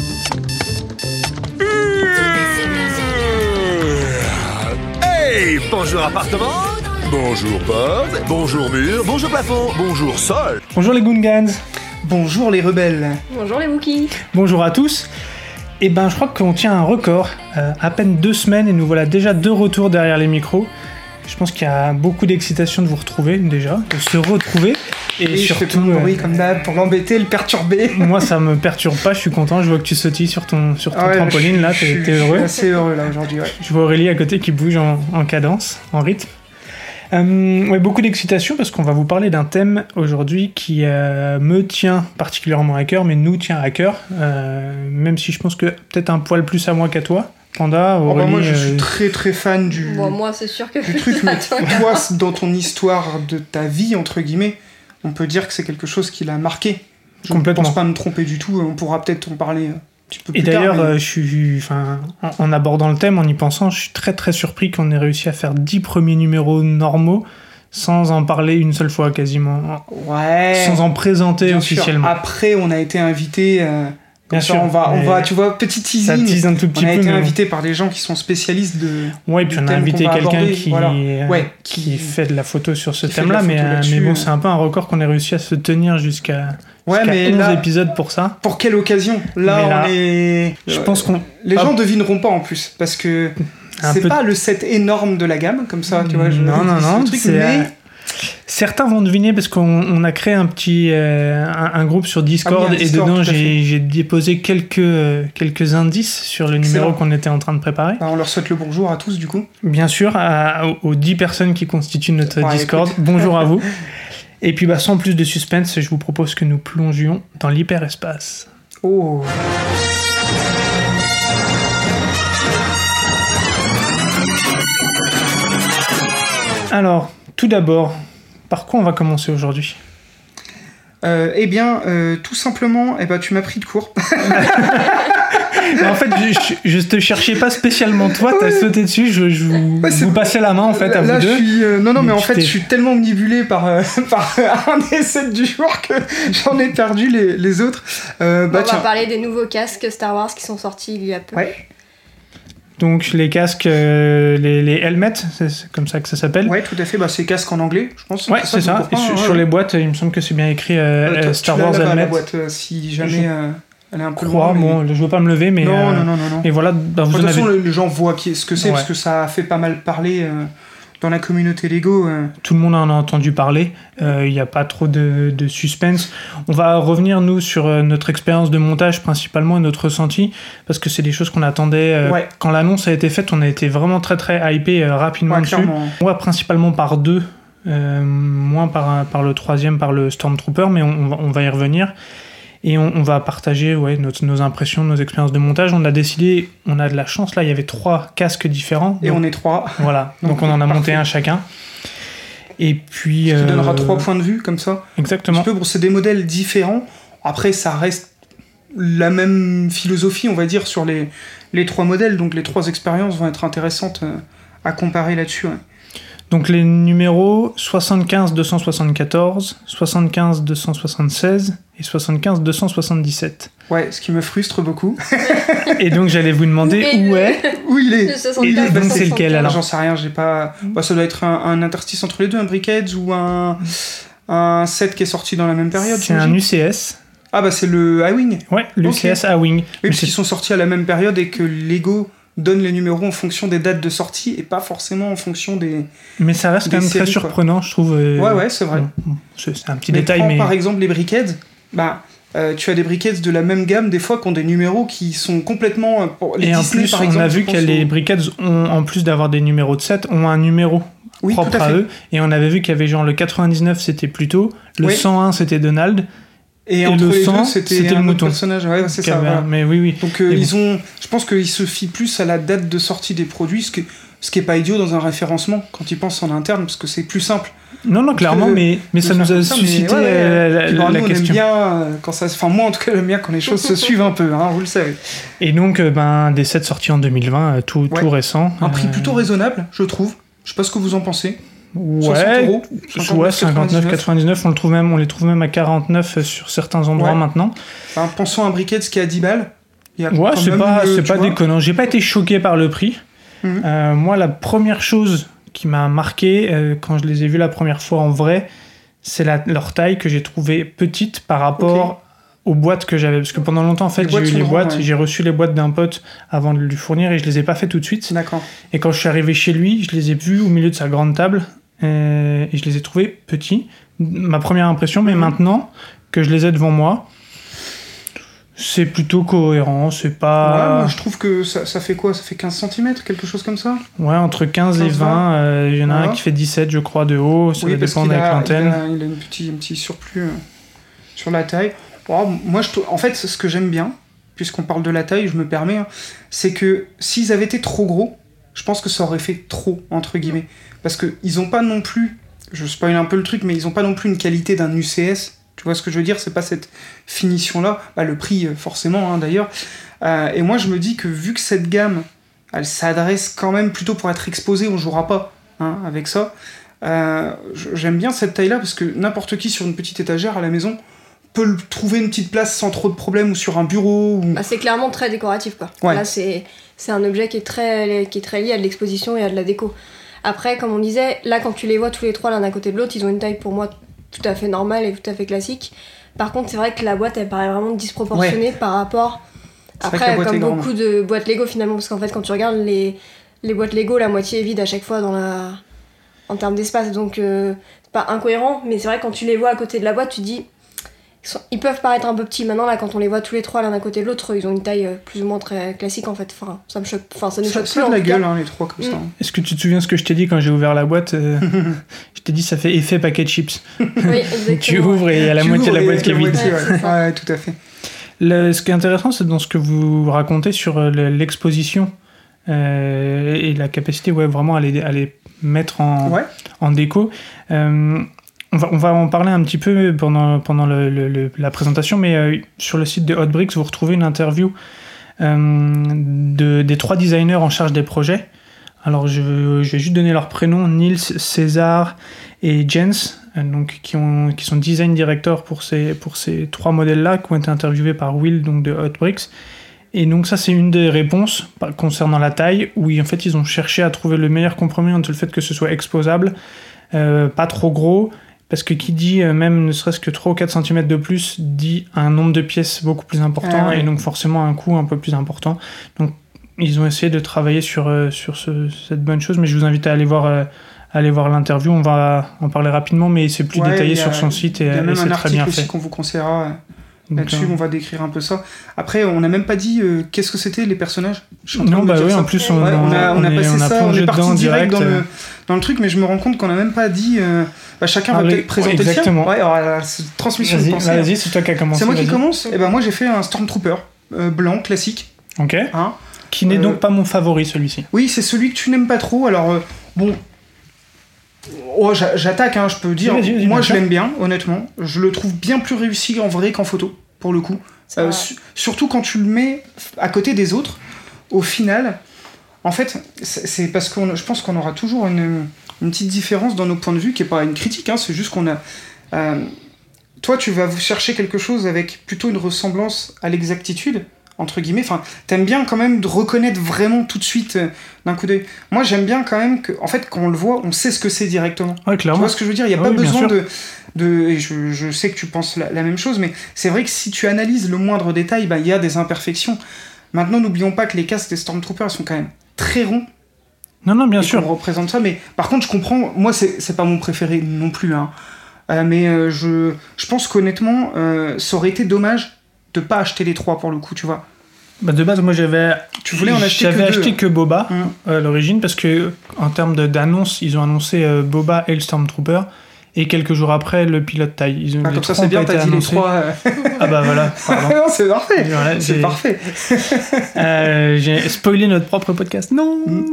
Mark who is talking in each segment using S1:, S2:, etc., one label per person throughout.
S1: Mmh. Bonjour appartement. Bonjour porte. Bonjour mur. Bonjour plafond. Bonjour sol.
S2: Bonjour les Gungans. Bonjour les rebelles.
S3: Bonjour les Wookiees.
S2: Bonjour à tous. Et ben je crois qu'on tient un record. Euh, à peine deux semaines et nous voilà déjà de retour derrière les micros. Je pense qu'il y a beaucoup d'excitation de vous retrouver déjà, de se retrouver. Et,
S4: Et je fais
S2: surtout,
S4: plein de bruit
S2: euh,
S4: comme d'hab pour l'embêter, le perturber.
S2: moi ça me perturbe pas, je suis content, je vois que tu sautilles sur ton, sur ton
S4: Ah ouais,
S2: trampoline
S4: je-
S2: là,
S4: je-
S2: t'es
S4: je-
S2: t'es
S4: Je
S2: heureux.
S4: suis assez heureux là aujourd'hui, ouais.
S2: Je vois Aurélie à côté qui bouge en, en cadence, en rythme. Euh, ouais, beaucoup d'excitation parce qu'on va vous parler d'un thème aujourd'hui qui euh, me tient particulièrement à cœur, mais nous tient à cœur, euh, même si je pense que peut-être un poil plus à moi qu'à toi, Panda,
S4: Oh,
S2: Aurélie.
S4: bah, moi je
S2: euh,
S4: suis très très fan du,
S3: Bon, moi, c'est sûr que
S4: du truc, mais
S3: à toi.
S4: toi c'est dans ton histoire de ta vie, entre guillemets, on peut dire que c'est quelque chose qui l'a marqué. Je ne
S2: Complètement.
S4: pense pas me tromper du tout, on pourra peut-être en parler un petit peu plus
S2: Et d'ailleurs,
S4: tard. mais-
S2: euh, je suis, enfin, en, en abordant le thème, en y pensant, je suis très très surpris qu'on ait réussi à faire 10 premiers numéros normaux sans en parler une seule fois quasiment,
S4: Ouais.
S2: sans en présenter
S4: Eh, bien sûr. Ah,
S2: officiellement.
S4: Après, on a été invité. euh, comme
S2: Bien
S4: ça,
S2: sûr,
S4: on va, on
S2: mais
S4: va, tu vois, petit
S2: ça
S4: teasing.
S2: tease un tout
S4: On
S2: petit
S4: a
S2: peu.
S4: été
S2: mais bon.
S4: invité par des gens qui sont spécialistes de,
S2: Ouais, puis
S4: du
S2: on a
S4: thème
S2: invité
S4: qu'on va
S2: quelqu'un
S4: aborder,
S2: qui,
S4: voilà.
S2: euh,
S4: ouais,
S2: qui fait de la photo sur ce
S4: qui fait de la
S2: thème-là, mais,
S4: photo
S2: euh,
S4: là-dessus,
S2: mais bon,
S4: euh.
S2: c'est un peu un record qu'on ait réussi à se tenir jusqu'à
S4: Ouais,
S2: jusqu'à
S4: mais
S2: 11
S4: là,
S2: épisodes pour ça.
S4: pour quelle occasion là,
S2: Mais là,
S4: on est.
S2: Je
S4: Ouais.
S2: pense qu'on
S4: euh, Les
S2: Ah.
S4: gens devineront pas en plus, parce que
S2: Un
S4: c'est
S2: peu-
S4: pas le set énorme de la gamme, comme ça, tu vois. Je
S2: non, non,
S4: c'est le
S2: non.
S4: truc,
S2: c'est,
S4: mais
S2: euh, Certains vont deviner parce qu'on on a créé un petit euh, un, un groupe sur Discord,
S4: Ah oui, un Discord,
S2: et dedans
S4: tout à
S2: j'ai j'ai déposé quelques euh, quelques indices sur le
S4: Excellent.
S2: numéro qu'on était en train de préparer.
S4: bah, on leur souhaite le bonjour à tous, du coup.
S2: Bien sûr, à- aux- aux 10 personnes qui constituent notre
S4: Ouais,
S2: Discord. Bonjour à vous. Et puis bah sans plus de suspense, je vous propose que nous plongions dans l'hyperespace.
S4: Oh.
S2: Alors, tout d'abord, par quoi on va commencer aujourd'hui
S4: Euh, eh bien, euh, tout simplement, eh ben, tu m'as pris de court.
S2: Mais Bah, En fait, je, je- je te cherchais pas spécialement toi, t'as
S4: Ouais.
S2: sauté dessus, je, je vous,
S4: Ouais, c'est-
S2: vous passais la main en fait à
S4: là,
S2: vous
S4: je
S2: deux.
S4: suis. euh, non, non, mais,
S2: Mais
S4: en
S2: tu
S4: fait,
S2: t'es-
S4: je suis tellement omnibulé par, euh, par un essai du jour que j'en ai perdu les, les autres. Euh, bah,
S3: on va
S4: tiens.
S3: parler des nouveaux casques Star Wars qui sont sortis il y a peu.
S4: Ouais,
S2: Donc les casques, euh, les, les helmets, c'est c'est comme ça que ça s'appelle.
S4: ouais, tout à fait. Bah, c'est casque en anglais, je pense.
S2: Ouais, c'est ça. Et
S4: pourquoi,
S2: sur,
S4: hein,
S2: sur
S4: ouais.
S2: les boîtes, il me semble que c'est bien écrit euh,
S4: Euh,
S2: euh,
S4: tu- tu
S2: Star
S4: l'as
S2: Wars
S4: là-bas, la
S2: helmet.
S4: boîte, euh, si jamais euh, elle est un peu
S2: Croix,
S4: loin, mais-
S2: bon, je veux pas me lever, mais.
S4: non,
S2: euh,
S4: non, non, non, non.
S2: Et voilà, bah,
S4: De
S2: vous en
S4: toute
S2: avez
S4: façon, les gens voient qui- ce que c'est,
S2: Ouais.
S4: parce que ça a fait pas mal parler euh, dans la communauté Lego. euh.
S2: tout le monde en a entendu parler. Euh, Il n'y a pas trop de, de suspense. On va revenir, nous, sur euh, notre expérience de montage principalement et notre ressenti, parce que c'est des choses qu'on attendait. euh,
S4: Ouais.
S2: Quand l'annonce a été faite, on a été vraiment très très hypé euh, rapidement
S4: Ouais,
S2: dessus.
S4: clairement.
S2: Moi, principalement par deux, euh, moins par, par le troisième, par le Stormtrooper, mais on, on va, on va y revenir. Et on, on va partager ouais, notre- nos impressions, nos expériences de montage. On a décidé, on a de la chance, là, il y avait trois casques différents.
S4: Et
S2: donc,
S4: on est trois.
S2: Voilà,
S4: Donc,
S2: donc, on en a
S4: parfait.
S2: monté un chacun. Et puis...
S4: Ça
S2: euh,
S4: donnera trois points de vue, comme ça. Un
S2: Exactement.
S4: petit peu, bon, c'est des modèles différents. Après, ça reste la même philosophie, on va dire, sur les, les trois modèles. Donc, les trois expériences vont être intéressantes euh, à comparer là-dessus. ouais.
S2: Donc les numéros 75 274, 75 276 et 75 277.
S4: Ouais, ce qui me frustre beaucoup.
S2: et donc j'allais vous demander où est...
S4: Où il est
S3: Le 75,
S2: Et donc, c'est Mm. lequel,
S3: 75.
S2: alors
S4: J'en sais rien, j'ai pas. Bah, ça doit être un, un interstice entre les deux, un Brickheads ou un. Un set qui est sorti dans la même période.
S2: C'est
S4: j'imagine.
S2: un UCS.
S4: Ah bah c'est le High-Wing.
S2: Ouais, le
S4: Ok.
S2: UCS à Wing.
S4: Oui,
S2: Mais
S4: parce
S2: c'est-
S4: qu'ils sont sortis à la même période et que Lego donne les numéros en fonction des dates de sortie et pas forcément en fonction des...
S2: Mais ça reste quand
S4: Des
S2: même très
S4: séries, quoi.
S2: surprenant, je trouve. euh,
S4: Ouais, ouais, c'est vrai.
S2: bon, bon, c'est c'est un petit
S4: mais
S2: détail,
S4: prends,
S2: mais.
S4: par exemple les Brickheads, bah, euh, tu as des Brickheads de la même gamme des fois qui ont des numéros qui sont complètement... euh, Pour les
S2: Et en
S4: Disney,
S2: plus,
S4: par
S2: on
S4: exemple,
S2: a
S4: je
S2: vu
S4: pense
S2: que les
S4: aux-
S2: briquettes, ont, en plus d'avoir des numéros de 7, ont un numéro
S4: Oui, tout
S2: propre
S4: à
S2: à,
S4: fait.
S2: eux. Et on avait vu qu'il y avait genre le 99, c'était Plutôt, le
S4: Oui.
S2: 101, c'était Donald.
S4: Et,
S2: et
S4: entre
S2: le
S4: les
S2: sang,
S4: deux, c'était
S2: c'était le
S4: un autre
S2: mouton.
S4: personnage. Ouais, c'est
S2: qui
S4: ça.
S2: avait un-
S4: voilà.
S2: Mais oui, oui.
S4: Donc euh,
S2: Et
S4: ils ont, je pense qu'ils se fient plus à la date de sortie des produits, ce qui, ce qui est pas idiot dans un référencement quand ils pensent en interne, parce que c'est plus simple.
S2: Non, non, clairement,
S4: que-
S2: mais, mais ça
S4: de
S2: nous
S4: faire
S2: a
S4: ça, mais
S2: suscité
S4: ouais, ouais.
S2: euh, la,
S4: Puis, bon,
S2: la
S4: nous, On aime
S2: question.
S4: bien euh, quand ça se- Enfin, moi en tout cas, j'aime bien quand les choses se suivent un peu, hein, vous le savez.
S2: Et donc, euh, ben, des 7 sortis en 2020, euh, tout, tout
S4: Ouais.
S2: récent.
S4: Un prix
S2: Euh,
S4: plutôt raisonnable, je trouve. Je sais pas ce que vous en pensez. 60
S2: Euh, Ouais,
S4: euros.
S2: ouais
S4: 59,99.
S2: 59,99. On, le trouve même- on les trouve même à 49 euh, sur certains endroits
S4: Ouais.
S2: maintenant.
S4: Enfin, pensons à un briquet de ce qui est à 10 balles. Il y a
S2: Ouais,
S4: quand
S2: c'est
S4: même
S2: pas,
S4: le-
S2: c'est
S4: tu
S2: pas
S4: vois.
S2: déconnant. J'ai pas été choqué par le prix.
S4: Mhm.
S2: Euh, moi, la première chose qui m'a marqué euh, quand je les ai vus la première fois en vrai, c'est la- leur taille que j'ai trouvée petite par rapport
S4: Ok.
S2: aux boîtes que j'avais. Parce que pendant longtemps, en fait,
S4: Les
S2: j'ai
S4: boîtes
S2: eu
S4: sont
S2: les
S4: grandes,
S2: boîtes,
S4: ouais.
S2: j'ai reçu les boîtes d'un pote avant de lui fournir et je les ai pas fait tout de suite.
S4: D'accord.
S2: Et quand je suis arrivé chez lui, je les ai vus au milieu de sa grande table euh, et je les ai trouvés petits. Ma première impression, mais maintenant que je les ai devant moi, c'est plutôt cohérent, c'est
S4: Ouais,
S2: pas.
S4: moi, je trouve que ça, ça fait quoi Ça fait 15 cm, quelque chose comme ça
S2: Ouais, entre 15 et
S4: 15,
S2: 20, euh, il y en a un
S4: Ouais.
S2: qui fait 17, je crois, de haut, ça va dépendre
S4: qu'il
S2: avec
S4: a, il
S2: l'antenne.
S4: a, il a une petit, un petit surplus euh, sur la taille. Bon, moi, je, trou- en fait, ce que j'aime bien, puisqu'on parle de la taille, je me permets, hein, c'est que s'ils avaient été trop gros, je pense que ça aurait fait trop, entre guillemets. Parce qu'ils n'ont pas non plus, je spoil un peu le truc, mais ils n'ont pas non plus une qualité d'un UCS. Tu vois ce que je veux dire C'est pas cette finition-là. Bah, le prix, euh, forcément, hein, d'ailleurs. Euh, et moi, je me dis que vu que cette gamme, elle s'adresse quand même plutôt pour être exposée, on jouera pas hein, avec ça. Euh, j- j'aime bien cette taille-là parce que n'importe qui sur une petite étagère à la maison peut le- trouver une petite place sans trop de problèmes ou sur un bureau. Ou...
S3: Bah, c'est clairement très décoratif quoi.
S4: Ouais.
S3: Là c'est c'est un objet qui est très qui est très lié à de l'exposition et à de la déco. Après comme on disait, là quand tu les vois tous les trois l'un d'un côté de l'autre, ils ont une taille pour moi tout à fait normale et tout à fait classique. Par contre, c'est vrai que la boîte elle paraît vraiment disproportionnée par rapport
S4: C'est vrai que la
S3: après
S4: boîte est
S3: comme
S4: grande.
S3: beaucoup de boîtes Lego finalement parce qu'en fait quand tu regardes les les boîtes Lego, la moitié est vide à chaque fois dans la en termes d'espace donc euh, c'est pas incohérent mais c'est vrai que quand tu les vois à côté de la boîte, tu dis ils, sont- ils peuvent paraître un peu petits maintenant là quand on les voit tous les trois l'un d'un côté de l'autre ils ont une taille euh, plus ou moins très classique en fait enfin ça me choque enfin ça nous
S4: Ça,
S3: choque
S4: ça
S3: plus
S4: a
S3: en
S4: de la
S3: tout cas. Mm.
S4: gueule, hein, les trois comme ça. hein.
S2: Est-ce que tu te souviens ce que je t'ai dit quand j'ai ouvert la boîte euh, Je t'ai dit ça fait effet paquet de chips.
S3: oui,
S2: Tu
S3: exactement.
S2: ouvres et il y a la
S4: Tu
S2: moitié de la
S4: l'ouvres et
S2: boîte qui est vide.
S4: moitié, ouais.
S3: Ouais, c'est ça.
S4: Ouais, tout à fait.
S2: Le- ce qui est intéressant, c'est dans ce que vous racontez sur euh, le- l'exposition euh, et la capacité ouais, vraiment à les, à les mettre en,
S4: Ouais.
S2: en déco. Euh, on, va, on va en parler un petit peu pendant, pendant le- le- le- la présentation, mais euh, sur le site de Hot Bricks, vous retrouvez une interview euh, de, des trois designers en charge des projets. Alors, je, je vais juste donner leurs prénoms, Niels, César et Jens, euh, donc, qui, ont, qui sont design directors pour ces, pour ces trois modèles-là, qui ont été interviewés par Will donc, de Hot Bricks. Et donc ça, c'est une des réponses par- concernant la taille, où ils- en fait ils ont cherché à trouver le meilleur compromis entre le fait que ce soit exposable, euh, pas trop gros, parce que qui dit euh, même ne serait-ce que 3 ou 4 cm de plus, dit un nombre de pièces beaucoup plus important,
S4: Ah ouais.
S2: et donc forcément un coût un peu plus important. Donc ils ont essayé de travailler sur, euh, sur ce- cette bonne chose, mais je vous invite à aller voir... euh, aller voir l'interview, on va en parler rapidement, mais c'est plus
S4: Ouais,
S2: détaillé
S4: il y a-
S2: sur son site et,
S4: Il y a
S2: et
S4: même
S2: Euh, c'est
S4: un
S2: très
S4: article
S2: bien
S4: aussi
S2: fait.
S4: qu'on vous conseillera euh,
S2: Donc,
S4: là-dessus.
S2: euh,
S4: On va décrire un peu ça. Après, on n'a même pas dit euh, qu'est-ce que c'était les personnages. Je suis en train
S2: Non,
S4: de me
S2: bah
S4: dire
S2: oui,
S4: ça.
S2: en plus, on,
S4: Ouais, on, a, on a
S2: est-
S4: passé
S2: on a
S4: ça, on
S2: plongé
S4: est parti
S2: dedans
S4: direct, dans,
S2: euh,
S4: le, dans le truc, mais je me rends compte qu'on n'a même pas dit. euh, bah, chacun
S2: Ah,
S4: va
S2: oui,
S4: peut-être présenter le sien.
S2: exactement.
S4: Ouais, oh alors, la transmission de
S2: Vas-y,
S4: pensée. hein.
S2: vas-y, c'est toi qui as commencé.
S4: C'est moi qui
S2: vas-y.
S4: commence Et ben moi j'ai fait un Stormtrooper euh, blanc classique.
S2: Ok.
S4: hein.
S2: Qui n'est
S4: Euh,
S2: donc pas mon favori celui-ci.
S4: Oui, c'est celui que tu n'aimes pas trop. Alors euh, bon, oh, j'a- j'attaque, hein, je peux dire.
S2: Vas-y, vas-y, vas-y,
S4: moi
S2: bien
S4: je
S2: sûr.
S4: l'aime bien, honnêtement. Je le trouve bien plus réussi en vrai qu'en photo, pour le coup.
S3: Ça
S4: Euh,
S3: va.
S4: su- surtout quand tu le mets à côté des autres, au final, en fait, c'est c'est parce qu'on, je pense qu'on aura toujours une, une petite différence dans nos points de vue qui est pas une critique, hein, c'est juste qu'on a. euh, toi, tu vas chercher quelque chose avec plutôt une ressemblance à l'exactitude, entre guillemets. Enfin, t'aimes bien quand même de reconnaître vraiment tout de suite euh, d'un coup d'œil. Moi, j'aime bien quand même que, en fait, quand on le voit, on sait ce que c'est directement.
S2: Ouais,
S4: Tu
S2: clairement.
S4: vois ce que je veux dire Il n'y a
S2: Ah
S4: pas
S2: oui, bien sûr.
S4: besoin de. de et je, je sais que tu penses la, la même chose, mais c'est vrai que si tu analyses le moindre détail, bah, il y a des imperfections. Maintenant, n'oublions pas que les casques des Stormtroopers sont quand même très ronds.
S2: Non, non, bien
S4: et qu'on
S2: sûr.
S4: représente ça, mais par contre, je comprends. Moi, c'est c'est pas mon préféré non plus. hein. Euh, mais euh, je, je pense qu'honnêtement, euh, ça aurait été dommage de pas acheter les trois pour le coup, tu vois.
S2: Bah, de base, moi j'avais.
S4: Tu voulais en acheter que
S2: J'avais
S4: deux,
S2: acheté
S4: hein.
S2: que Boba
S4: Hum.
S2: euh, à l'origine parce que en termes de- d'annonce, ils ont annoncé euh, Boba et le Stormtrooper et quelques jours après le pilote taille. Ils ont
S4: Ah,
S2: les
S4: comme
S2: trois
S4: ça, c'est
S2: ont
S4: bien,
S2: pas
S4: t'as
S2: été
S4: dit les
S2: annoncés.
S4: trois. euh,
S2: Ah bah voilà. pardon.
S4: non, c'est parfait.
S2: Voilà,
S4: c'est
S2: j'ai-
S4: parfait.
S2: Euh, j'ai spoilé notre propre podcast. Non.
S4: Hmm.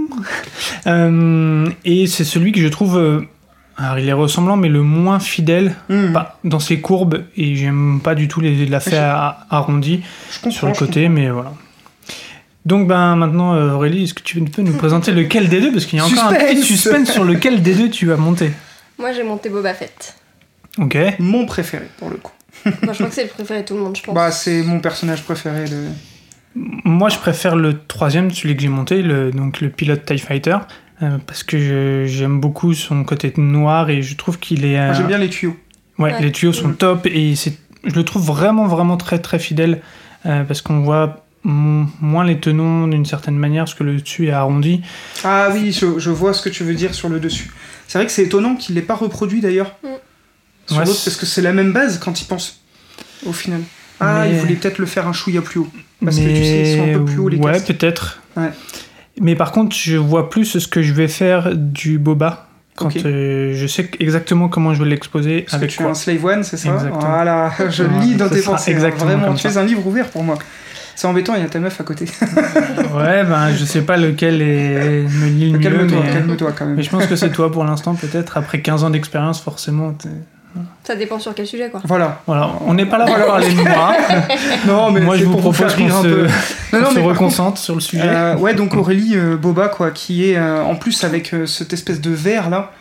S2: Euh, et c'est celui que je trouve. euh, alors, il est ressemblant, mais le moins fidèle
S4: Hum.
S2: pas dans ses courbes et j'aime pas du tout les la fait
S4: Ah, Je-
S2: à- arrondie
S4: Je comprends,
S2: sur le
S4: je
S2: côté mais voilà donc ben maintenant euh, Aurélie est-ce que tu peux nous présenter lequel des deux parce qu'il y a encore un petit
S4: Suspense.
S2: suspense sur lequel des deux tu vas monter
S3: moi j'ai monté Boba Fett
S2: ok
S4: comprends. Mon préféré pour le coup.
S3: moi je crois que c'est le préféré de tout le monde je pense
S4: Bah, c'est mon personnage préféré. De...
S2: moi je préfère le troisième celui que j'ai monté le donc le pilote Tie Fighter euh, parce que je- j'aime beaucoup son côté noir et je trouve qu'il est.
S4: Moi,
S2: euh,
S4: J'aime bien les tuyaux.
S2: Ouais,
S3: Ouais.
S2: les tuyaux sont
S4: Mhm.
S2: top et c'est, je le trouve vraiment, vraiment très, très fidèle euh, parce qu'on voit m- moins les tenons d'une certaine manière parce que le dessus est arrondi.
S4: Ah oui, je, je vois ce que tu veux dire sur le dessus. C'est vrai que c'est étonnant qu'il l'ait pas reproduit d'ailleurs.
S3: Mm.
S4: Sur
S2: Ouais,
S4: l'autre,
S2: c'est-
S4: parce que c'est la même base quand il pense, au final. Ah,
S2: Mais-
S4: il voulait peut-être le faire un chouïa plus haut. Parce que tu sais, ils sont un peu plus hauts, les
S2: Ouais,
S4: casques.
S2: peut-être.
S4: Ouais.
S2: Mais par contre, je vois plus ce que je vais faire du boba quand
S4: Ok.
S2: euh, je sais exactement comment je vais l'exposer
S4: Parce
S2: avec
S4: que tu es
S2: quoi.
S4: un slave one, c'est ça
S2: Exactement.
S4: Voilà, je
S2: Ouais,
S4: lis dans
S2: ce
S4: tes
S2: sera
S4: pensées. hein,
S2: exactement
S4: Vraiment,
S2: comme
S4: tu
S2: ça.
S4: es un livre ouvert pour moi. C'est embêtant, il y a ta meuf à côté.
S2: Ouais, ben je sais pas lequel est me lit le mieux,
S4: calme-toi,
S2: mais...
S4: calme-toi quand même.
S2: mais je pense que c'est toi pour l'instant peut-être après 15 ans d'expérience forcément. t'es-
S3: Ça dépend sur quel sujet, quoi.
S4: Voilà.
S2: Voilà, on n'est pas là pour parler de moi.
S4: Non, mais
S2: Moi
S4: c'est
S2: je vous
S4: pour
S2: propose
S4: faire
S2: qu'on
S4: rire un peu.
S2: se, qu'on
S4: Non, non,
S2: se
S4: mais par contre,
S2: reconcentre sur le sujet.
S4: Euh, ouais, donc Aurélie euh, Boba, quoi, qui est euh, en plus avec euh, cette espèce de verre là,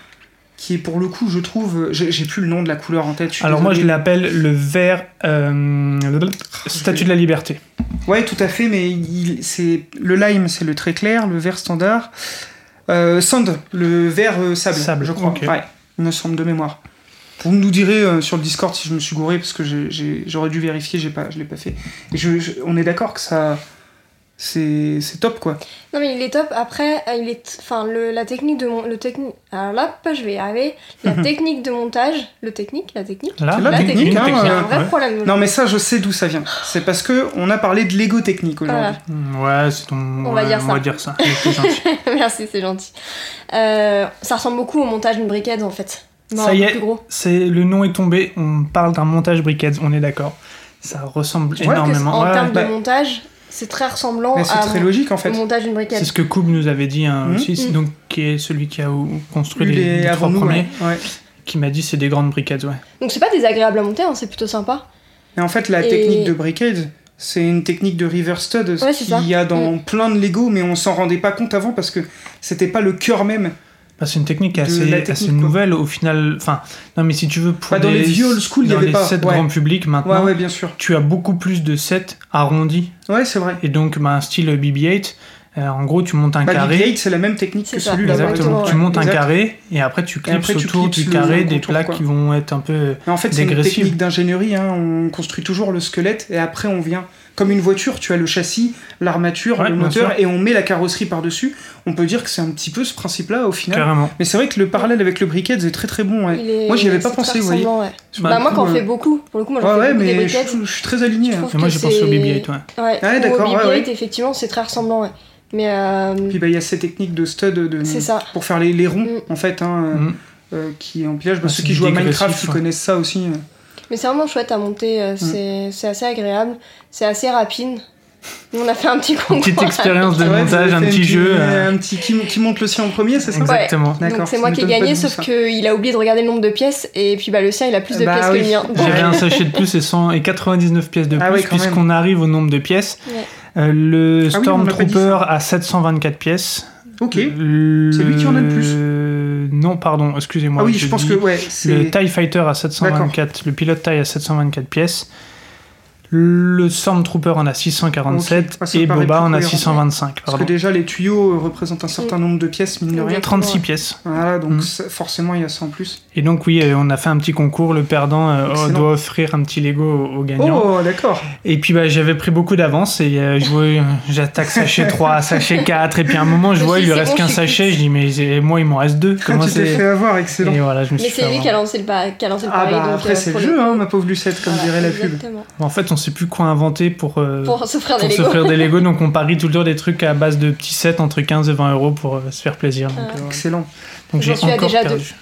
S4: qui est pour le coup, je trouve, euh, j'ai j'ai plus le nom de la couleur en tête. suis
S2: Alors moi je
S4: désolé. Ah,
S2: l'appelle le vert euh, statue de la liberté.
S4: Ouais, tout à fait, mais il- c'est le lime, c'est le très clair, le vert standard, Euh, sand, le vert euh, sable,
S2: Sable,
S4: je crois.
S2: ok.
S4: Ouais, il me semble de mémoire. Vous nous direz euh, sur le Discord si je me suis gouré parce que j'ai- j'ai- j'aurais dû vérifier, j'ai pas, je l'ai pas fait. Et je- je- on est d'accord que ça, c'est c'est top quoi.
S3: Non, mais il est top. Après, euh, il est. Enfin, le, la technique de. Mon, le technique. Alors là, pas, je vais y arriver. La technique de montage. Le technique, la technique.
S2: Là,
S4: C'est
S3: La
S4: la technique,
S3: technique,
S4: hein,
S3: il y a un
S4: euh,
S3: vrai
S2: ouais.
S3: problème.
S4: Non mais ça je sais d'où ça vient. C'est parce que on a parlé de Lego technique aujourd'hui.
S3: Voilà.
S2: Mm, Ouais, c'est ton.
S3: On va
S2: ouais,
S3: dire
S2: on
S3: ça.
S2: va dire ça. C'est gentil.
S3: Merci, c'est gentil. Euh, ça ressemble beaucoup au montage d'une briquette, en fait. Non,
S2: Ça y
S3: un peu
S2: est.
S3: Plus gros.
S2: C'est le nom est tombé. On parle d'un montage briquettes. On est d'accord. Ça ressemble
S4: Ouais,
S3: Parce que c'est-
S2: énormément.
S3: en
S2: Ouais,
S3: termes
S4: bah-
S3: de montage, c'est très ressemblant
S4: Mais c'est
S3: à
S4: très
S3: Ah, mon-
S4: logique en
S3: au
S4: fait.
S3: montage d'une
S2: C'est
S3: briquette.
S2: ce que Koub nous avait dit hein,
S4: Mhm.
S2: aussi, c'est
S3: Mhm.
S2: donc qui est celui qui a ou- construit les,
S4: Les
S2: les trois
S4: avant nous,
S2: premiers,
S4: ouais. Ouais.
S2: qui m'a dit c'est des grandes briquettes, ouais.
S3: Donc c'est pas désagréable à monter, hein, c'est plutôt sympa.
S4: Et en fait, la
S3: Et-
S4: technique de brickade, c'est une technique de river stud
S3: Ouais, c'est ça. Mm.
S4: qu'il y a dans plein de Lego, mais on s'en rendait pas compte avant parce que c'était pas le cœur même.
S2: Bah, c'est une technique
S4: De
S2: assez,
S4: la technique,
S2: assez
S4: quoi.
S2: nouvelle au final. Enfin, non mais si tu veux pour
S4: Bah, dans
S2: des-
S4: les vieux old school, il y
S2: dans
S4: avait
S2: les
S4: pas,
S2: sets
S4: ouais.
S2: grand public
S4: Ouais,
S2: maintenant,
S4: ouais, bien sûr.
S2: tu as beaucoup plus de sets arrondis
S4: Ouais, c'est vrai.
S2: et donc bah, un style BB-8. euh, en gros, tu montes un
S4: Bah,
S2: carré.
S4: BB-8, c'est la même technique
S3: C'est
S4: que
S3: ça.
S4: celui-là.
S2: Exactement.
S3: Exactement,
S2: Tu
S4: ouais.
S2: montes un
S4: Exact.
S2: carré et après tu clipses
S4: après, tu
S2: autour
S4: clipses
S2: du
S4: le-
S2: carré
S4: le
S2: des
S4: contour,
S2: plaques
S4: quoi.
S2: qui vont être un peu. euh,
S4: Mais en fait, c'est une
S2: Dégressive.
S4: technique d'ingénierie. hein. On construit toujours le squelette et après, on vient. Comme une voiture, tu as le châssis, l'armature,
S2: Ouais,
S4: le
S2: bien
S4: moteur et on met la carrosserie par-dessus. On peut dire que c'est un petit peu ce principe-là au final.
S2: Carrément.
S4: Mais c'est vrai que le parallèle avec le briquette est très très bon. ouais.
S3: Il est-
S4: Moi, j'y avais pas
S3: c'est
S4: pensé,
S3: très
S4: vous voyez.
S3: ressemblant, ouais.
S4: Sur
S3: Bah,
S4: le
S3: moi
S4: coup,
S3: quand on
S4: euh,
S3: fait beaucoup, pour le coup, moi j'en
S4: Ouais,
S3: fais
S4: ouais,
S3: beaucoup des
S4: mais je,
S3: briquettes.
S4: je suis très aligné.
S3: Je
S4: hein.
S3: trouve
S2: Et moi
S3: que
S2: j'ai pensé au
S3: c'est-
S2: BB-8, ouais.
S3: Ouais,
S4: Ouais,
S3: ou au
S4: d'accord, ouais,
S3: BB-8,
S4: ouais.
S3: effectivement, c'est très ressemblant, ouais. Mais euh,
S4: Puis euh, bah, il y a ces techniques de stud de,
S3: c'est ça. Mm.
S4: pour faire les, les ronds, en fait, hein, euh,
S2: Mhm.
S4: euh, qui est en pillage. Bah,
S2: Ah, c'est
S4: ceux qui jouent à
S2: dégressif,
S4: Minecraft, ils
S2: ouais.
S4: connaissent ça aussi. euh.
S3: Mais c'est vraiment chouette à monter,
S4: Mm.
S3: euh, c'est c'est assez agréable, c'est assez rapide. Nous, on a fait un petit concours.
S2: Une petite expérience de
S4: C'est vrai, vous avez
S2: montage,
S4: fait
S2: un petit jeu. euh,
S4: Un petit qui, mon- qui monte le sien en premier, c'est ça
S2: Exactement.
S4: D'accord,
S3: Donc c'est
S4: ça
S3: moi
S4: me
S3: qui ai
S4: donne pas
S3: gagné,
S4: de goût,
S3: sauf
S4: ça.
S3: qu'il a oublié de regarder le nombre de pièces, et puis bah, le sien, il a plus de
S4: Bah
S3: pièces
S4: oui.
S3: que le mien. Donc,
S2: J'avais un sachet de plus et, 100 et 99 pièces de plus,
S4: Ah ouais, quand même.
S2: puisqu'on arrive au nombre de pièces.
S3: Ouais.
S2: Euh, le
S4: Ah oui, on m'a pas dit ça.
S2: Stormtrooper a 724 pièces.
S4: Ok.
S2: Le-
S4: C'est lui qui en a le plus.
S2: Euh, Non, pardon, excusez-moi.
S4: ah oui, je pense
S2: dis-
S4: que ouais,
S2: Le
S4: c'est
S2: TIE Fighter a 724, le pilote TIE a 724 pièces. Le Stormtrooper en a 647
S4: Ok. Ah, ça
S2: et
S4: me paraît
S2: Boba
S4: plus
S2: en a
S4: cohérent.
S2: 625.
S4: parce que
S2: Pardon.
S4: déjà les tuyaux euh, représentent un certain nombre de pièces, mine de rien.
S3: Exact.
S2: 36 pièces.
S4: Voilà, donc
S2: Mhm.
S4: ça- forcément il y a ça en plus.
S2: Et donc, oui, euh, on a fait un petit concours. Le perdant euh,
S4: Excellent.
S2: doit offrir un petit Lego au, au gagnant.
S4: Oh, d'accord.
S2: Et puis, bah, j'avais pris beaucoup d'avance et euh, je vois, euh, j'attaque sachet 3, sachet 4. Et puis, à un moment, je
S3: Je
S2: vois, il
S3: dis,
S2: lui
S3: c'est
S2: reste
S3: bon,
S2: qu'un
S3: je suis
S2: sachet. Je dis, mais j'ai- moi, il m'en reste deux.
S4: Quand
S2: Comment
S4: tu t'es fait
S2: c'est
S4: avoir, excellent.
S2: Et voilà, je me
S3: Mais
S2: suis fait
S3: c'est lui
S2: avoir.
S3: qui a lancé le, pa- qui a lancé le
S4: Ah
S3: pari.
S4: bah
S3: donc,
S4: après
S3: euh,
S4: c'est le
S3: pour
S4: jeu, hein, ma pauvre Lucette, comme
S3: Voilà,
S4: dirait la pub.
S3: exactement.
S2: En fait, on sait plus quoi inventer pour, euh,
S3: Pour s'offrir des
S2: pour
S3: Lego.
S2: s'offrir des Lego. Donc on parie tout le temps des trucs à base de petits sets entre 15 et 20 euros pour euh, se faire plaisir. Donc,
S3: Ah.
S2: euh,
S4: Excellent.
S2: donc j'ai
S3: J'en suis à
S2: encore
S3: déjà
S2: perdu.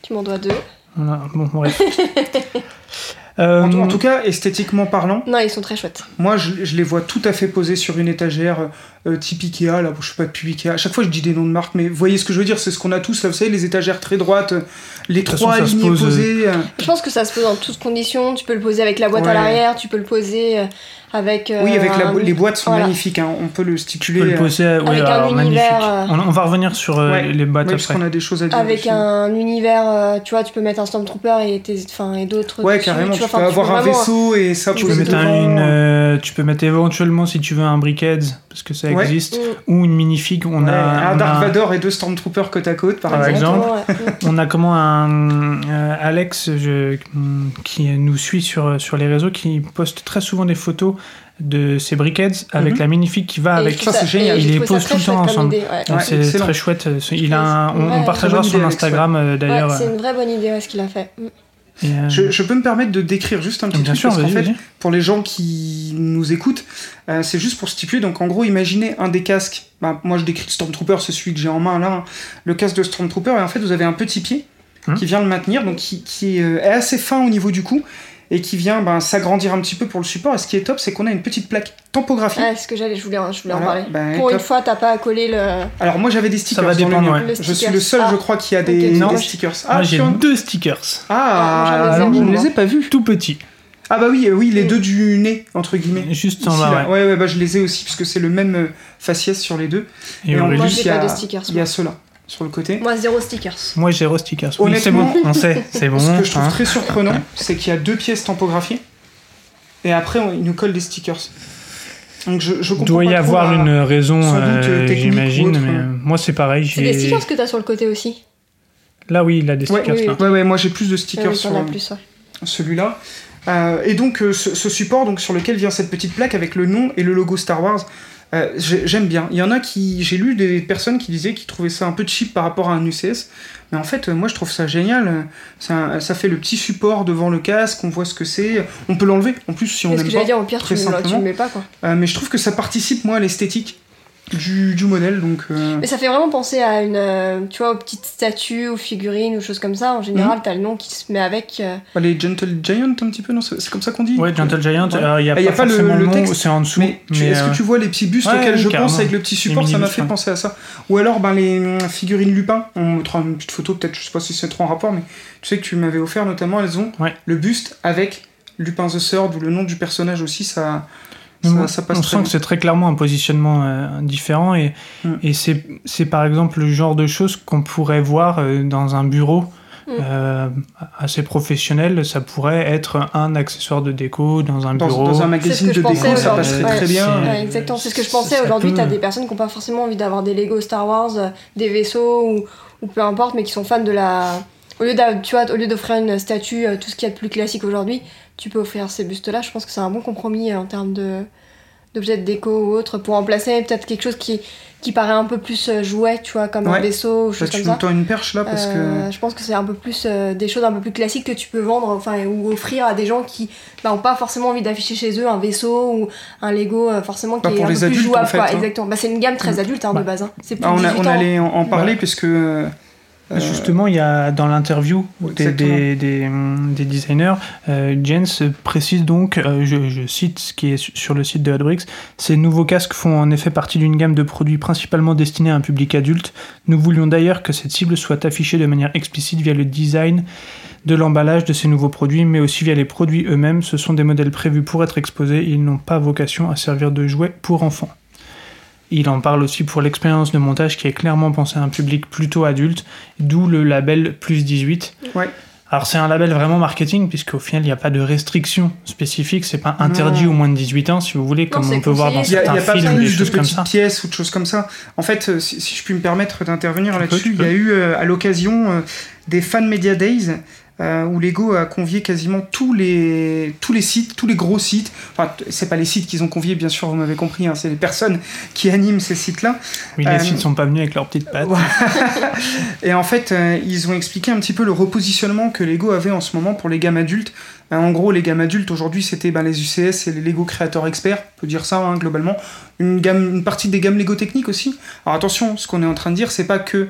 S3: Tu m'en dois deux.
S2: Voilà, bon, bref. Euh,
S4: En, en tout cas, esthétiquement parlant,
S3: Non, ils sont très chouettes.
S4: Moi, je, je les vois tout à fait posés sur une étagère euh, type Ikea, là, je sais pas, depuis Ikea. À chaque fois, je dis des noms de marques, mais vous voyez ce que je veux dire, c'est ce qu'on a tous, là, vous savez, les étagères très droites, euh, les
S2: toute façon,
S4: trois
S2: ça se
S4: lignées
S2: pose, euh,
S4: posées. euh,
S3: Je pense que ça se pose dans toutes conditions. Tu peux le poser avec la boîte
S4: Ouais.
S3: à l'arrière, tu peux le poser euh, avec. euh,
S4: Oui, avec la
S3: un-
S4: bo- les boîtes sont
S3: voilà.
S4: magnifiques, hein, on peut le stipuler.
S2: Tu peux le
S4: euh,
S2: poser euh, ouais,
S3: Avec un
S2: alors, magnifique.
S3: univers, euh,
S2: On, on va revenir sur euh,
S4: ouais,
S2: les boîtes
S4: ouais, parce
S2: après.
S4: qu'on a des choses à dire.
S3: Avec
S4: dessus.
S3: un univers, euh, tu vois, tu peux mettre un Stormtrooper et, tes- enfin, et d'autres.
S4: Ouais,
S3: dessus,
S4: carrément,
S3: tu
S4: tu,
S3: vois,
S4: peux
S3: enfin,
S4: avoir un
S3: vraiment-
S4: vaisseau et ça
S2: Tu peux,
S3: Oui,
S4: poser
S2: mettre un-
S4: devant.
S2: une, euh, tu peux mettre éventuellement, si tu veux, un Brickheads, parce que ça
S4: Ouais.
S2: existe,
S3: Mm.
S2: ou une minifig. On
S4: Ouais,
S2: a,
S4: un
S2: on,
S4: Dark
S2: a,
S4: Vador et deux Stormtroopers côte à côte, par
S2: Par
S4: exemple.
S2: exemple.
S3: Exactement, ouais. Mm.
S2: on a comment un euh, Alex je- qui nous suit sur, sur les réseaux, qui poste très souvent des photos de ses Brickheads avec
S4: Mhm.
S2: la minifig qui va
S3: Et
S2: avec.
S3: je trouve
S4: ça, c'est génial,
S3: et j'ai
S2: il les
S3: trouvé
S2: pose
S3: ça très
S2: tout le temps
S3: chouette comme
S2: ensemble.
S3: idée, ouais.
S2: Donc
S4: Ouais,
S2: c'est
S4: excellent.
S2: très chouette. ce- Il a un- on, on
S3: Ouais,
S2: partagera
S4: très bonne
S2: son
S4: idée, Alex,
S2: Instagram euh,
S3: Ouais,
S2: d'ailleurs.
S3: c'est une vraie bonne idée ouais, ce qu'il a fait. Mm.
S2: Et, euh,
S4: Je, je peux me permettre de décrire juste un petit
S2: bien
S4: truc
S2: sûr,
S4: parce qu'en
S2: vas-y,
S4: fait,
S2: vas-y.
S4: pour les gens qui nous écoutent, euh, c'est juste pour stipuler. Donc en gros, imaginez un des casques. Bah, moi, je décris le Stormtrooper, c'est celui que j'ai en main là. hein. Le casque de Stormtrooper, et en fait, vous avez un petit pied
S2: Hmm.
S4: qui vient le maintenir, donc qui, qui, euh, est assez fin au niveau du cou et qui vient bah, s'agrandir un petit peu pour le support. Et ce qui est top, c'est qu'on a une petite plaque tampographique.
S3: Ouais, Ah, ce que j'allais, je voulais, je voulais
S4: Voilà,
S3: en parler.
S4: bah,
S3: Pour
S4: top.
S3: une fois, t'as pas à coller le.
S4: Alors moi, j'avais des stickers.
S2: va
S4: dans le
S2: dépendre,
S4: mien.
S2: ouais.
S3: Le
S4: Je suis
S3: sticker.
S4: le seul,
S3: Ah.
S4: je crois, qui a des,
S3: Ok,
S4: des
S2: dommage.
S4: stickers.
S2: Moi,
S4: Ah,
S2: j'ai
S4: tiens.
S2: deux stickers,
S3: Ah, moi,
S4: Ah,
S3: j'en ai
S4: alors,
S3: zéro,
S4: je ne
S3: moi.
S4: les ai pas vus.
S2: tout petits,
S4: Ah bah oui, euh, oui, les
S3: Mm.
S4: deux du nez, entre guillemets.
S2: juste en
S4: Ici,
S2: bas.
S4: là.
S2: ouais.
S4: ouais, ouais, bah, je les ai aussi, parce que c'est le même euh, faciès sur les deux.
S2: Et
S4: Et en
S2: Aurélie,
S3: Moi,
S4: plus, il y
S3: j'ai
S4: a-
S3: pas de stickers.
S4: Il y
S3: moi.
S4: a ceux-là, sur le côté.
S3: Moi, zéro stickers.
S2: Moi, j'ai Rose Tickers. Oui, c'est
S4: Honnêtement,
S2: bon, on sait, c'est bon.
S4: Ce que je trouve
S2: hein.
S4: très surprenant, c'est qu'il y a deux pièces tampographiées, et après, on- ils nous collent des stickers. Donc je, je comprends
S2: doit y
S4: pas trop
S2: avoir
S4: la-
S2: une raison,
S4: sans doute,
S2: euh,
S4: euh, technique ou
S2: j'imagine,
S4: autre,
S2: mais
S4: hein.
S2: euh, moi c'est pareil.
S3: C'est
S2: j'ai-
S3: des stickers que t'as sur le côté aussi.
S2: Là oui, il a des
S4: Ouais,
S2: stickers.
S3: oui,
S2: là.
S3: oui.
S4: Ouais, ouais, moi j'ai plus de
S3: Ah
S4: stickers
S3: oui,
S4: sur
S3: t'en as plus. ouais.
S4: celui-là. Euh, et donc euh, ce, ce support donc, sur lequel vient cette petite plaque avec le nom et le logo Star Wars, euh, j'ai- j'aime bien. Il y en a qui, j'ai lu des personnes qui disaient qu'ils trouvaient ça un peu cheap par rapport à un UCS, mais en fait euh, moi je trouve ça génial. Euh, Ça, ça fait le petit support devant le casque, on voit ce que c'est, on peut l'enlever en plus si on
S3: Mais ce
S4: aime
S3: que
S4: pas.
S3: j'allais dire, au pire, tu
S4: très
S3: ne
S4: simplement.
S3: le mets pas quoi.
S4: Euh, mais je trouve que ça participe moi à l'esthétique du, du modèle donc. euh,
S3: Mais ça fait vraiment penser à une, euh, tu vois, aux petites statues, aux figurines, aux choses comme ça. En
S4: Mhm.
S3: général, t'as le nom qui se met avec. euh,
S4: bah, les Gentle Giant un petit peu, non c'est c'est comme ça qu'on dit.
S2: Ouais, Gentle Giant.
S4: Ouais.
S2: alors, il n'y a,
S4: Ah, il y
S2: pas forcément le, texte, c'est en dessous.
S4: Mais, tu- est-ce
S2: euh,
S4: que tu vois les petits bustes
S2: ouais,
S4: auxquels
S2: ouais,
S4: je
S2: carrément.
S4: pense avec le petit support
S2: Les
S4: Ça m'a
S2: mini-bustes,
S4: fait
S2: ouais.
S4: penser à ça. Ou alors ben, les mm, figurines Lupin. On mettra une petite photo, peut-être, je sais pas si c'est trop en rapport, mais tu sais que tu m'avais offert notamment, elles ont
S2: Ouais.
S4: le buste avec Lupin the Third ou le nom du personnage aussi, ça, ça,
S2: on-
S4: ça passe
S2: on
S4: très
S2: sent
S4: bien.
S2: que c'est très clairement un positionnement euh, différent et,
S4: Mm.
S2: et c'est, c'est par exemple le genre de choses qu'on pourrait voir euh, dans un bureau
S3: Mm.
S2: euh, assez professionnel. Ça pourrait être un accessoire de déco dans un
S4: Dans,
S2: bureau.
S4: dans un
S3: C'est ce que
S4: magazine
S3: je
S4: de déco,
S3: pensais
S4: ça
S3: aujourd'hui.
S4: passerait
S3: Ouais.
S4: très bien.
S2: Euh,
S3: ouais, exactement, c'est ce que je
S2: ça
S3: pensais.
S2: peut-
S3: Aujourd'hui, t'as des personnes qui n'ont pas forcément envie d'avoir des Lego Star Wars, euh, des vaisseaux ou, ou peu importe, mais qui sont fans de la. Au lieu d'a- tu vois, au lieu d'offrir une statue, euh, tout ce qu'il y a de plus classique aujourd'hui, tu peux offrir ces bustes-là. Je pense que c'est un bon compromis euh, en termes de d'objets de déco ou autre pour remplacer peut-être quelque chose qui, qui paraît un peu plus euh, jouet, tu vois, comme
S4: Ouais.
S3: un vaisseau ou
S4: Là,
S3: chose
S4: tu
S3: comme
S4: nous
S3: ça.
S4: tends une perche là parce que.
S3: Euh, je pense que c'est un peu plus euh, des choses un peu plus classiques que tu peux vendre enfin ou offrir à des gens qui n'ont pas forcément envie d'afficher chez eux un vaisseau ou un Lego euh, forcément qui
S4: Bah,
S3: est
S4: pour
S3: un
S4: les
S3: peu plus
S4: adultes, en
S3: jouable
S4: fait,
S3: quoi
S4: hein.
S3: exactement bah, c'est une gamme très adulte hein,
S2: Bah,
S3: de base hein. c'est plus
S4: Ah,
S3: de
S4: on, a-
S3: 18
S4: on
S3: ans
S4: allait en, en parler
S2: Ouais.
S4: parce que. euh,
S2: Justement, il y a dans l'interview des,
S4: Exactement.
S2: des, des, hum, des designers, euh, Jens précise donc, euh, je, je cite ce qui est su- sur le site de Hotbricks, ces nouveaux casques font en effet partie d'une gamme de produits principalement destinés à un public adulte. Nous voulions d'ailleurs que cette cible soit affichée de manière explicite via le design de l'emballage de ces nouveaux produits, mais aussi via les produits eux-mêmes. Ce sont des modèles prévus pour être exposés, ils n'ont pas vocation à servir de jouets pour enfants. Il en parle aussi pour l'expérience de montage qui est clairement pensée à un public plutôt adulte, d'où le label plus 18.
S4: Ouais.
S2: Alors c'est un label vraiment marketing puisqu'au final il n'y a pas de restrictions spécifiques, c'est pas interdit
S4: Non.
S2: aux moins de 18 ans si vous voulez, comme
S3: c'est
S2: on peut voir dans
S4: Il n'y
S3: conseillé,
S4: a,
S2: certains
S4: y a pas
S2: films, des
S4: plus de
S2: choses comme
S4: petites
S2: ça.
S4: pièces ou de choses comme ça. En fait, euh, si, si je puis me permettre d'intervenir
S2: Tu peux,
S4: là-dessus,
S2: tu
S4: il y a
S2: peux.
S4: eu euh, à l'occasion euh, des Fan Media Days euh, où Lego a convié quasiment tous les, tous les sites, tous les gros sites. Enfin, t- c'est pas les sites qu'ils ont conviés, bien sûr, vous m'avez compris, hein, c'est les personnes qui animent ces sites-là.
S2: Oui, les
S4: Euh,
S2: sites sont pas venus avec leurs petites pattes.
S4: Ouais. Et en fait, euh, ils ont expliqué un petit peu le repositionnement que Lego avait en ce moment pour les gammes adultes. Euh, en gros, les gammes adultes aujourd'hui, c'était ben, les UCS et les Lego Creator Expert, on peut dire ça hein, globalement. Une, gamme, une partie des gammes Lego techniques aussi. Alors attention, ce qu'on est en train de dire, c'est pas que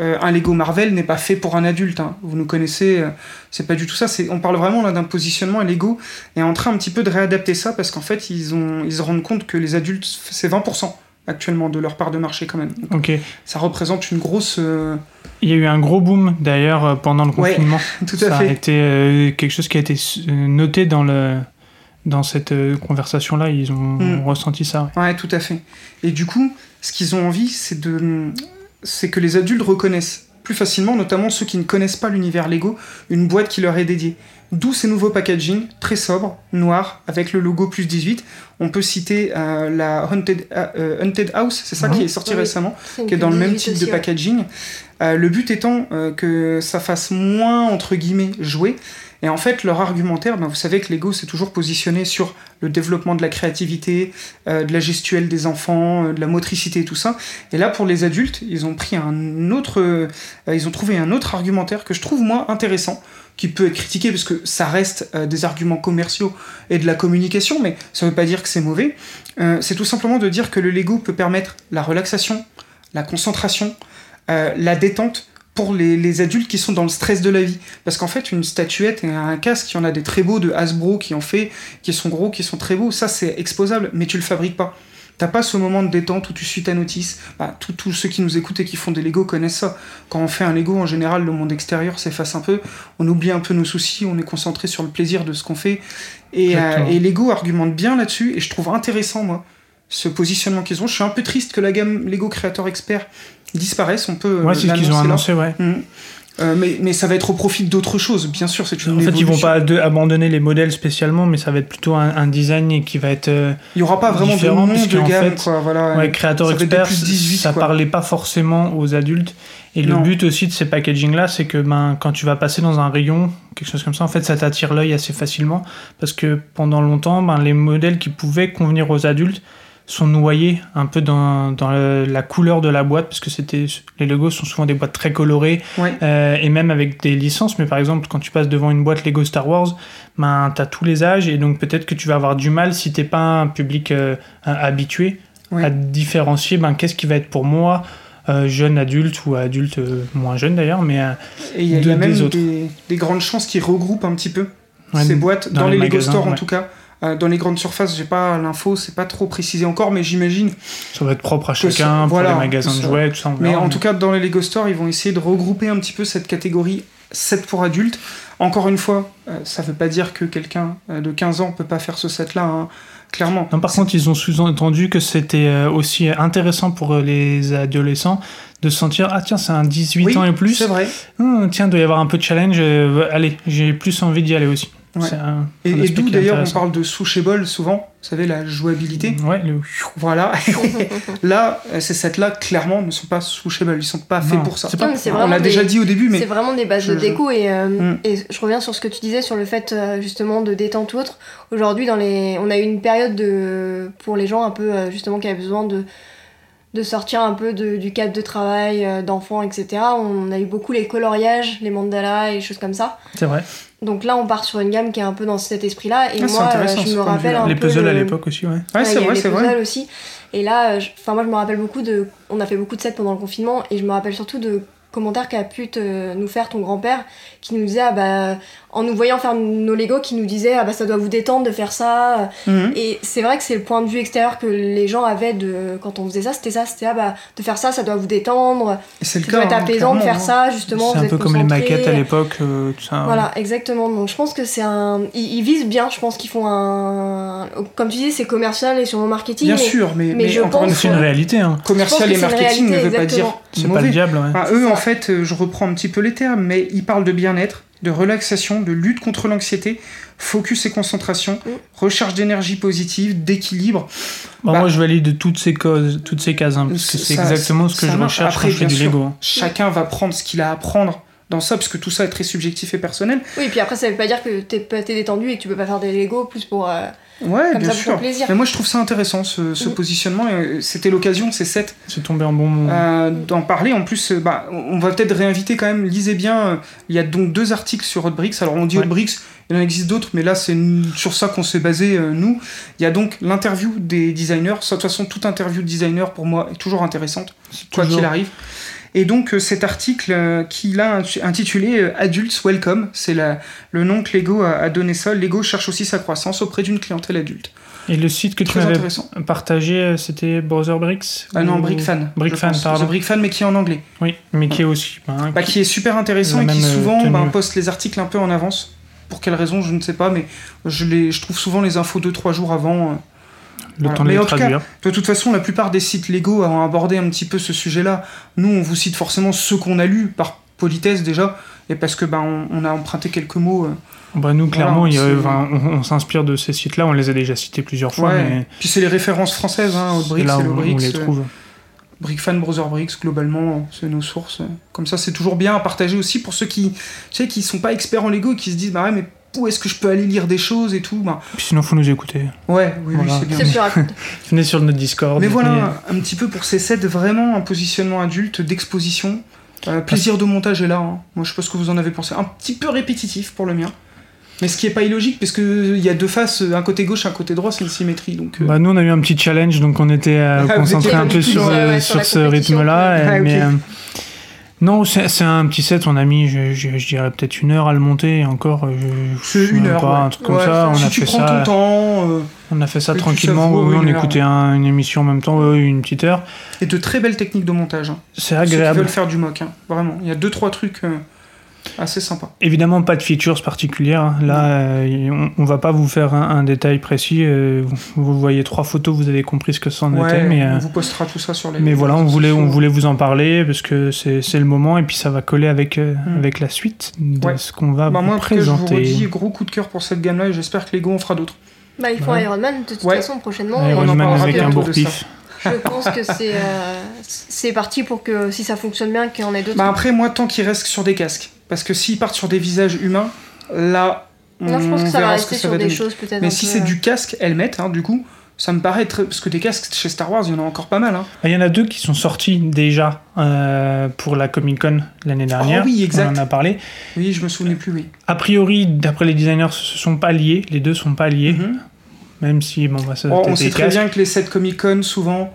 S4: euh, un Lego Marvel n'est pas fait pour un adulte. hein. Vous nous connaissez, euh, c'est pas du tout ça. C'est- On parle vraiment là d'un positionnement et Lego est en train un petit peu de réadapter ça parce qu'en fait, ils, ont, ils se rendent compte que les adultes, c'est 20% actuellement de leur part de marché quand même.
S2: Ok.
S4: Ça représente une grosse... euh,
S2: Il y a eu un gros boom d'ailleurs euh, pendant le
S4: Ouais,
S2: confinement.
S4: Tout à
S2: ça a
S4: fait.
S2: été euh, quelque chose qui a été euh, noté dans le dans cette euh, conversation-là, ils ont
S4: Mm.
S2: ressenti ça. ouais.
S4: Ouais, tout à fait. Et du coup, ce qu'ils ont envie, c'est de, c'est que les adultes reconnaissent plus facilement, notamment ceux qui ne connaissent pas l'univers Lego, une boîte qui leur est dédiée. D'où ces nouveaux packaging très sobres, noirs, avec le logo plus 18. On peut citer euh, la Haunted, euh, Haunted House, c'est ça
S2: Mhm.
S4: qui est sorti
S3: Oui.
S4: récemment,
S3: hein, C'est une
S4: qui est dans le même
S3: 18
S4: type
S3: aussi,
S4: de
S3: ouais.
S4: packaging. Euh, le but étant euh, que ça fasse moins, entre guillemets, jouer. Et en fait, leur argumentaire, ben, vous savez que Lego s'est toujours positionné sur le développement de la créativité, euh, de la gestuelle des enfants, euh, de la motricité et tout ça. Et là, pour les adultes, ils ont pris un autre, euh, euh, ils ont trouvé un autre argumentaire que je trouve moi intéressant, qui peut être critiqué parce que ça reste euh, des arguments commerciaux et de la communication, mais ça ne veut pas dire que c'est mauvais. Euh, c'est tout simplement de dire que le Lego peut permettre la relaxation, la concentration, euh, la détente pour les, les adultes qui sont dans le stress de la vie. Parce qu'en fait, une statuette et un casque, il y en a des très beaux de Hasbro qui en fait, qui sont gros, qui sont très beaux, ça c'est exposable, mais tu le fabriques pas. T'as pas ce moment de détente où tu suis ta notice. Bah, tout- Tous ceux qui nous écoutent et qui font des Lego connaissent ça. Quand on fait un Lego, en général, le monde extérieur s'efface un peu. On oublie un peu nos soucis, on est concentré sur le plaisir de ce qu'on fait. Et,
S2: Exactement.
S4: euh, et Lego argumente bien là-dessus, et je trouve intéressant, moi, ce positionnement qu'ils ont. Je suis un peu triste que la gamme Lego Creator Expert disparaisse. On peut. euh,
S2: Ouais, c'est ce qu'ils ont
S4: l'annoncer là.
S2: annoncé, ouais.
S4: Mhm. Euh, mais, mais ça va être au profit d'autres choses, bien sûr. C'est une
S2: En fait, ils vont
S4: évolution.
S2: pas de- abandonner les modèles spécialement, mais ça va être plutôt un, un design qui va être euh,
S4: Il y aura pas vraiment de
S2: différent,
S4: nom
S2: parce
S4: de
S2: qu'en
S4: gamme,
S2: fait,
S4: quoi. Voilà.
S2: ouais, créateur
S4: ça va être des
S2: expert.
S4: plus 18,
S2: ça
S4: quoi.
S2: parlait pas forcément aux adultes. Et
S4: Non.
S2: le but aussi de ces packaging là, c'est que ben quand tu vas passer dans un rayon, quelque chose comme ça, en fait, ça t'attire l'œil assez facilement parce que pendant longtemps, ben, les modèles qui pouvaient convenir aux adultes sont noyés un peu dans, dans le- la couleur de la boîte parce que c'était les logos sont souvent des boîtes très colorées
S4: Ouais.
S2: Euh, et même avec des licences, mais par exemple, quand tu passes devant une boîte Lego Star Wars, ben, t'as tous les âges, et donc peut-être que tu vas avoir du mal si t'es pas un public euh, un- habitué
S4: Ouais.
S2: à différencier ben, qu'est-ce qui va être pour moi, euh, jeune adulte ou adulte euh, moins jeune d'ailleurs, mais euh,
S4: Et il y a, il y a
S2: de-
S4: même
S2: des autres.
S4: des, des grandes chances qui regroupent un petit peu
S2: ouais,
S4: ces boîtes dans,
S2: dans
S4: les,
S2: les
S4: Lego
S2: magasins,
S4: Store en
S2: ouais.
S4: tout cas. Euh, dans les grandes surfaces, j'ai pas l'info, c'est pas trop précisé encore, mais j'imagine.
S2: ça va être propre à
S4: Que ça-
S2: chacun, pour
S4: voilà,
S2: les magasins
S4: que
S2: de
S4: ça-
S2: jouets, tout ça. on
S4: Mais
S2: verra,
S4: en
S2: mais-
S4: tout cas, dans les Lego Store, ils vont essayer de regrouper un petit peu cette catégorie 7 pour adultes. Encore une fois, euh, ça veut pas dire que quelqu'un euh, de 15 ans peut pas faire ce set là, clairement.
S2: Non, par contre, ils ont sous-entendu que c'était euh, aussi intéressant pour euh, les adolescents de se sentir ah tiens c'est un 18
S4: Oui,
S2: ans et plus
S4: C'est vrai.
S2: Hum, tiens, doit y avoir un peu de challenge. euh, allez, j'ai plus envie d'y aller aussi.
S4: Ouais.
S2: C'est un-
S4: Et,
S2: un
S4: et
S2: aspect
S4: d'où
S2: qui est
S4: d'ailleurs on
S2: intéressant.
S4: parle de ball souvent, vous savez, la jouabilité.
S2: Ouais, le...
S4: Voilà. là, euh, ces sets là, clairement, ne sont pas ball ils sont pas faits
S2: Non,
S4: pour ça.
S2: c'est
S3: Non, mais c'est
S4: On
S3: vraiment
S4: l'a déjà
S3: des-
S4: dit au début, mais
S3: C'est vraiment des bases
S4: je-
S3: de déco et, euh,
S4: Mm.
S3: et je reviens sur ce que tu disais sur le fait euh, justement de détente ou autre. Aujourd'hui, dans les, on a eu une période de pour les gens un peu euh, justement qui avaient besoin de de sortir un peu de- du cadre de travail euh, d'enfants, etc. On a eu beaucoup les coloriages, les mandalas et choses comme ça.
S2: c'est vrai.
S3: Donc là, on part sur une gamme qui est un peu dans cet esprit-là. Et
S4: Ah, c'est
S3: moi, euh,
S4: intéressant, ce
S3: je me
S4: point de
S3: rappelle
S4: vue-là.
S3: un
S2: Les
S3: peu
S2: puzzles à
S3: le-
S2: l'époque aussi, ouais.
S4: Ouais,
S3: Ouais, il y
S4: c'est
S3: a
S4: vrai,
S3: les
S4: c'est vrai.
S3: puzzles aussi. Et là, euh, je- enfin moi je me rappelle beaucoup de, on a fait beaucoup de sets pendant le confinement et je me rappelle surtout de commentaires qu'a pu te- nous faire ton grand-père qui nous disait ah bah en nous voyant faire nos Lego qui nous disait ah bah ça doit vous détendre de faire ça
S4: Mhm.
S3: et c'est vrai que c'est le point de vue extérieur que les gens avaient de quand on faisait ça c'était ça c'était ah bah de faire ça ça doit vous détendre
S4: Et C'est le
S3: ça
S4: cas.
S3: doit être
S4: hein,
S3: apaisant de
S4: clairement,
S3: faire
S4: hein.
S3: ça justement
S2: C'est un
S3: vous êtes
S2: peu comme les
S3: concentrés.
S2: maquettes à l'époque, euh, tout ça.
S3: Voilà, exactement. Donc je pense que c'est un. Ils, ils visent bien, je pense qu'ils font un. Comme tu dis, c'est commercial et sur le marketing.
S4: Bien
S3: mais-
S4: sûr, mais,
S3: mais je
S4: encore une
S3: pense
S2: C'est
S4: fois,
S2: une
S3: Ouais.
S2: réalité, hein.
S4: commercial
S3: que
S4: et
S3: c'est une
S4: marketing ne
S3: réalité,
S4: veut pas dire
S3: exactement.
S2: C'est pas
S4: mauvais.
S2: le diable, ouais.
S4: Enfin, eux, en fait, euh, je reprends un petit peu les termes, mais ils parlent de bien-être, de relaxation, de lutte contre l'anxiété, focus et concentration,
S3: Mm.
S4: recherche d'énergie positive, d'équilibre.
S2: Bon,
S4: bah-
S2: moi, je valide toutes ces causes, toutes ces cases, hein, parce que c'est
S4: Ça-
S2: exactement ce que
S4: ça
S2: je
S4: marche.
S2: recherche
S4: Après,
S2: quand je fais
S4: bien
S2: du
S4: sûr,
S2: Lego. hein.
S4: Chacun va prendre ce qu'il a à prendre dans ça, parce que tout ça est très subjectif et personnel.
S3: Oui, puis après, ça veut pas dire que t'es pas- t'es détendu et que tu peux pas faire des Lego plus pour. euh,
S4: Ouais,
S3: Comme
S4: bien
S3: ça, pour
S4: sûr.
S3: ton plaisir.
S4: Mais moi, je trouve ça intéressant, ce, ce
S3: Mm.
S4: positionnement. et, euh, C'était l'occasion, ces sept
S2: C'est tombé en bon moment.
S4: Euh, d'en parler. En plus, euh, bah, on on va peut-être réinviter quand même. Lisez bien. euh, Il y a donc deux articles sur Hotbricks. Alors, on dit
S2: Ouais.
S4: Hotbricks, il en existe d'autres, mais là, c'est n- sur ça qu'on s'est basé, euh, nous. Il y a donc l'interview des designers. Ça, De toute façon, toute interview de designer, pour moi, est toujours intéressante, quoi
S2: toujours.
S4: qu'il arrive. Et donc, euh, cet article euh, qu'il a intu- intitulé euh, Adults Welcome, c'est la- le nom que Lego a, a donné ça. Lego cherche aussi sa croissance auprès d'une clientèle adulte.
S2: Et le site que tu
S4: Très
S2: m'avais
S4: intéressant.
S2: partagé, euh, c'était Brother Bricks
S4: Ah non,
S2: ou-
S4: Brick Fan.
S2: Brick
S4: je
S2: Fan,
S4: pense.
S2: pardon.
S4: The Brick Fan, mais qui est en anglais.
S2: Oui, mais qui est aussi. ben,
S4: Bah, qui est super intéressant
S2: La
S4: et qui
S2: même, euh,
S4: souvent bah,
S2: tenue.
S4: poste les articles un peu en avance pour quelle raison, je ne sais pas, mais je, les, je trouve souvent les infos 2-3 jours avant. euh,
S2: Le
S4: voilà.
S2: temps de
S4: Mais
S2: les
S4: en tout cas,
S2: traduire.
S4: de toute façon, la plupart des sites légaux ont abordé un petit peu ce sujet-là. Nous, on vous cite forcément ceux qu'on a lus par politesse déjà, et parce que ben on, on a emprunté quelques mots. euh.
S2: Bah, nous, clairement,
S4: Voilà,
S2: il y a-
S4: c'est-
S2: enfin, on, on s'inspire de ces sites-là, on les a déjà cités plusieurs fois,
S4: Ouais.
S2: mais
S4: Puis c'est les références françaises, hein,
S2: c'est
S4: Bricks,
S2: là où on,
S4: Bricks,
S2: les
S4: euh,
S2: trouve.
S4: Brickfan, Brother Bricks, globalement, c'est nos sources. euh. Comme ça, c'est toujours bien à partager aussi pour ceux qui, tu sais, qui sont pas experts en Lego et qui se disent, bah ouais, mais où est-ce que je peux aller lire des choses et tout bah,
S2: Puis sinon, faut nous écouter.
S4: Ouais, oui,
S2: Voilà.
S4: oui, c'est bien.
S3: C'est plus rapide.
S2: Venez sur notre Discord.
S4: Mais
S2: venez-
S4: voilà, un petit peu pour ces sets, vraiment un positionnement adulte, d'exposition. Euh, plaisir de montage est là. hein. Moi, je sais pas ce que vous en avez pensé. Un petit peu répétitif pour le mien. Mais ce qui est pas illogique, parce qu'il y a deux faces, euh, un côté gauche, un côté droit, c'est une symétrie. Donc, euh,
S2: Bah, nous, on a eu un petit challenge, donc on était euh,
S4: Ah, vous
S2: concentrés
S4: étiez
S2: un peu
S4: plus,
S2: sur,
S4: ouais,
S2: euh,
S3: ouais, sur
S2: sur
S3: la
S2: ce
S3: compétition.
S2: rythme-là.
S4: Ah,
S2: euh,
S4: ok.
S2: mais, euh, non, c'est c'est un petit set, on a mis, je, je- je dirais, peut-être une heure à le monter, et encore, euh, je- je
S4: c'est
S2: sais
S4: une
S2: même
S4: heure.
S2: pas,
S4: ouais.
S2: un truc comme
S4: Ouais,
S2: ça. On
S4: si
S2: a,
S4: tu
S2: fait
S4: prends
S2: ça,
S4: ton temps, euh,
S2: on a fait ça
S4: que tu
S2: tranquillement,
S4: savoues,
S2: oui, on
S4: une heure.
S2: écoutait un- une émission en même temps, oui, une petite heure.
S4: et de très belles techniques de montage. hein.
S2: C'est
S4: Ceux qui
S2: agréable.
S4: veulent faire du mock, hein, vraiment. Il y a deux trois trucs euh, assez sympas.
S2: Évidemment, pas de features particulières. hein. Là, euh, on, on va pas vous faire un, un détail précis. euh, vous, vous voyez trois photos, vous avez compris ce que c'en était. Mais, euh,
S4: on vous postera tout ça sur les.
S2: mais voilà, on voulait, on
S4: sociaux.
S2: voulait vous en parler parce que c'est c'est le moment et puis ça va coller avec, euh,
S4: Mm.
S2: avec la suite de
S4: Ouais.
S2: ce qu'on va
S4: Bah,
S2: vous
S4: moi, en tout cas, je vous
S2: présenter.
S4: redis, gros coup de cœur pour cette gamme-là et j'espère que Lego en fera d'autres.
S3: Bah, ils font
S2: Ouais.
S3: Iron Man de toute
S4: Ouais.
S3: façon prochainement.
S2: Iron
S4: on en
S2: Man
S4: parlera
S2: avec un
S4: bientôt
S2: beau
S4: de
S2: pif.
S3: Je pense que c'est euh, c'est parti pour que si ça fonctionne bien, qu'il y en ait d'autres.
S4: Bah après, moi, tant qu'ils restent sur des casques. Parce que s'ils partent sur des visages humains, là, on
S3: non, je pense que ça va
S4: verra ce
S3: rester
S4: que ça
S3: sur
S4: va
S3: des
S4: donner.
S3: choses peut-être.
S4: Mais
S3: un
S4: si
S3: peu,
S4: c'est
S3: euh,
S4: du casque, elles mettent, hein, du coup, ça me paraît très... Parce que des casques, chez Star Wars, il y en a encore pas mal. Hein.
S2: Ah, Il y en a deux qui sont sortis déjà euh, pour la Comic Con l'année dernière.
S4: Ah oui, exact.
S2: On en a parlé.
S4: Oui, je me souvenais plus, oui.
S2: A priori, d'après les designers, ce sont pas liés. Les deux sont pas liés,
S4: Mhm.
S2: même si bon, bah, ça doit
S4: Oh,
S2: être
S4: on
S2: des
S4: sait très
S2: casques.
S4: bien que les sets Comic-Con, souvent,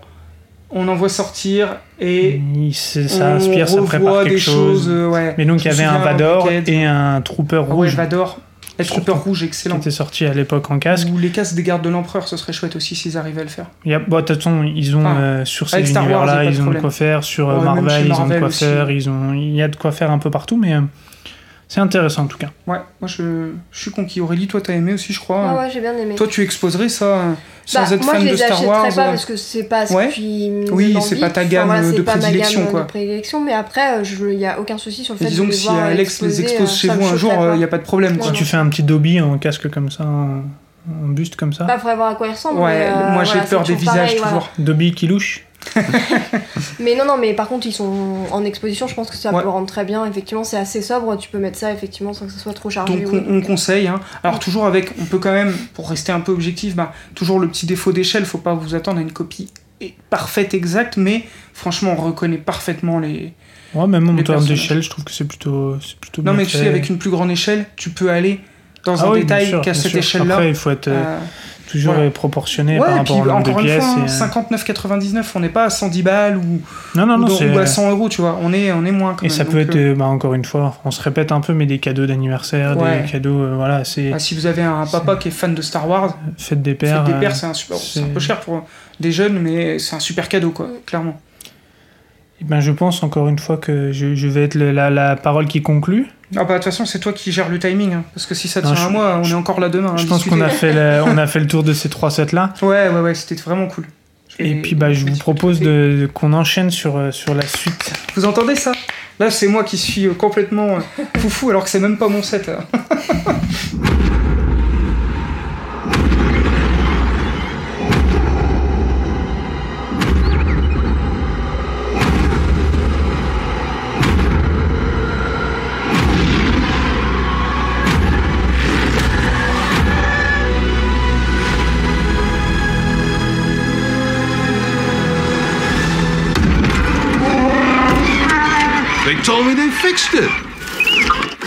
S4: on en voit sortir et...
S2: Il- c'est- ça
S4: on
S2: inspire, ça prépare
S4: revoit
S2: quelque
S4: des
S2: chose.
S4: choses, euh, ouais.
S2: Mais donc il y
S4: Je
S2: avait
S4: me
S2: un
S4: souviens,
S2: Vador
S4: Buckhead.
S2: et un Trooper
S4: Ah ouais,
S2: rouge
S4: Vador. Et
S2: Surtout.
S4: Trooper Rouge,
S2: qui
S4: excellent.
S2: était sorti à l'époque en casque.
S4: Ou les casques des gardes de l'Empereur, ce serait chouette aussi s'ils arrivent à le faire.
S2: Il y a, bon, de toute façon, ils ont
S4: Ah.
S2: euh, sur
S4: Mm. Avec
S2: ces
S4: Star Wars, y a
S2: univers-là,
S4: pas de
S2: ils ont de
S4: problème.
S2: quoi faire. Sur euh,
S4: Ouais, même
S2: Marvel,
S4: chez
S2: ils ont de
S4: Marvel
S2: quoi
S4: aussi.
S2: faire. Ils ont, il y a de quoi faire un peu partout, mais euh, c'est intéressant en tout cas.
S4: Ouais, moi je, je suis conquis. Aurélie, toi t'as aimé aussi, je crois.
S3: Ouais, ouais, j'ai bien aimé.
S4: Toi tu exposerais ça euh, sans
S3: Bah,
S4: être
S3: moi,
S4: fan
S3: je
S4: de
S3: les
S4: Star
S3: achèterais
S4: Wars.
S3: pas
S4: euh,
S3: parce que c'est pas ce
S4: Ouais.
S3: qui me
S4: Oui,
S3: donne
S4: c'est
S3: envie.
S4: pas ta gamme,
S3: voilà,
S4: euh,
S3: c'est
S4: de
S3: pas ma gamme,
S4: prédilection,
S3: euh,
S4: quoi.
S3: de prédilection, mais après, euh, je- il n'y a aucun souci sur le
S4: et
S3: fait
S4: disons
S3: de
S4: que
S3: les
S4: si
S3: voir
S4: Alex les
S3: exposer,
S4: expose
S3: euh,
S4: chez
S3: ça me
S4: vous un jour,
S3: choquerait
S4: il
S3: pas.
S4: n'y a pas de problème. Quoi.
S2: Si
S3: Ouais.
S2: tu fais un petit Dobby en casque comme ça, en, en buste comme ça,
S3: Bah, faudrait voir à quoi il ressemble.
S4: Ouais,
S3: mais, euh,
S4: moi j'ai
S3: voilà,
S4: peur
S3: c'est
S4: des
S3: toujours
S4: visages
S3: pareil, voilà.
S4: toujours.
S2: Dobby qui louche.
S3: Mais non, non, mais par contre, ils sont en exposition, je pense que ça
S4: Ouais.
S3: peut rendre très bien. Effectivement, c'est assez sobre, tu peux mettre ça effectivement sans que ce soit trop chargé.
S4: Donc
S3: ou-
S4: on, on conseille. hein. Alors toujours avec, on peut quand même, pour rester un peu objectif, bah, toujours le petit défaut d'échelle, faut pas vous attendre à une copie et- parfaite, exacte, mais franchement on reconnaît parfaitement les...
S2: Ouais, même en
S4: Les
S2: termes
S4: personnages.
S2: d'échelle, je trouve que c'est plutôt, c'est plutôt
S4: Non
S2: bien
S4: mais tu
S2: fait.
S4: sais, avec une plus grande échelle, tu peux aller dans
S2: Ah
S4: un
S2: oui, bien
S4: détail
S2: sûr,
S4: qu'à
S2: bien
S4: cette
S2: sûr.
S4: échelle-là.
S2: Après, il faut être euh,
S4: Euh,
S2: toujours
S4: voilà.
S2: euh, proportionné par
S4: Ouais, et puis
S2: rapport au nombre de
S4: encore une
S2: pièces.
S4: fois, hein,
S2: et, euh,
S4: 59,99, on n'est pas à 110 balles ou,
S2: Non, non,
S4: ou
S2: non,
S4: dans-
S2: c'est. euh,
S4: ou à 100 euros, tu vois. On est, on est moins quand
S2: Et
S4: même.
S2: ça peut
S4: Donc,
S2: être,
S4: euh,
S2: euh, bah, encore une fois, on se répète un peu, mais des cadeaux d'anniversaire,
S4: Ouais.
S2: des cadeaux, euh, voilà, c'est
S4: bah, si vous avez un papa qui est fan de Star Wars,
S2: fête des
S4: faites
S2: pères.
S4: des
S2: euh,
S4: pères, c'est un, super- c'est un peu
S2: c'est-
S4: cher pour des jeunes, mais c'est un super cadeau, quoi,
S3: Mm.
S4: clairement.
S2: eh ben, je pense encore une fois que je, je vais être le- la, la parole qui conclut.
S4: Ah bah, de toute façon, c'est toi qui gères le timing, hein, parce que si ça
S2: Non,
S4: tient
S2: je-
S4: à moi, on
S2: je-
S4: est encore là demain. à
S2: je pense
S4: discuter.
S2: qu'on a fait, le, on a fait le tour de ces trois sets là.
S4: Ouais, ouais, ouais, c'était vraiment cool. Je
S2: Et
S4: vais-
S2: puis, bah, je vous
S4: vais-
S2: propose de, de- qu'on enchaîne sur, euh, sur la suite.
S4: Vous entendez ça Là, c'est moi qui suis euh, complètement euh, foufou, alors que c'est même pas mon set. hein.
S1: They told me they fixed it.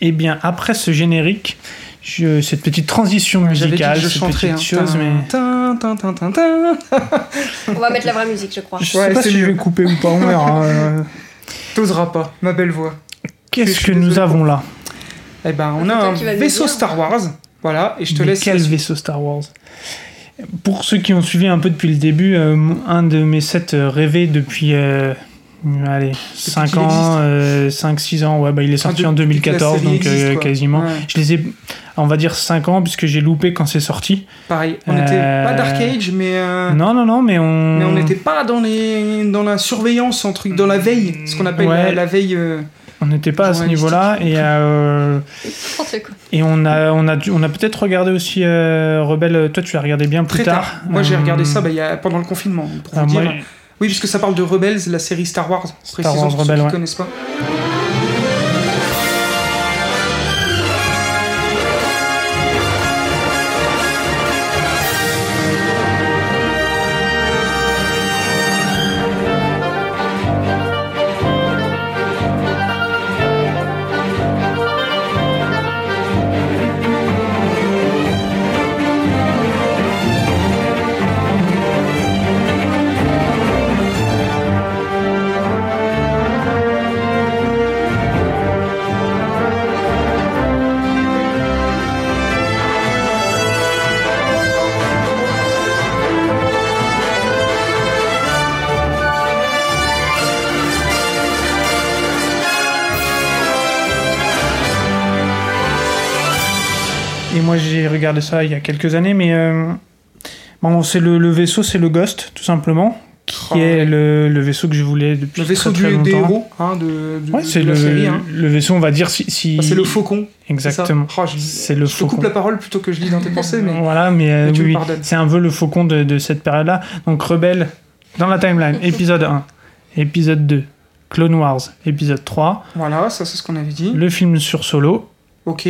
S2: Et Eh bien, après ce générique, je- cette petite transition
S4: J'avais dit que
S2: musicale,
S4: je
S2: cette
S4: chanterais.
S2: petite
S4: hein.
S2: chose, mais.
S4: Tin, tin, tin, tin, tin.
S3: On va mettre la vraie musique, je crois.
S2: Je
S4: Ouais,
S2: sais pas
S4: c'est
S2: si je
S4: mieux.
S2: vais couper ou pas, on verra. euh.
S4: T'oseras pas, ma belle voix. Je
S2: Qu'est-ce
S4: suis
S2: que nous
S4: désolé.
S2: avons là
S4: Eh ben, on
S3: C'est
S4: a
S3: toi
S4: un
S3: qui vas nous
S4: vaisseau
S3: dire.
S4: Star Wars Voilà, et je te
S2: Mais
S4: laisse.
S2: Quel vaisseau Star Wars Pour ceux qui ont suivi un peu depuis le début, euh, un de mes sets euh, rêvés depuis. euh, allez, 5
S4: qu'il
S2: ans,
S4: existe.
S2: 5-6 ans, ouais, bah, il est sorti
S4: de-
S2: en
S4: depuis que la
S2: 2014,
S4: série
S2: donc euh,
S4: existe, quoi.
S2: quasiment.
S4: Ouais.
S2: Je les ai, on va dire 5 ans, puisque j'ai loupé quand c'est sorti.
S4: Pareil, on
S2: Euh,
S4: n'était pas Dark Age, mais. euh,
S2: Non, non, non, mais on.
S4: Mais on n'était pas dans, les, dans la surveillance, en truc, dans la veille, ce qu'on appelle
S2: Mm, Ouais.
S4: la, la veille. euh,
S2: on n'était pas à ce
S4: Journalistique.
S2: niveau-là, et. euh,
S3: N'importe quoi.
S2: Et on a, on a, dû- on a peut-être regardé aussi euh, Rebelle. Toi, tu l'as regardé bien plus euh, ah,
S4: très tard. Moi, j'ai regardé ça bah, il y a- pendant le confinement, pour vous dire. Oui, puisque ça parle de Rebels, la série Star Wars, précisons
S2: Wars
S4: pour ceux
S2: Rebels,
S4: qui
S2: ouais.
S4: connaissent pas.
S2: Et moi, j'ai regardé ça il y a quelques années, mais euh, bon, c'est le, le vaisseau, c'est le Ghost, tout simplement, qui
S4: Oh,
S2: est
S4: ouais.
S2: le, le vaisseau que je voulais depuis
S4: Le vaisseau
S2: très, très
S4: du, des
S2: longtemps.
S4: héros hein, de, de-
S2: Ouais,
S4: de
S2: c'est
S4: la
S2: le,
S4: série. hein.
S2: le vaisseau, on va dire si. si-
S4: Bah, c'est le faucon. c'est ça
S2: Exactement.
S4: Oh, je
S2: C'est le
S4: je te coupe
S2: faucon.
S4: la parole plutôt que je lis dans tes pensées, mais
S2: Voilà, mais, euh,
S4: Mais tu
S2: oui,
S4: me
S2: oui,
S4: pardonnes.
S2: c'est un peu le faucon de, de cette période-là. Donc Rebelle, dans la timeline, épisode 1, épisode 2, Clone Wars, épisode 3,
S4: voilà, ça c'est ce qu'on avait dit.
S2: le film sur Solo,
S4: Ok,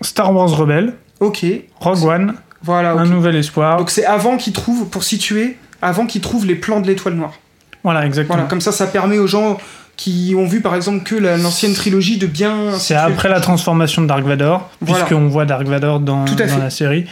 S2: Star Wars Rebelle,
S4: ok,
S2: Rogue One,
S4: voilà. Ah, ok.
S2: Un Nouvel Espoir.
S4: Donc c'est avant qu'ils trouvent, pour situer, avant qu'ils trouvent les plans de l'étoile noire.
S2: voilà, exactement.
S4: Voilà, comme ça, ça permet aux gens qui ont vu par exemple que la- l'ancienne trilogie de bien.
S2: C'est
S4: situer-
S2: après la transformation de Dark Vador,
S4: Voilà.
S2: puisqu'on voit Dark Vador dans,
S4: Tout à
S2: dans
S4: fait.
S2: la série.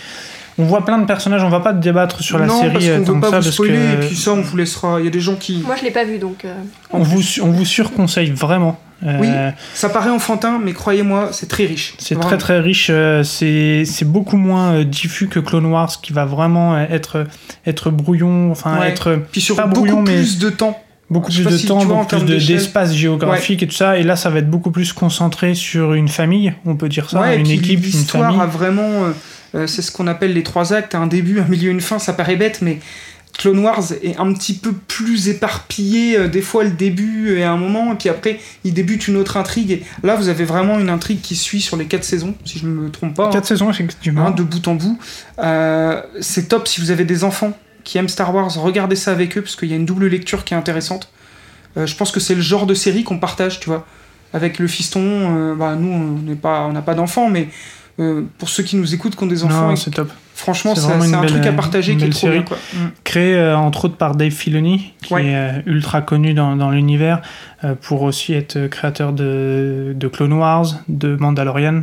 S2: On voit plein de personnages, on va pas débattre sur la
S4: non,
S2: série
S4: parce
S2: euh,
S4: qu'on
S2: tant
S4: veut
S2: que
S4: pas
S2: ça,
S4: vous
S2: parce
S4: spoiler,
S2: que
S4: et puis ça, on vous laissera. Il y a des gens qui.
S3: Moi, je l'ai pas vu donc. euh,
S2: on vous, su- on vous surconseille vraiment. Euh,
S4: Oui. Ça paraît enfantin, mais croyez-moi, c'est très riche.
S2: C'est
S4: Vraiment.
S2: très très riche, euh, c'est c'est beaucoup moins euh, diffus que Clone Wars qui va vraiment euh, être, être brouillon, enfin
S4: Ouais.
S2: être
S4: Puis sur
S2: pas
S4: beaucoup
S2: brouillon, mais-
S4: plus de temps.
S2: beaucoup
S4: Je sais
S2: plus
S4: pas
S2: de
S4: si
S2: temps,
S4: tu vois, en
S2: beaucoup plus
S4: termes
S2: de-
S4: d'échelle.
S2: d'espace géographique et tout ça, et là ça va être beaucoup plus concentré sur une famille, on peut dire ça,
S4: Ouais, et
S2: une
S4: puis
S2: équipe, une
S4: L'histoire
S2: famille.
S4: a vraiment. euh, euh, c'est ce qu'on appelle les trois actes, un début, un milieu, une fin. Ça paraît bête, mais Clone Wars est un petit peu plus éparpillé. euh, des fois, le début est à un moment, et puis après, il débute une autre intrigue. Et là, vous avez vraiment une intrigue qui suit sur les quatre saisons, si je ne me trompe pas. hein.
S2: Quatre saisons effectivement.
S4: hein, de bout en bout. Euh, c'est top si vous avez des enfants qui aiment Star Wars, regardez ça avec eux parce qu'il y a une double lecture qui est intéressante. Euh, je pense que c'est le genre de série qu'on partage, tu vois, avec le fiston. euh, bah, nous, on n'est pas, on n'a pas d'enfants, mais euh, pour ceux qui nous écoutent, qui ont des enfants,
S2: non,
S4: et-
S2: c'est top.
S4: franchement,
S2: c'est
S4: ça-
S2: vraiment
S4: c'est
S2: une
S4: un
S2: belle- euh,
S4: truc à
S2: une
S4: partager qui est
S2: belle
S4: trop
S2: série.
S4: bien, quoi. Mm.
S2: créé euh, entre autres par Dave Filoni, qui
S4: Ouais.
S2: est euh, ultra connu dans, dans l'univers, euh, pour aussi être créateur de, de Clone Wars, de Mandalorian,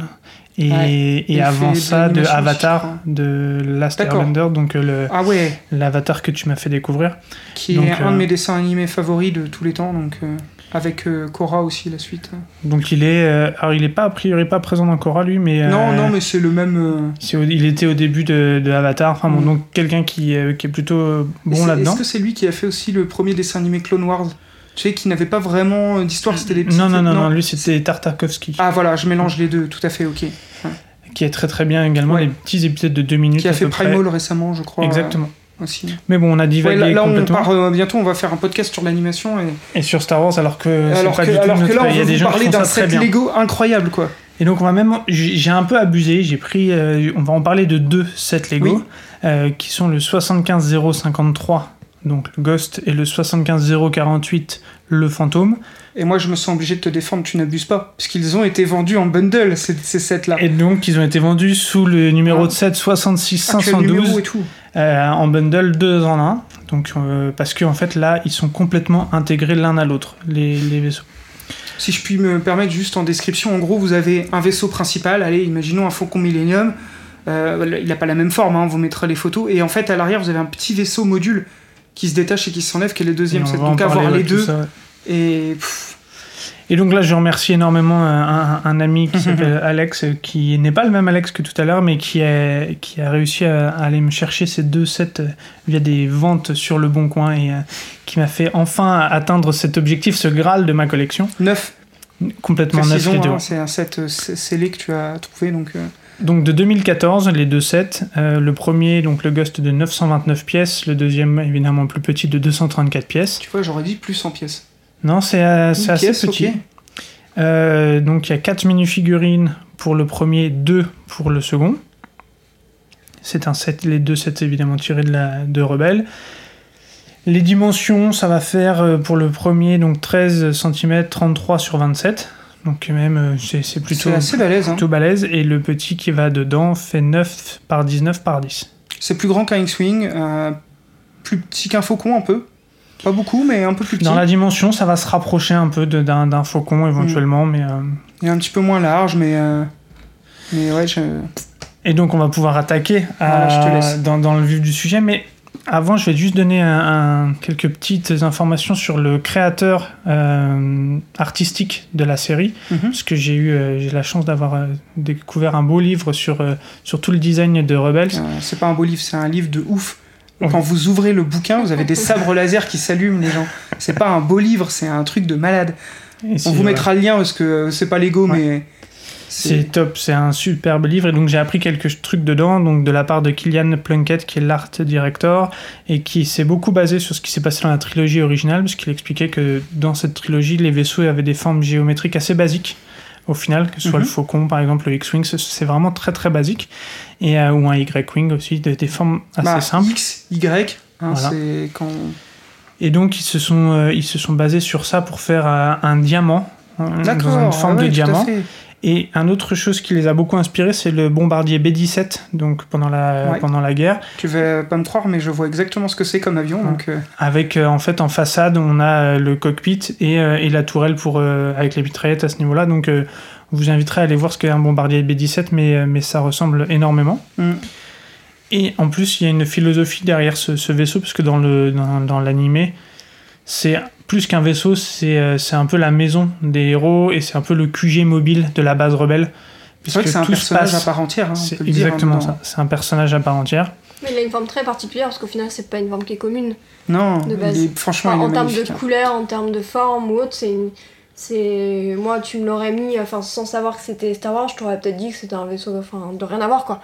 S2: et,
S4: Ouais.
S2: et
S4: Il
S2: avant
S4: fait de
S2: ça de
S4: l'animation aussi,
S2: Avatar,
S4: je crois.
S2: de Last
S4: D'accord.
S2: Airbender, donc euh,
S4: Ah ouais,
S2: le- l'avatar que tu m'as fait découvrir.
S4: qui
S2: Donc,
S4: est un
S2: euh,
S4: de mes dessins animés favoris de tous les temps, donc euh, avec euh, Korra aussi la suite.
S2: Donc il est, euh, alors il est pas a priori pas présent dans Korra lui, mais
S4: Non,
S2: euh,
S4: non, mais c'est le même. euh,
S2: c'est au- il était au début de, de Avatar, enfin bon,
S4: Mm.
S2: donc quelqu'un qui, euh, qui est plutôt euh,
S4: Et c'est-
S2: bon là-dedans.
S4: Est-ce que c'est lui qui a fait aussi le premier dessin animé Clone Wars Tu sais, qui n'avait pas vraiment euh, d'histoire, c'était des petits.
S2: Non, non, non, non, lui c'était Tartakovsky.
S4: Ah voilà, je mélange les deux, tout à fait, ok.
S2: qui est très très bien également,
S4: Ouais.
S2: les petits épisodes de 2 minutes.
S4: Qui a
S2: à
S4: fait
S2: peu près.
S4: Primal récemment, je crois.
S2: Exactement.
S4: euh, aussi.
S2: Mais bon, on a
S4: Ouais,
S2: divagué
S4: là, là, on
S2: complètement.
S4: part euh, bientôt, on va faire un podcast sur l'animation. Et...
S2: Et sur Star Wars, alors que c'est
S4: Alors,
S2: pas
S4: que,
S2: du tout
S4: alors que
S2: notre-
S4: là, on
S2: il y
S4: va
S2: a des
S4: vous
S2: gens qui
S4: parler
S2: font
S4: d'un
S2: ça très
S4: set
S2: bien.
S4: Lego incroyable, quoi.
S2: Et donc on va même, j'ai j'ai un peu abusé. J'ai pris, euh, on va en parler de deux sets Lego
S4: Oui.
S2: euh, qui sont le 75053, donc le Ghost, et le 75048, le Fantôme.
S4: Et moi, je me sens obligé de te défendre, tu n'abuses pas. Parce qu'ils ont été vendus en bundle, ces, ces sets-là.
S2: Et donc ils ont été vendus sous le numéro
S4: Ah.
S2: de set 66
S4: Actuel numéro
S2: 512
S4: et tout.
S2: euh, en bundle deux en un. Donc euh, parce que en fait là, ils sont complètement intégrés l'un à l'autre les, les vaisseaux.
S4: Si je puis me permettre juste en description, en gros, vous avez un vaisseau principal, allez, imaginons un Faucon Millenium, Euh, il n'a pas la même forme, hein, on vous mettra les photos, et en fait, à l'arrière, vous avez un petit vaisseau module qui se détache et qui s'enlève, qui est le
S2: Et
S4: deuxième
S2: on
S4: set.
S2: va en
S4: Donc,
S2: parler,
S4: avoir
S2: ouais,
S4: les
S2: tout
S4: deux,
S2: ça, ouais.
S4: et pff,
S2: Et donc là, je remercie énormément un, un- un ami qui s'appelle Alex, euh, qui n'est pas le même Alex que tout à l'heure, mais qui a, qui a réussi à, à aller me chercher ces deux sets euh, via des ventes sur le Bon Coin et euh, qui m'a fait enfin atteindre cet objectif, ce Graal de ma collection,
S4: 9,
S2: complètement neuf
S4: précisons,
S2: les deux.
S4: hein, c'est un set euh, c- scellé que tu as trouvé, donc euh,
S2: Donc de 2014, les deux sets. euh, le premier, donc le Ghost de 929 pièces, le deuxième, évidemment, plus petit de 234 pièces.
S4: tu vois, j'aurais dit plus en pièces.
S2: Non, c'est euh,
S4: Une
S2: c'est assez
S4: pièce,
S2: petit.
S4: ok.
S2: Euh, donc il y a 4 mini-figurines pour le premier, 2 pour le second. C'est un set, les deux sets évidemment tirés de, la, de Rebelle. Les dimensions, ça va faire euh, pour le premier donc 13 cm 33 sur 27. Donc quand même euh, c'est c'est plutôt,
S4: C'est assez balèze, hein.
S2: plutôt balèze. Et le petit qui va dedans fait 9 par 19 par 10.
S4: C'est plus grand qu'un X-Wing, euh, plus petit qu'un faucon un peu. Pas beaucoup, mais un peu plus petit.
S2: Dans la dimension, ça va se rapprocher un peu de- d'un d'un faucon éventuellement,
S4: Mm.
S2: mais... euh,
S4: Il est un petit peu moins large, mais... euh, Mais ouais, je-
S2: Et donc, on va pouvoir attaquer euh, à-
S4: Voilà, je te laisse.
S2: euh,
S4: Mhm.
S2: Parce que j'ai eu euh, j'ai la chance d'avoir euh, découvert un beau livre sur, euh, sur tout le design de Rebels.
S4: Euh, c'est pas un beau livre, c'est un livre de ouf.
S2: Ouais.
S4: Quand vous ouvrez le bouquin, vous avez des sabres laser qui s'allument, les gens. C'est pas un beau livre, c'est un truc de malade.
S2: Et
S4: On
S2: c'est-
S4: vous
S2: voilà.
S4: mettra le lien parce que euh, c'est pas Lego,
S2: Ouais.
S4: mais.
S2: C'est top, c'est un superbe livre et donc j'ai appris quelques trucs dedans, donc de la part de Killian Plunkett qui est l'art director et qui s'est beaucoup basé sur ce qui s'est passé dans la trilogie originale parce qu'il expliquait que dans cette trilogie les vaisseaux avaient des formes géométriques assez basiques au final, que ce soit
S4: Mhm.
S2: le Faucon par exemple, le X-Wing, c'est- c'est vraiment très très basique et euh, ou un Y-Wing aussi, des, des formes assez
S4: bah,
S2: simples.
S4: X, Y, hein,
S2: Voilà.
S4: c'est quand.
S2: Et donc ils se sont euh, ils se sont basés sur ça pour faire euh, un diamant hein,
S4: D'accord.
S2: dans une forme
S4: ah ouais,
S2: de
S4: tout à
S2: diamant.
S4: fait.
S2: Et un autre chose qui les a beaucoup inspirés, c'est le bombardier B-17, donc pendant la,
S4: Ouais.
S2: pendant la guerre,
S4: Tu vas pas me croire, mais je vois exactement ce que c'est comme avion.
S2: Ouais.
S4: Donc, euh,
S2: avec euh, en fait en façade, on a euh, le cockpit et, euh, et la tourelle pour, euh, avec les mitraillettes à ce niveau-là. Donc euh, on vous inviterait à aller voir ce qu'est un bombardier B-17, mais, euh, mais ça ressemble énormément.
S4: Mm.
S2: Et en plus, il y a une philosophie derrière ce, ce vaisseau, parce que dans le dans, dans l'animé, c'est plus qu'un vaisseau, c'est euh, c'est un peu la maison des héros et c'est un peu le QG mobile de la base rebelle.
S4: c'est vrai que c'est un
S2: puisque tout se
S4: personnage
S2: passe-
S4: à part entière. hein, on
S2: C'est
S4: peut le dire, hein,
S2: exactement
S4: dans-
S2: ça. C'est un personnage à part entière.
S3: Mais il a une forme très particulière parce qu'au final, c'est pas une forme qui est commune.
S4: Non,
S3: De base.
S4: il est- franchement,
S3: Enfin,
S4: il est
S3: en termes de
S4: magnifique, hein.
S3: couleur, en termes de forme ou autre, c'est une. C'est. Moi, tu me l'aurais mis, enfin, sans savoir que c'était Star Wars, je t'aurais peut-être dit que c'était un vaisseau, enfin, de rien à voir, quoi.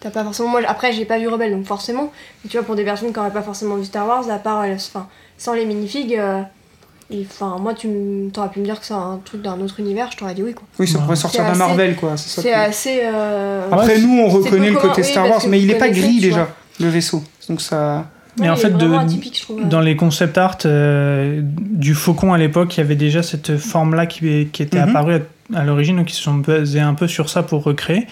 S3: T'as pas forcément. Moi, après, j'ai pas vu Rebelle, donc forcément. Mais tu vois, pour des personnes qui auraient pas forcément vu Star Wars, à part. euh, Enfin, sans les minifigs, euh, et, enfin, moi, tu m- t'aurais pu me dire que c'est un truc d'un autre univers, je t'aurais dit oui, quoi.
S4: Oui, ça
S2: Ouais.
S4: pourrait sortir
S3: C'est
S4: d'un
S3: assez-
S4: Marvel, quoi. c'est ça
S3: C'est
S4: que-
S3: assez. euh,
S4: Après,
S2: Ah Ouais,
S4: nous, on
S3: c'est
S4: reconnaît
S3: pas
S4: le
S3: commun,
S4: côté
S3: oui,
S4: Star
S3: parce
S4: Wars,
S3: que
S4: mais
S3: vous
S4: il est pas
S3: connaissez,
S4: gris
S3: tu
S4: déjà,
S3: vois.
S4: le vaisseau. Donc ça.
S2: Mais
S3: ouais,
S2: en
S3: il est
S2: fait, de-
S3: vraiment atypique, je trouve.
S2: Dans les concept art euh, du faucon à l'époque, il y avait déjà cette forme-là qui, qui était
S4: Mhm.
S2: apparue à, à l'origine, donc ils se sont basés un peu sur ça pour recréer.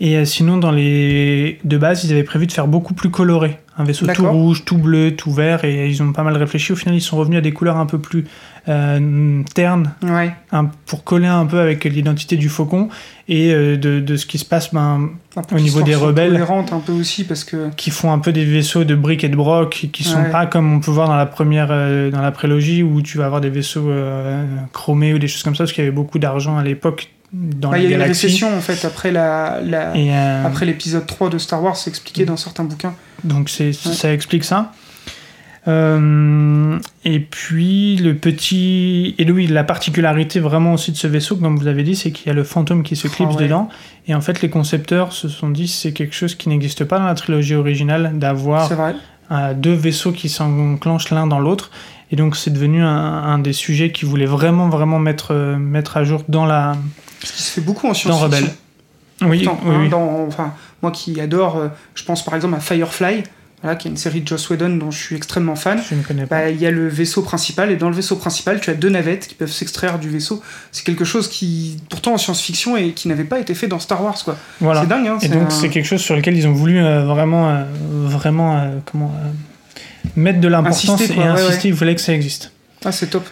S2: Et euh, sinon, dans les de base, ils avaient prévu de faire beaucoup plus coloré, un vaisseau tout
S4: D'accord.
S2: rouge, tout bleu, tout vert, et ils ont pas mal réfléchi. Au final, ils sont revenus à des couleurs un peu plus euh, ternes
S4: Ouais.
S2: un- pour coller un peu avec l'identité du faucon et euh, de, de ce qui se passe, ben,
S4: Un peu
S2: Au niveau
S4: histoire
S2: des
S4: soit
S2: rebelles.
S4: cohérente un peu aussi, parce que.
S2: qui font un peu des vaisseaux de briques et de broc qui sont
S4: Ouais.
S2: pas comme on peut voir dans la première euh, dans la prélogie où tu vas avoir des vaisseaux euh, chromés ou des choses comme ça parce qu'il y avait beaucoup d'argent à l'époque dans
S4: Bah,
S2: les
S4: Il y a eu une
S2: galaxies
S4: récession, en fait, après la. la-
S2: et euh, Mm.
S4: Après l'épisode 3 de Star Wars, c'est expliqué dans certains bouquins.
S2: donc c'est ça explique ça Euh, et puis le petit et oui la particularité vraiment aussi de ce vaisseau comme vous avez dit c'est qu'il y a le fantôme qui se clipse
S4: Ah ouais.
S2: dedans et en fait les concepteurs se sont dit c'est quelque chose qui n'existe pas dans la trilogie originale d'avoir
S4: C'est vrai.
S2: à deux vaisseaux qui s'enclenchent l'un dans l'autre. Et donc c'est devenu un, un des sujets qu'ils voulaient vraiment, vraiment mettre, euh, mettre à jour dans la...
S4: Ce qui se fait beaucoup en
S2: Dans
S4: science-fiction.
S2: Rebelle. Oui,
S4: Pourtant,
S2: oui,
S4: hein,
S2: oui.
S4: dans- enfin, moi qui adore, euh, je pense par exemple à Firefly, voilà, qui est une série de Joss Whedon dont je suis extrêmement fan.
S2: je ne connais pas.
S4: Bah, il y a le vaisseau principal, et dans le vaisseau principal, tu as deux navettes qui peuvent s'extraire du vaisseau. C'est quelque chose qui, pourtant, en science-fiction, et qui n'avait pas été fait dans Star Wars, quoi.
S2: voilà.
S4: C'est dingue, hein.
S2: Et
S4: c'est
S2: donc
S4: un-
S2: c'est quelque chose sur lequel ils ont voulu euh, vraiment, euh, vraiment euh, comment, euh, mettre de l'importance
S4: Insister,
S2: et
S4: quoi, ouais,
S2: insister, ils voulaient que ça existe.
S4: Ah, c'est top.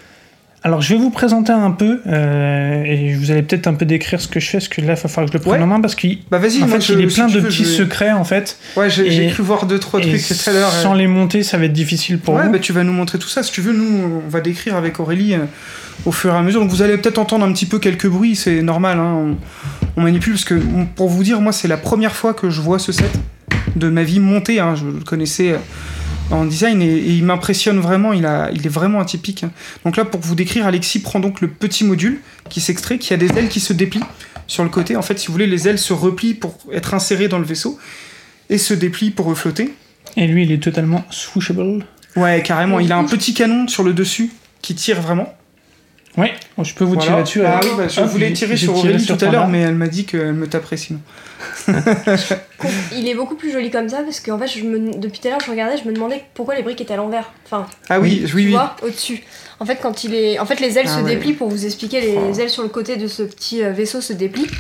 S2: Alors, je vais vous présenter un peu, euh, et vous allez peut-être un peu décrire ce que je fais, parce que là, il va falloir que je le prenne
S4: Ouais.
S2: en main, parce qu'il
S4: Bah vas-y,
S2: en
S4: moi,
S2: fait,
S4: je-
S2: il est
S4: si
S2: plein
S4: tu
S2: de
S4: veux, je
S2: petits
S4: vais-
S2: secrets, en fait.
S4: Ouais, j'ai j'ai
S2: et-
S4: cru voir deux trois
S2: et
S4: trucs tout à l'heure. euh.
S2: sans les monter, ça va être difficile pour
S4: ouais,
S2: vous.
S4: bah, tu vas nous montrer tout ça. Si tu veux, nous, on va décrire avec Aurélie euh, au fur et à mesure. Donc, vous allez peut-être entendre un petit peu quelques bruits, c'est normal. hein. On, on manipule, parce que on- pour vous dire, moi, c'est la première fois que je vois ce set de ma vie monter. hein. Je le connaissais euh, en design et, et il m'impressionne vraiment. Il, a, il est vraiment atypique. hein. Donc, là, pour vous décrire, Alexis prend donc le petit module qui s'extrait, qui a des ailes qui se déplient sur le côté. En fait, si vous voulez, les ailes se replient pour être insérées dans le vaisseau et se déplient pour flotter.
S2: Et lui, il est totalement swooshable.
S4: Ouais, carrément. Il a un petit canon sur le dessus qui tire vraiment.
S2: Ouais, oh, je peux vous tirer
S4: Voilà.
S2: dessus.
S4: Ah
S2: alors.
S4: oui, bah, je
S2: Hop,
S4: voulais
S2: j'ai-
S4: tirer
S2: j'ai
S4: sur
S2: tiré
S4: Aurélie
S2: sur
S4: tout à l'heure,
S2: Panda.
S4: mais elle m'a dit qu'elle me taperait sinon.
S3: Il est beaucoup plus joli comme ça parce qu'en fait, je me, depuis tout à l'heure, je regardais, je me demandais pourquoi les briques étaient à l'envers. Enfin,
S4: Ah oui, oui,
S3: tu
S4: oui.
S3: vois, au-dessus. En fait, quand il est, en fait, les ailes
S4: Ah
S3: se
S4: ouais.
S3: déplient pour vous expliquer. Les ailes sur le côté de ce petit euh, vaisseau se déplient.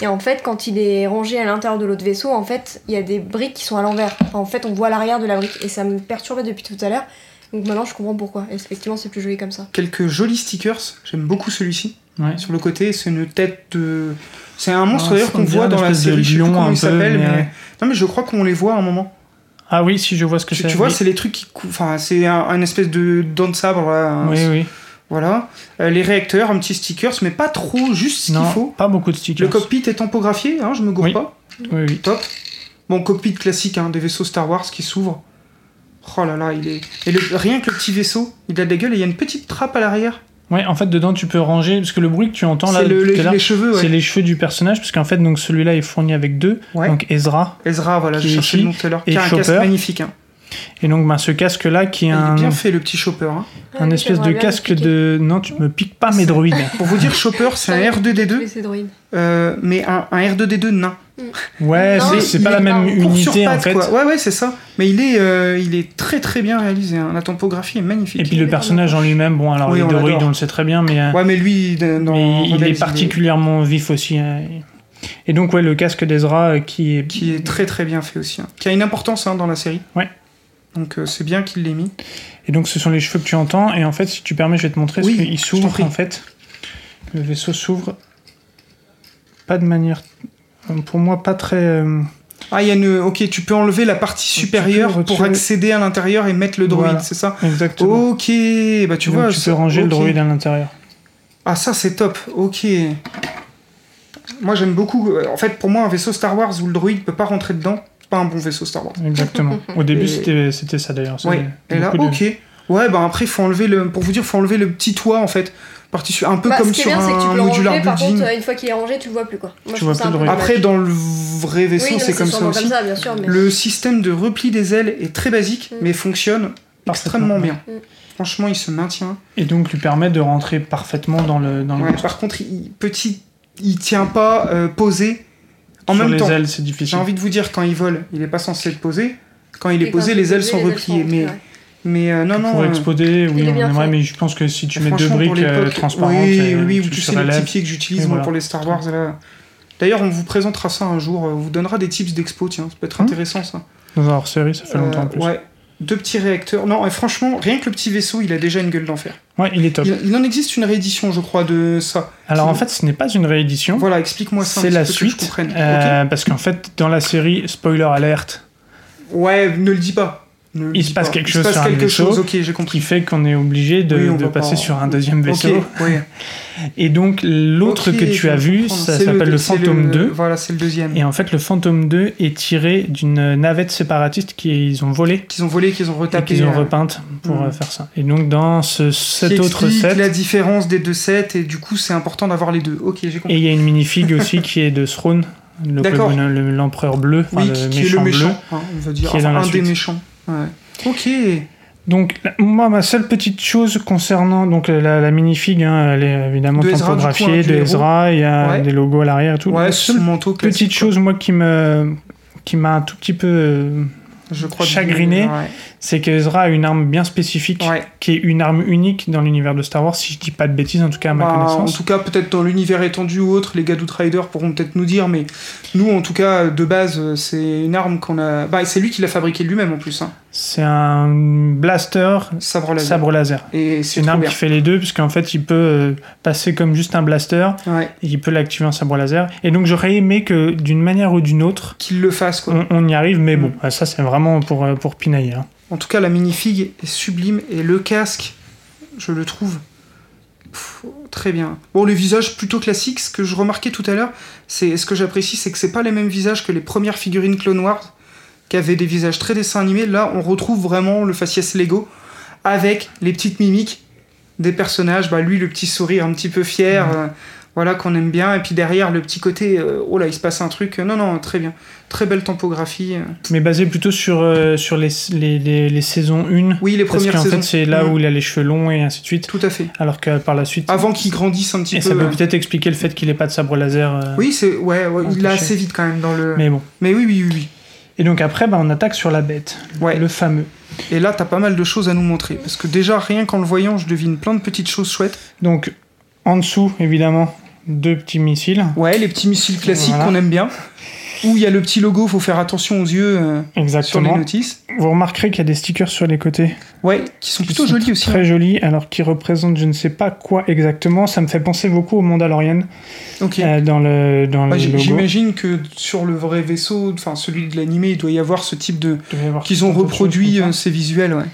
S3: Et en fait, quand il est rangé à l'intérieur de l'autre vaisseau, en fait, il y a des briques qui sont à l'envers. Enfin, en fait, on voit l'arrière de la brique et ça me perturbait depuis tout à l'heure. Donc maintenant, je comprends pourquoi. Et effectivement, c'est plus joli comme ça.
S4: Quelques jolis stickers. J'aime beaucoup celui-ci.
S2: Ouais.
S4: Sur le côté, c'est une tête de. C'est un monstre
S2: Ah,
S4: d'ailleurs
S2: c'est
S4: qu'on
S2: bien,
S4: voit dans la
S2: l'espèce de
S4: série. Je sais plus
S2: lion
S4: comment
S2: un
S4: il s'appelle,
S2: peu,
S4: mais...
S2: mais-
S4: Non, mais je crois qu'on les voit à un moment.
S2: Ah oui, si je vois ce que
S4: Tu,
S2: c'est.
S4: tu vois,
S2: oui.
S4: c'est les trucs qui. cou- Enfin, c'est un, un espèce de dent de sabre. là, un-
S2: Oui, oui.
S4: Voilà. Euh, les réacteurs, un petit stickers, mais pas trop, juste ce qu'il
S2: Non,
S4: faut.
S2: pas beaucoup de stickers.
S4: Le cockpit est tampographié, hein, je me gourre
S2: Oui.
S4: pas.
S2: Oui, oui.
S4: Top. Bon, cockpit classique, hein, des vaisseaux Star Wars qui s'ouvrent. Oh là là, il est. Et le- rien que le petit vaisseau, il a de la gueule et il y a une petite trappe à l'arrière.
S2: Ouais, en fait, dedans, tu peux ranger, parce que le bruit que tu entends là,
S4: C'est le-
S2: tout
S4: le-
S2: à l'heure,
S4: les cheveux,
S2: c'est
S4: ouais.
S2: les cheveux du personnage, parce qu'en fait, donc celui-là est fourni avec deux,
S4: Ouais.
S2: donc Ezra.
S4: Ezra, voilà,
S2: qui
S4: je
S2: est
S4: cherchais
S2: ici,
S4: le nom tout à l'heure.
S2: et
S4: Qui a un casque
S2: Chopper.
S4: magnifique. hein.
S2: Et donc, ben, ce casque-là, qui est
S4: Il est
S2: un,
S4: bien fait, le petit Chopper. hein.
S2: un espèce de casque de. Non, tu me piques pas mes
S4: C'est-
S2: droïdes.
S4: Pour vous dire, Chopper, c'est un R2D2,
S3: C'est droïde.
S4: euh, mais un, un R2D2 nain.
S2: Ouais,
S3: Non,
S2: c'est-
S3: il-
S2: c'est
S3: il
S2: pas la
S3: est
S2: même
S3: en
S4: Court sur
S2: unité en
S4: pattes,
S2: fait.
S4: quoi. Ouais, ouais, c'est ça. Mais il est, euh, il est très très bien réalisé. hein. La topographie est magnifique.
S2: Et puis le personnage en lui-même, bon, alors
S4: Oui,
S2: les
S4: on
S2: droïdes,
S4: l'adore.
S2: on le sait très bien, mais, euh,
S4: Ouais, mais lui, dans- dans
S2: mais il
S4: Rebels,
S2: est particulièrement vif aussi. hein. Et donc, ouais, le casque d'Ezra euh, qui est.
S4: qui est très très bien fait aussi, hein. qui a une importance hein, dans la série.
S2: Ouais.
S4: Donc euh, c'est bien qu'il l'ait mis.
S2: Et donc, ce sont les cheveux que tu entends, et en fait, si tu permets, je vais te montrer,
S4: Oui,
S2: parce qu'il
S4: je t'en
S2: s'ouvre
S4: prie.
S2: en fait. Le vaisseau s'ouvre. Pas de manière. Pour moi, pas très. euh,
S4: Ah, il y a une. Ok, tu peux enlever la partie
S2: tu
S4: supérieure
S2: peux
S4: pour
S2: retirer-
S4: accéder à l'intérieur et mettre le droïde,
S2: Voilà.
S4: c'est ça
S2: exactement.
S4: Ok, bah tu
S2: Donc,
S4: vois.
S2: tu
S4: ça-
S2: peux ranger le
S4: ok.
S2: droïde à l'intérieur.
S4: Ah, ça c'est top, ok. Moi j'aime beaucoup. euh, En fait, pour moi, un vaisseau Star Wars où le droïde peut pas rentrer dedans, c'est pas un bon vaisseau Star Wars.
S2: Exactement. Au début,
S4: Et-
S2: c'était c'était ça d'ailleurs. ça,
S4: Ouais, et là,
S2: beaucoup de-
S4: ok. Ouais, bah après, faut enlever le. Pour vous dire, faut enlever le petit toit en fait. Partie su- Un peu
S3: Bah,
S4: comme
S3: ce qui est
S4: sur
S3: bien, c'est que tu
S4: un
S3: peux le
S4: modular
S3: ranger. Par
S4: building.
S3: contre, euh, une fois qu'il est rangé, tu le vois plus quoi. Moi,
S2: Tu
S3: je
S2: vois
S3: trouve
S2: plus
S3: ça un
S2: le
S3: peu
S2: droïde.
S4: Après,
S3: dommage.
S4: dans le vrai
S3: Oui,
S4: vaisseau,
S3: non, mais
S4: c'est comme ça
S3: sûrement
S4: aussi.
S3: comme ça, bien sûr. mais-
S4: Le système de repli des ailes est très basique,
S3: Mm.
S4: mais fonctionne
S2: Parfaitement.
S4: extrêmement bien.
S3: Mm.
S4: Franchement, il se maintient.
S2: Et donc, lui permet de rentrer parfaitement dans le. Dans le...
S4: Ouais, par contre, il, petit, il tient pas euh, posé en
S2: Sur
S4: même
S2: les
S4: temps.
S2: ailes, c'est
S4: J'ai
S2: difficile.
S4: envie de vous dire, quand il vole, il est pas censé être posé. Quand il est
S3: Et quand
S4: posé,
S3: il
S4: les
S3: est
S4: ailes
S3: posé,
S4: sont repliées. Mais,
S3: ouais.
S4: mais euh, non, non.
S2: pour
S4: euh,
S2: exploser, oui,
S3: il est
S2: on
S3: bien
S2: aimerait,
S3: fait.
S2: mais je pense que si tu mets deux
S4: franchement,
S2: briques
S4: pour
S2: euh,
S4: l'époque,
S2: transparentes,
S4: Oui,
S2: euh,
S4: oui,
S2: tu
S4: tu sais,
S2: seras
S4: les
S2: là,
S4: petits pieds que j'utilise
S2: Et
S4: moi
S2: voilà.
S4: pour les Star Wars. là. D'ailleurs, on vous présentera ça un jour. euh, On vous donnera des tips d'expo, tiens. Ça peut être
S2: Hum.
S4: intéressant, ça.
S2: dans un hors-série, ça fait longtemps en
S4: Euh,
S2: plus. Ouais.
S4: ouais. Deux petits réacteurs. Non, et franchement, rien que le petit vaisseau, il a déjà une gueule d'enfer.
S2: il est top.
S4: Il, il en existe une réédition, je crois, de ça.
S2: Alors en
S4: c'est-
S2: fait, ce n'est pas une réédition,
S4: Voilà, explique-moi ça. un
S2: c'est
S4: petit
S2: la
S4: peu que je
S2: suite,
S4: comprenne.
S2: euh, parce qu'en fait, dans la série, spoiler alerte,
S4: Ok. Ouais, ne le dis pas. Ne le
S2: Il
S4: dis
S2: se passe
S4: pas.
S2: quelque
S4: Il
S2: chose
S4: se passe
S2: sur un
S4: quelque
S2: vaisseau
S4: chose. Ok, j'ai compris.
S2: qui fait qu'on est obligé de,
S4: Oui, on
S2: de
S4: va
S2: passer
S4: pas-
S2: sur un deuxième vaisseau.
S4: Ok, ouais.
S2: Et donc, l'autre
S4: Ok,
S2: que tu
S4: je
S2: as vu,
S4: comprends.
S2: ça
S4: C'est
S2: s'appelle le
S4: c'est
S2: Fantôme 2.
S4: Voilà, c'est le deuxième.
S2: Et en fait, le Fantôme 2 est tiré d'une navette séparatiste qu'ils ont volée
S4: Qu'ils ont volé, qu'ils ont
S2: et
S4: retapé.
S2: qu'ils ont
S4: euh,
S2: repeinte pour
S4: hmm.
S2: euh, faire ça. Et donc, dans ce,
S4: qui
S2: cet autre
S4: explique
S2: set,
S4: la différence des deux sets et du coup c'est important d'avoir les deux. Ok, j'ai compris.
S2: Et il y a une minifig aussi qui est de Throne, le-
S4: D'accord.
S2: le- le- l'empereur bleu, enfin
S4: oui,
S2: le
S4: qui, qui est
S2: méchant
S4: le méchant,
S2: bleu.
S4: hein, on va dire.
S2: qui est dans
S4: Enfin,
S2: la
S4: un
S2: suite.
S4: des méchants. Ouais. Ok.
S2: Donc là, moi, ma seule petite chose concernant donc la, la minifig, hein, elle est évidemment
S4: De Ezra,
S2: tampographiée,
S4: du coup, hein,
S2: de
S4: du héros.
S2: Ezra, il y a
S4: Ouais.
S2: des logos à l'arrière et tout.
S4: Ouais,
S2: la
S4: ce
S2: seule
S4: manteau classique,
S2: petite chose, moi, qui me qui m'a un tout petit peu euh,
S4: je crois.
S2: chagriné,
S4: Ouais.
S2: c'est que Ezra a une arme bien spécifique
S4: Ouais.
S2: qui est une arme unique dans l'univers de Star Wars, si je dis pas de bêtises, en tout cas à ma
S4: Bah, en
S2: connaissance.
S4: tout cas, peut-être dans l'univers étendu ou autre, les gars d'Outrider pourront peut-être nous dire, mais nous, en tout cas, de base, euh, c'est une arme qu'on a. Bah, c'est lui qui l'a fabriquée lui-même en plus, hein,
S2: C'est un blaster
S4: sabre laser.
S2: sabre laser. C'est
S4: Et c'est
S2: une
S4: trop
S2: arme
S4: bien.
S2: qui fait les deux, puisqu'en fait il peut euh, passer comme juste un blaster
S4: Ouais,
S2: et il peut l'activer en sabre laser. Et donc j'aurais aimé que d'une manière ou d'une autre,
S4: qu'il le fasse, quoi.
S2: on, on y arrive, mais
S4: Mm.
S2: bon, euh, ça c'est vraiment pour, euh, pour pinailler. hein.
S4: En tout cas, la minifig est sublime et le casque, je le trouve pff, très bien. Bon, les visages plutôt classiques, ce que je remarquais tout à l'heure, c'est ce que j'apprécie, c'est que c'est pas les mêmes visages que les premières figurines Clone Wars, qui avaient des visages très dessins animés. Là, on retrouve vraiment le faciès Lego avec les petites mimiques des personnages. Bah, lui, le petit sourire un petit peu fier.
S2: Mm.
S4: euh, voilà, qu'on aime bien. Et puis derrière, le petit côté, euh, oh là, il se passe un truc. Non, non, très bien. Très belle topographie. euh.
S2: Mais basé plutôt sur, euh, sur les, les, les- les saisons 1.
S4: Oui, les
S2: Parce
S4: premières
S2: qu'en
S4: saisons.
S2: fait, c'est là
S4: Mmh.
S2: où il a les cheveux longs et ainsi de suite.
S4: Tout à fait.
S2: Alors que par la suite.
S4: avant qu'il grandisse Ah, un petit
S2: et
S4: peu.
S2: ça peut
S4: ouais.
S2: peut-être expliquer le fait qu'il n'ait pas de sabre laser. euh,
S4: Oui, c'est ouais, ouais, il l'a
S2: Attaché.
S4: assez vite quand même dans le. Mais,
S2: Mais bon.
S4: oui, oui, oui,
S2: Et donc après, bah, on attaque sur la bête.
S4: oui. Ouais.
S2: Le fameux.
S4: Et là, t'as pas mal de choses à nous montrer parce que déjà rien qu'en le voyant, je devine plein de petites choses chouettes.
S2: Donc, en dessous, évidemment, deux petits missiles.
S4: Ouais, les petits missiles classiques
S2: Voilà.
S4: qu'on aime bien. Où il y a le petit logo, faut faire attention aux yeux euh, sur les
S2: Exactement.
S4: notices.
S2: Vous remarquerez qu'il y a des stickers sur les côtés.
S4: Ouais, qui sont
S2: qui
S4: plutôt
S2: sont
S4: jolis aussi. hein.
S2: Très jolis, alors qui représentent je ne sais pas quoi exactement. Ça me fait penser beaucoup au Mandalorian
S4: Ok.
S2: euh, dans le, dans
S4: Bah,
S2: le
S4: j-
S2: logo.
S4: J'imagine que sur le vrai vaisseau, enfin celui de l'animé, il doit y avoir ce type de
S2: Il devait y avoir
S4: qu'ils ont
S2: tout un tas de choses
S4: reproduit
S2: comme
S4: euh,
S2: ça.
S4: ces visuels. Ouais.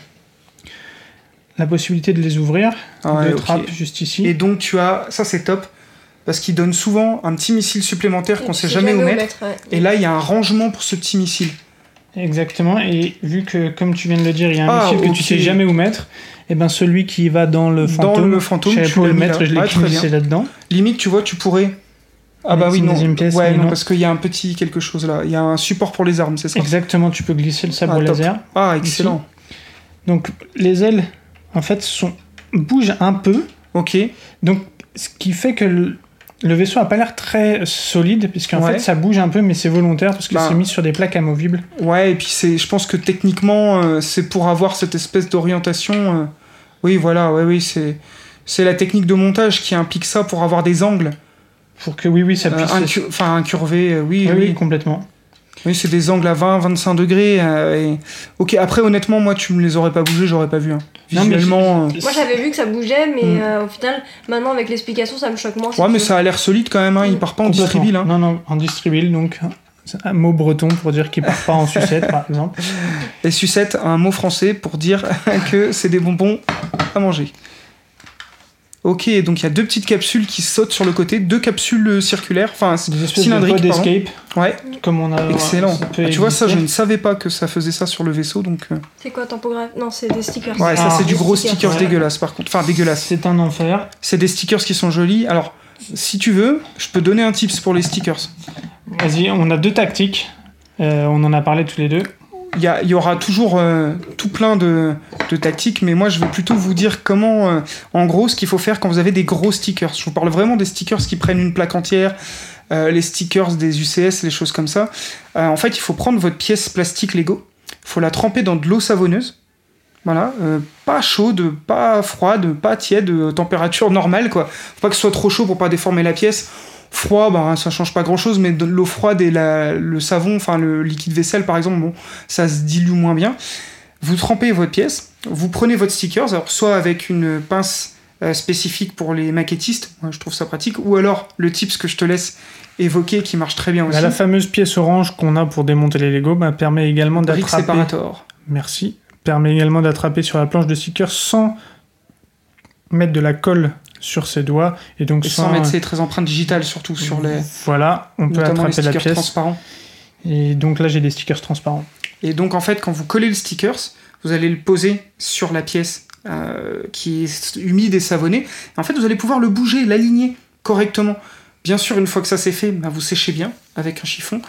S2: La possibilité de les ouvrir.
S4: Ah ouais,
S2: deux
S4: ok.
S2: trappes juste ici.
S4: Et donc tu as ça, c'est top parce qu'ils donnent souvent un petit missile supplémentaire qu'on
S3: Et
S4: sait
S3: tu sais
S4: jamais où mettre.
S3: ouais.
S4: Et là, il y a un rangement pour ce petit missile.
S2: Exactement, et vu que, comme tu viens de le dire, il y a un
S4: Ah,
S2: missile que
S4: ok.
S2: tu sais jamais où mettre, et ben celui qui va dans le
S4: Dans
S2: fantôme,
S4: le fantôme,
S2: j'avais
S4: tu
S2: pour
S4: l'as
S2: le
S4: mis
S2: mettre,
S4: là.
S2: je l'ai
S4: Ouais, très
S2: glissé là-dedans.
S4: Limite, tu vois, tu pourrais. Ah
S2: Mettre
S4: bah oui,
S2: une
S4: non.
S2: deuxième pièce,
S4: ouais,
S2: mais
S4: non,
S2: non.
S4: parce qu'il y a un petit quelque chose là. Il y a un support pour les armes, c'est ça
S2: Exactement, tu peux glisser le sabre
S4: Ah, top.
S2: laser.
S4: Ah, excellent.
S2: Donc les ailes, en fait, sont, bougent un peu,
S4: Ok.
S2: donc ce qui fait que le, le vaisseau a pas l'air très solide, puisqu'en
S4: Ouais.
S2: fait ça bouge un peu, mais c'est volontaire, parce que
S4: Bah.
S2: c'est mis sur des plaques amovibles.
S4: Ouais, et puis c'est, je pense que techniquement, euh, c'est pour avoir cette espèce d'orientation. euh, Oui, voilà, ouais, oui, c'est. C'est la technique de montage qui implique ça pour avoir des angles.
S2: Pour que, oui, oui, ça
S4: euh,
S2: puisse...
S4: incu- Enfin, incurvés, euh, oui,
S2: Ah oui,
S4: oui.
S2: oui, complètement.
S4: Oui, c'est des angles à 20, 25 degrés. euh, et- Ok, après, honnêtement, moi, tu me les aurais pas bougés, j'aurais pas vu. hein.
S2: Non, mais-
S4: Visuellement. euh,
S3: Moi j'avais vu que ça bougeait, mais
S2: Mm.
S3: euh, au final, maintenant avec l'explication, ça me choque moins. si
S4: Hmm. euh, Ouais,
S3: tu
S4: mais
S3: veux.
S4: ça a l'air solide quand même, hein. il part pas en
S2: Complètement.
S4: distribile. Hein.
S2: Non, non, en distribile, donc c'est un mot breton pour dire qu'il part pas en sucette, par exemple.
S4: Et sucette, un mot français pour dire que c'est des bonbons à manger. Ok, donc il y a deux petites capsules qui sautent sur le côté, deux capsules euh, circulaires, enfin c-
S2: des espèces de
S4: cylindriques.
S2: pod
S4: pardon.
S2: escape,
S4: Ouais,
S2: comme on a. euh,
S4: excellent.
S2: ça peut
S4: Ah, tu vois, ça, je
S2: exister.
S4: ne savais pas que ça faisait ça sur le vaisseau, donc. euh,
S3: C'est quoi, tempographie Non, c'est des stickers.
S4: Ouais, ça,
S2: Ah.
S4: c'est du gros
S3: Stickers.
S4: stickers
S2: Ouais.
S4: dégueulasse, par contre. Enfin, dégueulasse.
S2: C'est un enfer.
S4: C'est des stickers qui sont jolis. Alors, si tu veux, je peux donner un tips pour les stickers.
S2: Vas-y, on a deux tactiques. Euh, on en a parlé tous les deux.
S4: Il y, a- il y aura toujours euh, tout plein de, de tactiques, mais moi je vais plutôt vous dire comment, euh, en gros, ce qu'il faut faire quand vous avez des gros stickers. Je vous parle vraiment des stickers qui prennent une plaque entière, euh, les stickers des UCS, les choses comme ça. Euh, en fait, il faut prendre votre pièce plastique Lego, il faut la tremper dans de l'eau savonneuse. Voilà, euh, pas chaude, pas froide, pas tiède, euh, température normale quoi. Faut pas que ce soit trop chaud pour pas déformer la pièce. Froid, bah, ça change pas grand chose, mais de l'eau froide et la- le savon, enfin le liquide vaisselle par exemple, bon, ça se dilue moins bien. Vous trempez votre pièce, vous prenez votre stickers, alors soit avec une pince euh, spécifique pour les maquettistes, moi je trouve ça pratique, ou alors le tips que je te laisse évoquer qui marche très bien aussi.
S2: Bah, la fameuse pièce orange qu'on a pour démonter les Lego bah, permet également
S4: Brick
S2: d'attraper.
S4: séparateur.
S2: Merci. Permet également d'attraper sur la planche de stickers sans mettre de la colle sur ses doigts et donc
S4: Et sans mettre ses très empreintes digitales surtout sur les,
S2: Voilà, on euh, peut
S4: notamment les
S2: attraper la
S4: stickers
S2: pièce.
S4: transparents.
S2: Et donc là, j'ai des stickers transparents.
S4: Et donc en fait, quand vous collez le stickers, vous allez le poser sur la pièce euh, qui est humide et savonnée. En fait, vous allez pouvoir le bouger, ben, l'aligner correctement. Bien sûr, une fois que ça c'est fait, bah, vous séchez bien avec un chiffon.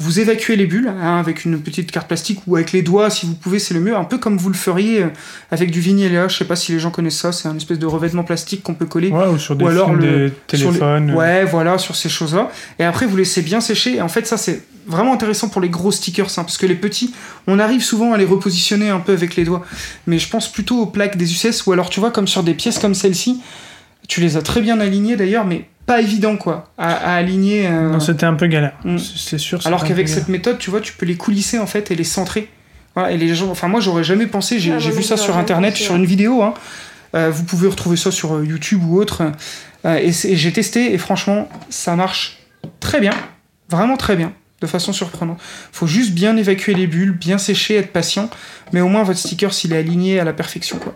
S4: Vous évacuez les bulles hein, avec une petite carte plastique ou avec les doigts, si vous pouvez, c'est le mieux. Un peu comme vous le feriez euh, avec du vinyle. Je sais pas si les gens connaissent ça. C'est un espèce de revêtement plastique qu'on peut coller.
S2: Ouais, ou sur des
S4: Ou alors
S2: films
S4: le-
S2: de
S4: sur les-
S2: téléphone. euh,
S4: Ouais, voilà, sur ces choses-là. Et après, vous laissez bien sécher. Et en fait, ça, c'est vraiment intéressant pour les gros stickers, hein, parce que les petits, on arrive souvent à les repositionner un peu avec les doigts. Mais je pense plutôt aux plaques des UCS, ou alors, tu vois, comme sur des pièces comme celle-ci, tu les as très bien alignées d'ailleurs, mais pas évident, quoi, à, à aligner. euh,
S2: non, c'était un peu galère.
S4: Mm.
S2: C'est c'est sûr. c'était
S4: alors
S2: un peu
S4: qu'avec
S2: galère.
S4: cette méthode, tu vois, tu peux les coulisser en fait et les centrer. Voilà, et les gens, enfin moi j'aurais jamais pensé, j'ai
S3: Ah, moi
S4: j'ai
S3: non
S4: vu
S3: plus,
S4: ça sur
S3: j'aurais
S4: internet,
S3: jamais pensé,
S4: sur une vidéo. hein. Euh, vous pouvez retrouver ça sur euh, YouTube ou autre. Euh, et c'est- j'ai testé et franchement, ça marche très bien, vraiment très bien, de façon surprenante. Faut juste bien évacuer les bulles, bien sécher, être patient, mais au moins votre sticker s'il est aligné à la perfection quoi.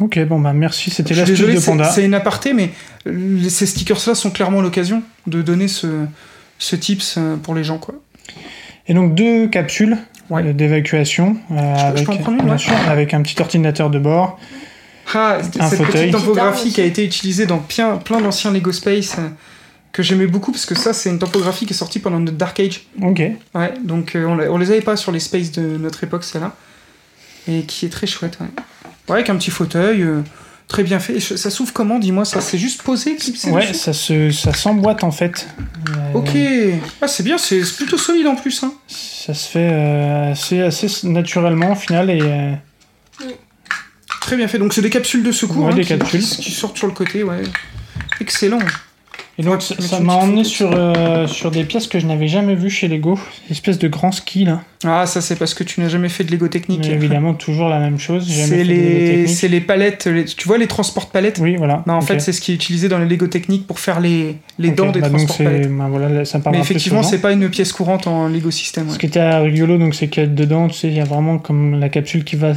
S2: Ok, bon bah merci, c'était
S4: Je suis
S2: l'astuce
S4: désolé,
S2: de
S4: c'est-
S2: Panda.
S4: C'est une aparté, mais euh, ces stickers-là sont clairement l'occasion de donner ce, ce tips euh, pour les gens quoi.
S2: Et donc deux capsules
S4: Ouais.
S2: euh, d'évacuation euh,
S4: peux- je
S2: avec,
S4: peux en prendre une,
S2: bien
S4: ouais.
S2: sûr, avec un petit ordinateur de bord.
S4: Ah, cette
S2: Un fauteuil.
S4: petite
S3: Petite arme
S4: topographie
S3: aussi.
S4: qui a été utilisée dans plein, plein d'anciens Lego Space euh, que j'aimais beaucoup parce que ça, c'est une topographie qui est sortie pendant notre Dark Age.
S2: Ok.
S4: Ouais, donc euh, on, l'a- on les avait pas sur les Space de notre époque, celle-là. Et qui est très chouette, ouais. Ouais, avec un petit fauteuil, euh, très bien fait. Et ça s'ouvre comment, dis-moi ça C'est juste posé, clipsé
S2: Ouais,
S4: dessus
S2: ça se, ça s'emboîte en fait. Euh,
S4: Ok, ah, c'est bien, c'est c'est plutôt solide en plus. Hein.
S2: Ça se fait euh, assez, assez naturellement au final et euh,
S4: Très bien fait. Donc c'est des capsules de secours hein,
S2: Ouais, des
S4: qui,
S2: capsules.
S4: qui- qui sortent sur le côté, ouais. Excellent.
S2: et donc
S4: Ouais,
S2: ça
S4: mais
S2: ça
S4: tu-
S2: m'a
S4: tu-
S2: emmené
S4: tu-
S2: sur euh, sur des pièces que je n'avais jamais vues chez Lego, espèce de grand ski là.
S4: Ah, ça c'est parce que tu n'as jamais fait de Lego
S2: Mais
S4: technique.
S2: évidemment toujours la même chose. j'ai jamais
S4: C'est
S2: fait de
S4: les,
S2: Lego technique.
S4: c'est les palettes, les- tu vois les transports palettes
S2: Oui, voilà.
S4: Bah, En
S2: Ok.
S4: fait, c'est ce qui est utilisé dans les Lego techniques pour faire les, les
S2: Ok,
S4: dents des
S2: bah, donc
S4: transports
S2: c'est-
S4: palettes.
S2: bah, voilà, là, ça me parle
S4: Mais
S2: un peu
S4: effectivement,
S2: souvent.
S4: c'est pas une pièce courante en Lego système. ouais.
S2: Ce qui était euh, rigolo, donc, c'est qu'il y a dedans, tu sais, il y a vraiment comme la capsule qui va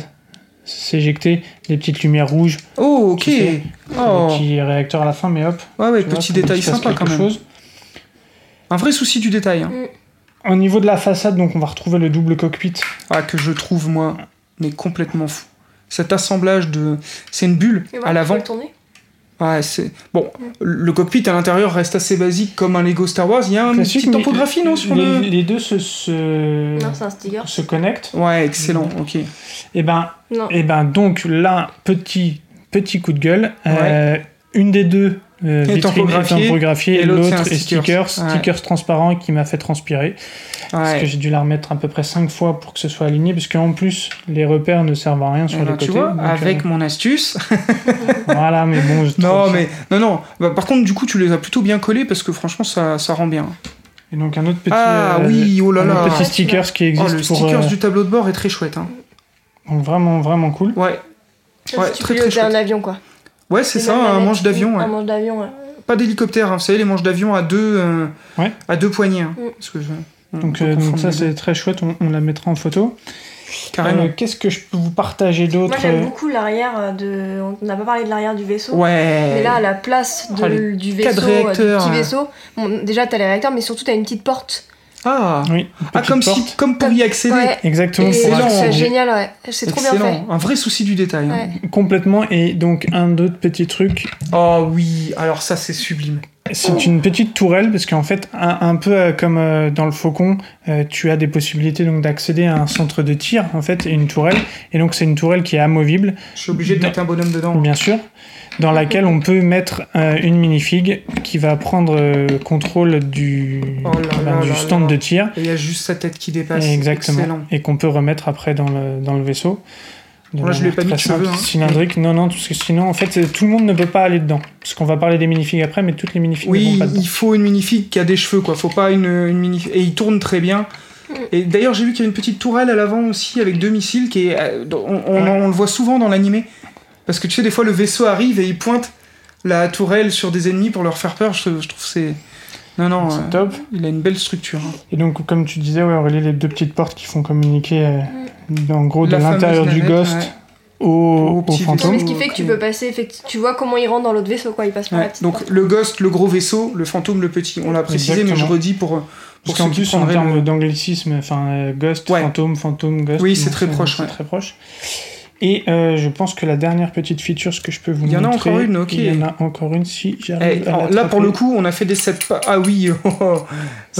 S2: s'éjecter, les petites lumières rouges,
S4: Oh, ok
S2: Tu sais,
S4: Oh.
S2: le petit réacteur à la fin, mais hop.
S4: Ouais, ouais,
S2: tu vois,
S4: petit
S2: comme
S4: détail
S2: il se passe
S4: sympa
S2: quelque
S4: quand même.
S2: chose.
S4: Un vrai souci du détail, hein.
S2: Au niveau de la façade, donc, on va retrouver le double cockpit.
S4: ah, que je trouve, moi, mais complètement fou. Cet assemblage de. C'est une bulle
S3: Mais
S4: à
S3: voilà, tu peux
S4: l'avant.
S3: le tourner.
S4: Ouais, c'est. Bon, le cockpit à l'intérieur reste assez basique comme un Lego Star Wars. Il y a une
S2: Classique,
S4: petite
S2: mais
S4: topographie, non sur
S2: les,
S4: le...
S2: les deux se, se,
S3: Non, c'est un sticker.
S2: se connectent.
S4: Ouais, excellent, ok.
S2: Et ben,
S3: Non.
S2: et ben, donc, là, petit, petit coup de gueule. Euh, une des deux. euh,
S4: Est
S2: vitrines est
S4: tampographiée,
S2: tampographiée,
S4: et
S2: et
S4: l'autre, c'est un
S2: l'autre est stickers,
S4: stickers. Ouais.
S2: stickers transparents qui m'a fait transpirer. Parce que
S4: Ouais.
S2: j'ai dû la remettre à peu près 5 fois pour que ce soit aligné, parce qu'en plus, les repères ne servent à rien sur
S4: Eh
S2: les
S4: ben,
S2: côtés.
S4: tu vois,
S2: donc,
S4: avec
S2: euh,
S4: mon astuce,
S2: voilà, mais bon, je
S4: Non,
S2: trouve
S4: mais non, non. Bah, par contre, du coup, tu les as plutôt bien collés parce que franchement, ça, ça rend bien.
S2: ça- Et donc, un autre petit.
S4: ah
S2: euh,
S4: oui, oh là
S2: un
S4: là.
S2: autre petit stickers qui
S4: Oh,
S2: existe
S4: le
S2: pour.
S4: stickers
S2: euh,
S4: du tableau de bord est très chouette. Hein.
S2: donc vraiment, vraiment cool.
S4: Ouais,
S3: Comme
S4: Ouais,
S3: si tu
S4: très,
S3: pilotais
S4: très
S3: un
S4: chouette.
S3: avion, quoi.
S4: ouais, c'est
S3: Les
S4: ça,
S3: mêmes
S4: un
S3: manettes.
S4: manche d'avion.
S3: Un
S4: ouais.
S3: manche d'avion, ouais.
S4: Pas d'hélicoptère, hein, vous savez, les manches d'avion à deux, euh,
S2: Ouais.
S4: à deux poignées. hein,
S3: Mm.
S4: parce que je- on
S2: Donc,
S4: peut
S2: euh, donc
S4: confondre
S2: ça,
S4: les deux.
S2: c'est très chouette, on, on la mettra en photo.
S4: carrément.
S2: Euh, Qu'est-ce que je peux vous partager
S3: Moi,
S2: d'autre
S3: j'aime beaucoup l'arrière euh, de. On n'a pas parlé de l'arrière du vaisseau.
S4: euh, Ouais.
S3: Mais là, à la place de-
S4: Oh, les
S3: du
S4: quatre
S3: vaisseau, euh,
S4: réacteurs,
S3: du
S4: hein.
S3: petit vaisseau, bon, déjà t'as les réacteurs, mais surtout t'as une petite porte.
S4: Ah,
S2: Oui, une
S4: ah
S2: petite
S4: comme
S2: porte.
S4: si, comme pour y accéder.
S3: Ouais.
S2: Exactement,
S3: Et
S2: pour
S4: Excellent.
S2: accéder.
S3: C'est génial, ouais. C'est trop bien fait.
S4: Excellent. Un vrai souci du détail. hein.
S3: Ouais.
S2: Complètement, et donc un autre petit truc,
S4: Oh oui, alors ça, c'est sublime.
S3: Oh.
S2: C'est une petite tourelle parce qu'en fait, un, un peu euh, comme euh, dans le faucon, euh, tu as des possibilités donc d'accéder à un centre de tir en fait et une tourelle. Et donc c'est une tourelle qui est amovible,
S4: Je suis obligé de
S2: Non.
S4: mettre un bonhomme dedans.
S2: bien sûr, dans laquelle on peut mettre euh, une minifig qui va prendre euh, contrôle du, ben,
S4: Oh là là
S2: du
S4: là
S2: stand
S4: là.
S2: de tir.
S4: Et il y a juste sa tête qui dépasse.
S2: Exactement.
S4: Excellent.
S2: Et qu'on peut remettre après dans le, dans le vaisseau. De
S4: Moi, je
S2: manière
S4: l'ai pas mis
S2: très
S4: de cheveux,
S2: simple,
S4: hein.
S2: Cylindrique. Non, non, parce que sinon, en fait, euh, tout le monde ne peut pas aller dedans. Parce qu'on va parler des minifigs après, mais toutes les minifigs ne
S4: Oui,
S2: vont pas dedans.
S4: il faut une minifig qui a des cheveux, quoi. Faut pas une, une minifig. Et il tourne très bien.
S3: Mm.
S4: Et d'ailleurs, j'ai vu qu'il y a une petite tourelle à l'avant aussi avec deux missiles qui est. euh, On, on-
S2: Ouais.
S4: on le voit souvent dans l'animé. Parce que tu sais, des fois, le vaisseau arrive et il pointe la tourelle sur des ennemis pour leur faire peur. Je, je trouve que c'est. Non, non,
S2: C'est
S4: euh,
S2: top.
S4: il a une belle structure. hein.
S2: Et donc, comme tu disais, ouais, Aurélie, les deux petites portes qui font communiquer, euh, en gros, de
S4: Mm. La fameuse
S2: l'intérieur du
S4: navette,
S2: ghost
S4: ouais.
S2: au,
S4: Au
S2: au
S4: petit
S3: Non,
S2: fantôme.
S3: mais ce qui fait que tu peux passer, effecti- tu vois comment il rentre dans l'autre vaisseau, quoi. Il passe par la
S4: Ouais.
S3: petite porte.
S4: Donc, le ghost, le gros vaisseau, le fantôme, le petit. On l'a précisé, mais
S2: Exactement.
S4: je redis pour. euh, Pour
S2: Parce qu'en
S4: ceux qui
S2: plus, en
S4: prendraient
S2: termes
S4: le-
S2: d'anglicisme, enfin, euh, ghost,
S4: Ouais.
S2: fantôme, fantôme, ghost.
S4: Oui, c'est
S2: donc
S4: très proche,
S2: c'est
S4: ouais.
S2: très proche. Et euh, je pense que la dernière petite feature, ce que je peux vous
S4: Il y
S2: montrer.
S4: en a encore une, ok.
S2: Il y en a encore une si
S4: Eh,
S2: j'arrive. à
S4: alors, là,
S2: l'attraper.
S4: pour le coup, on a fait des sept pas. Ah oui, oh, oh,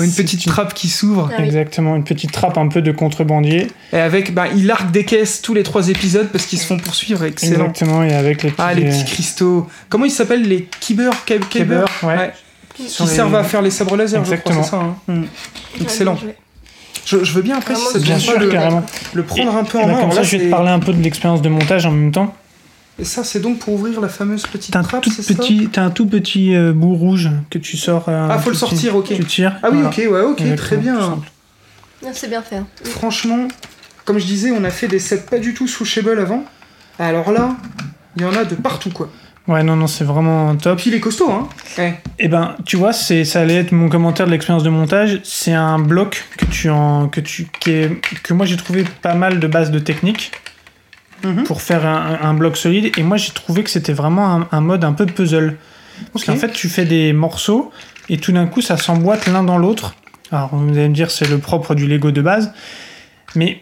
S4: une
S2: C'est
S4: petite
S2: une-
S4: trappe qui s'ouvre.
S3: Ah oui.
S2: Exactement, une petite trappe un peu de contrebandier.
S4: Et avec, ben, il arque des caisses tous les trois épisodes parce qu'ils se font poursuivre. Excellent.
S2: Exactement, et avec les petits.
S4: Ah, les
S2: euh,
S4: petits cristaux. Comment ils s'appellent Les kibers Kib- kibers
S2: Kébers, ouais.
S4: Ouais.
S2: qui
S4: Qui servent à faire les sabres laser,
S2: Exactement.
S4: je crois, c'est ça. hein. Mm.
S3: Ouais,
S4: Excellent.
S3: bien joué.
S4: Je, je veux bien après, si
S3: Vraiment,
S4: ça te
S2: Ah, Bien
S4: dérange
S2: sûr,
S4: pas, le,
S2: carrément.
S4: le prendre un peu
S2: Et
S4: en
S2: bah,
S4: main.
S2: comme
S4: Alors
S2: ça,
S4: là,
S2: je vais te
S4: c'est-
S2: parler un peu de l'expérience de montage en même temps.
S4: Et ça, c'est donc pour ouvrir la fameuse petite
S2: T'as un,
S4: trappe,
S2: tout
S4: c'est ça
S2: petit, t'as un tout petit euh, bout rouge que tu sors. euh,
S4: Ah,
S2: un
S4: faut le
S2: tout petit-
S4: sortir, ok.
S2: Tu tires.
S4: Ah oui,
S2: voilà.
S4: ok, ouais, ok,
S2: Exactement,
S4: très
S2: tout
S4: bien.
S2: simple.
S3: Ah, C'est bien fait. hein.
S4: Franchement, comme je disais, on a fait des sets pas du tout swooshable avant. Alors là, il y en a de partout, quoi.
S2: Ouais, non, non, c'est vraiment top.
S4: Puis il est costaud, hein. Eh,
S2: Eh ben, tu vois, c'est ça allait être mon commentaire de l'expérience de montage. C'est un bloc que tu en que tu qui est- que moi j'ai trouvé pas mal de bases de technique
S4: Mhm.
S2: pour faire un, un bloc solide. Et moi j'ai trouvé que c'était vraiment un, un mode un peu puzzle. Parce
S4: Ok.
S2: qu'en fait, tu fais des morceaux et tout d'un coup ça s'emboîte l'un dans l'autre. Alors vous allez me dire c'est le propre du Lego de base, mais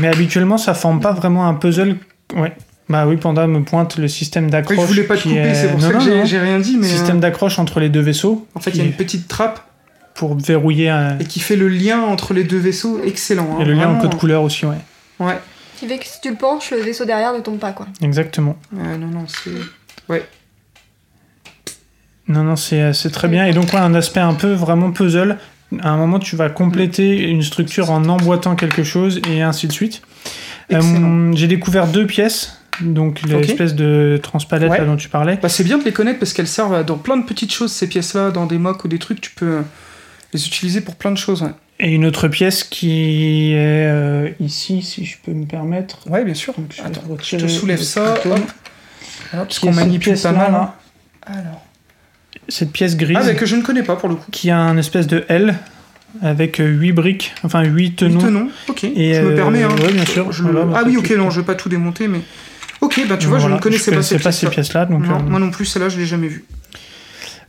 S2: mais habituellement ça forme pas vraiment un puzzle. Ouais. Bah oui, Panda me pointe le système
S4: après,
S2: d'accroche.
S4: je voulais pas te
S2: qui
S4: couper,
S2: est-
S4: c'est pour
S2: Non,
S4: ça
S2: non,
S4: que j'ai-
S2: non.
S4: j'ai rien dit, mais.
S2: système
S4: euh,
S2: d'accroche entre les deux vaisseaux.
S4: En fait, il y a
S2: qui-
S4: une petite trappe
S2: pour verrouiller un-
S4: et qui fait le lien entre les deux vaisseaux. Excellent. hein,
S2: et le lien en
S4: vraiment.
S2: code couleur aussi, ouais.
S4: Ouais.
S3: Qui fait que si tu le penches, le vaisseau derrière ne tombe pas quoi.
S2: Exactement.
S4: Ah, non, non, c'est.
S2: Non, non, c'est euh, c'est très bien. Et donc, ouais, un aspect un peu vraiment puzzle. À un moment, tu vas compléter une structure en emboîtant quelque chose et ainsi de suite. Euh,
S4: Excellent.
S2: J'ai découvert deux pièces. Donc, l'espèce de transpalette
S4: Ouais.
S2: là, dont tu parlais.
S4: Bah, c'est bien de les connaître parce qu'elles servent à- dans plein de petites choses, ces pièces-là, dans des mocs ou des trucs, tu peux euh, les utiliser pour plein de choses. Ouais,
S2: Et une autre pièce qui est euh, ici, si je peux me permettre.
S4: Ouais, bien sûr.
S2: Donc, je vais
S4: Attends, je
S2: retirer
S4: te soulève
S2: le
S4: ça,
S2: plutôt.
S4: hop. Hop, parce
S2: Qui
S4: qu'on
S2: est cette
S4: manipule pas
S2: pièce-là,
S4: mal.
S2: là.
S4: hein. Alors.
S2: Cette pièce grise.
S4: Ah, bah, que je ne connais pas pour le coup.
S2: qui a un espèce de L avec 8 briques, enfin 8
S4: Huit
S2: tenons.
S4: tenons, ok.
S2: Et,
S4: je
S2: euh,
S4: me permets, hein.
S2: ouais, bien sûr,
S4: Je le-
S2: voilà,
S4: ah
S2: bah,
S4: oui,
S2: ça,
S4: ok,
S2: tu-
S4: non, je vais pas tout démonter, mais. Ok, bah tu vois,
S2: Voilà,
S4: je ne connaissais pas ces
S2: connaissais
S4: pièces.
S2: pièces-là. Donc,
S4: Non,
S2: euh,
S4: moi non plus, celle-là, je l'ai jamais vue.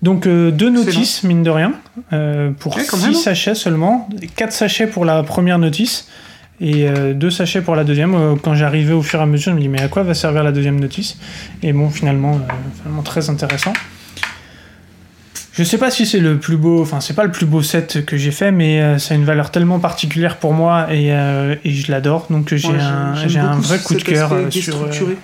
S2: donc euh, deux notices, mine de rien, euh, pour
S4: Ouais, quand
S2: 6
S4: même.
S2: sachets seulement. 4 sachets pour la première notice et 2 sachets pour la deuxième. Euh, Quand j'arrivais au fur et à mesure, je me dis mais à quoi va servir la deuxième notice Et bon, finalement, euh, finalement très intéressant. Je sais pas si c'est le plus beau, enfin c'est pas le plus beau set que j'ai fait, mais euh, ça a une valeur tellement particulière pour moi et, euh, et je l'adore, donc euh, j'ai
S4: Moi, j'aime-
S2: un,
S4: j'aime
S2: j'ai un
S4: beaucoup
S2: vrai coup de
S4: cet
S2: cœur
S4: aspect
S2: euh, sur. euh,
S4: déstructuré.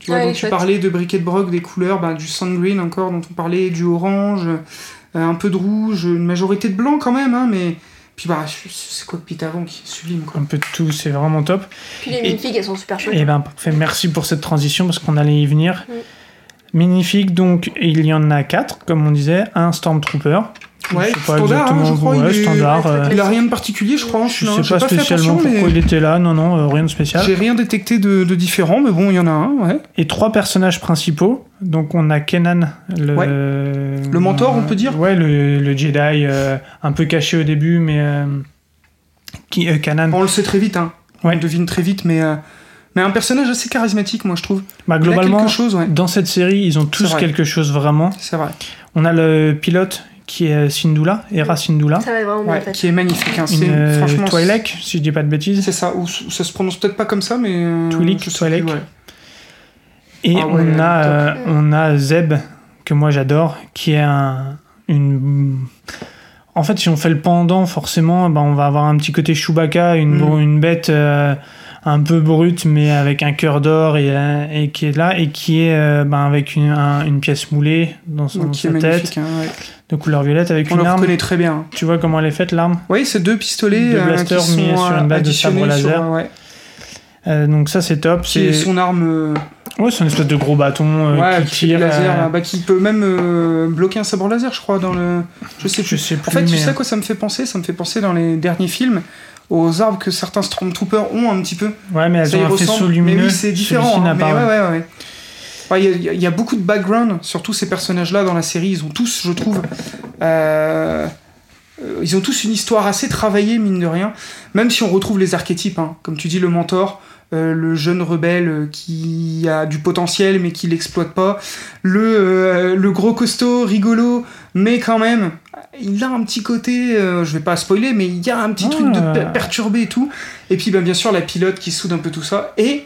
S4: Tu vois, donc
S3: Ouais, il est
S4: tu
S3: chouette.
S4: parlais de briquet de broc, des couleurs, bah, du sand green encore dont on parlait, du orange, euh, un peu de rouge, une majorité de blanc quand même, hein, mais. Puis bah, c'est- c'est quoi le avant qui est sublime quoi.
S2: euh, un peu de tout, c'est vraiment top.
S3: Puis les
S2: Et-
S3: minifigs elles sont super chouettes.
S2: Eh ben parfait, merci pour cette transition parce qu'on allait y venir.
S3: Oui.
S2: Minifique, donc il y en a quatre, comme on disait, un Stormtrooper.
S4: Ouais,
S2: sais pas
S4: standard, hein, je
S2: exactement,
S4: crois.
S2: ouais,
S4: il, est-
S2: standard, euh,
S4: il a rien de particulier, je crois. hein,
S2: Je
S4: non,
S2: sais
S4: j'ai
S2: pas
S4: fait
S2: spécialement
S4: attention, mais
S2: pourquoi il était là, non, non, euh, rien de spécial.
S4: J'ai rien détecté de, de différent, mais bon, il y en a un, ouais.
S2: Et trois personnages principaux, donc on a Kenan, le,
S4: Ouais. Le mentor, on peut dire
S2: Ouais, le, le Jedi, euh, un peu caché au début, mais euh, qui euh, Kenan,
S4: Bon, on le sait très vite, hein.
S2: Ouais.
S4: On devine très vite, mais, euh, mais un personnage assez charismatique, moi, je trouve.
S2: bah,
S4: Il a
S2: globalement,
S4: quelque chose, ouais.
S2: dans cette série, ils ont
S4: C'est
S2: tous
S4: vrai.
S2: quelque chose vraiment.
S4: C'est vrai.
S2: On a le pilote qui est Sindula, Hera Sindula.
S3: Ça va être vraiment bien
S4: Ouais,
S3: fait.
S4: qui est magnifique, hein. C'est
S2: une euh,
S4: franchement.
S2: Twi'lek, si je dis pas de bêtises.
S4: C'est ça, ou s- ça se prononce peut-être pas comme ça, mais. euh,
S2: Twi'lek,
S4: je sais
S2: Twi'lek.
S4: plus, ouais.
S2: Et
S4: Ah ouais,
S2: on, a,
S4: top.
S2: euh, on a Zeb, que moi j'adore, qui est un, une. En fait, si on fait le pendant, forcément, ben, on va avoir un petit côté Chewbacca, une,
S4: Mm.
S2: une bête euh, un peu brute, mais avec un cœur d'or et, euh, et qui est là, et qui est euh, ben, avec une, un- une pièce moulée dans son,
S4: Donc, qui est
S2: sa tête,
S4: magnifique, hein, ouais.
S2: de couleur violette, avec
S4: On
S2: une
S4: le
S2: arme.
S4: reconnaît très bien.
S2: Tu vois comment elle est faite, l'arme
S4: Oui, c'est deux pistolets
S2: Deux
S4: euh,
S2: blasters
S4: qui sont
S2: mis sur une base de
S4: additionnés
S2: sabre laser.
S4: sur, euh, ouais,
S2: Euh, Donc, ça, c'est top.
S4: qui est
S2: C'est
S4: son arme euh,
S2: ouais, c'est une espèce de gros bâton euh,
S4: ouais,
S2: qui
S4: qui fait
S2: tire.
S4: du laser,
S2: euh,
S4: là, bah, qui peut même euh, bloquer un sabre laser, je crois, dans le. Je sais
S2: Je
S4: plus.
S2: sais plus.
S4: En fait, tu
S2: mais-
S4: sais à quoi ça me fait penser Ça me fait penser dans les derniers films aux arbres que certains Stormtroopers ont un petit peu.
S2: Ouais, mais elles
S4: Ça y
S2: ont un
S4: ressemble,
S2: faisceau
S4: mais
S2: lumineux.
S4: oui, c'est différent.
S2: Celui-ci
S4: hein,
S2: n'a
S4: mais
S2: pas, ouais.
S4: ouais, ouais, ouais. Ouais, Il y, a- il y a beaucoup de background sur tous ces personnages-là dans la série. Ils ont tous, je trouve, euh, euh, ils ont tous une histoire assez travaillée, mine de rien. Même si on retrouve les archétypes, hein. comme tu dis, le mentor, euh, le jeune rebelle euh, qui a du potentiel mais qui l'exploite pas, le, euh, le gros costaud, rigolo, mais quand même, il a un petit côté, euh, je vais pas spoiler, mais il y a un petit
S2: Ah.
S4: bah, truc de per- perturbé et tout. Et puis ben, bien sûr, la pilote qui soude un peu tout ça. Et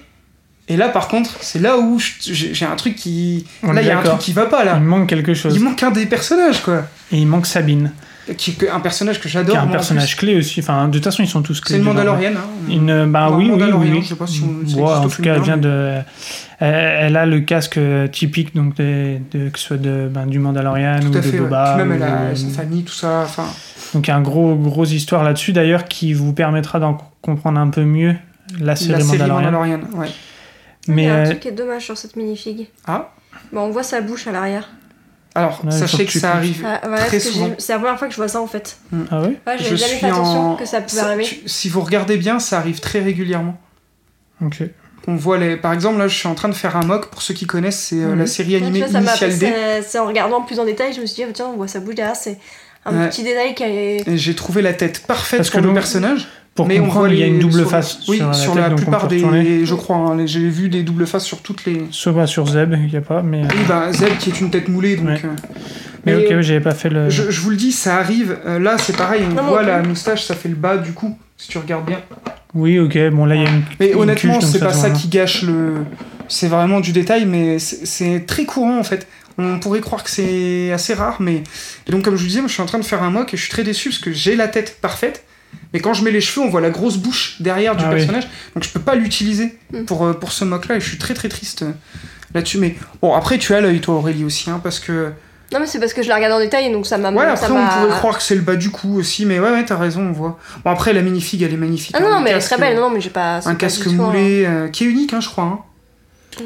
S4: Et là, par contre, c'est là où je- j'ai j'ai un truc qui.
S2: On
S4: là,
S2: est
S4: il y a un
S2: d'accord.
S4: truc qui va pas, là.
S2: Il manque quelque chose.
S4: Il manque un des personnages, quoi.
S2: Et il manque Sabine,
S4: Qui, que- un personnage que
S2: qui
S4: j'adore.
S2: est un
S4: moi, en
S2: personnage clé aussi. Enfin, de toute façon, ils sont tous
S4: plus.
S2: clés.
S4: C'est le
S2: dedans.
S4: Mandalorian. hein.
S2: Une, bah
S4: Ou
S2: oui,
S4: un
S2: oui, oui,
S4: Mandalorien,
S2: oui.
S4: je sais pas si on-
S2: Mm. Ouais,
S4: ça existe
S2: en
S4: au
S2: tout cas, elle
S4: féminin,
S2: vient de. Elle, elle a le casque euh, typique, donc des- de, que ce soit de, ben, du Mandalorian ou
S4: Tout à
S2: de
S4: fait. ouais.
S2: Boba.
S4: Puis même, elle
S2: ou
S4: a
S2: de-
S4: sa famille, tout ça. Enfin,
S2: Donc il y a un gros, gros histoire là-dessus d'ailleurs qui vous permettra d'en comprendre un peu mieux la série
S4: la série
S2: Mandalorian.
S4: Mandalorian. Ouais.
S3: Il y
S2: Mais
S3: a un
S2: euh,
S3: truc qui est dommage sur cette minifig.
S4: Ah.
S3: Bah, on voit sa bouche à l'arrière.
S4: Alors,
S2: Ouais, faut
S4: sachez
S2: que
S4: que,
S2: tu
S4: ça arrive
S3: Ah, voilà,
S4: très
S3: parce que
S4: souvent.
S3: j'ai- C'est la première fois que je vois ça en fait.
S2: ah ouais
S3: Ouais,
S4: Je
S3: j'avais jamais
S4: suis
S3: fait attention
S4: en-
S3: que ça pouvait
S4: ça-
S3: arriver.
S4: tu- si vous regardez bien, ça arrive très régulièrement.
S2: ok.
S4: On voit les. Par exemple, là, je suis en train de faire un mock. Pour ceux qui connaissent, c'est euh,
S2: Mhm.
S4: la série
S3: Ouais, tu
S4: animée
S3: vois, ça m'a appris-
S4: Initial D.
S3: c'est- C'est en regardant plus en détail, je me suis dit, ah, tiens, on voit sa bouche derrière, c'est un
S4: Ouais.
S3: petit détail qui est.
S4: Et J'ai trouvé la tête parfaite
S2: Parce
S4: pour
S2: que
S4: le
S2: nous-
S4: personnage.
S2: Pour
S4: mais on
S2: comprendre,
S4: voit
S2: il y a
S4: les-
S2: une double
S4: sur-
S2: face
S4: Oui,
S2: sur la,
S4: sur
S2: tête,
S4: la
S2: donc on
S4: plupart
S2: peut retourner.
S4: des. Je crois, hein, les- j'ai vu des doubles faces sur toutes les.
S2: Sauf bah, sur Zeb, il n'y a pas, mais,
S4: Oui, bah, Zeb qui est une tête moulée, donc.
S2: Ouais.
S4: euh,
S2: mais ok,
S4: mais-
S2: ouais, j'avais pas fait le.
S4: Je, je vous le dis, ça arrive. Euh, là, c'est pareil, on
S3: Non, mais
S4: voit
S3: on
S4: la
S3: peut-
S4: moustache, ça fait le bas du coup, si tu regardes bien.
S2: Oui, ok, bon là il y a une.
S4: Mais
S2: une
S4: honnêtement,
S2: cuche, donc hein.
S4: c'est pas
S2: se
S4: ça
S2: voit.
S4: qui gâche le. C'est vraiment du détail, mais c'est- c'est très courant en fait. On pourrait croire que c'est assez rare, mais. Et donc, comme je vous disais, moi, je suis en train de faire un mock et je suis très déçu parce que j'ai la tête parfaite, mais quand je mets les cheveux, on voit la grosse bouche derrière du
S2: Ah oui.
S4: personnage, donc je peux pas l'utiliser
S3: Mm.
S4: pour, euh, pour ce mock là et je suis très très triste euh, là-dessus. Mais bon, après, tu as l'œil, toi, Aurélie aussi, hein, parce que.
S3: Non, mais c'est parce que je la regarde en détail, donc ça m'a.
S4: Ouais,
S3: Ah, ça
S4: après, on
S3: m'a-
S4: pourrait croire que c'est le bas du cou aussi, mais ouais, ouais, t'as raison, on voit. Bon, après, la minifig, elle est magnifique.
S3: Ah non,
S4: hein,
S3: non,
S4: le
S3: mais elle est
S4: casque,
S3: très belle, non, non, mais j'ai pas. c'est
S4: Un
S3: pas
S4: casque
S3: du tout un-
S4: moulé, euh, qui est unique, hein, je crois. hein.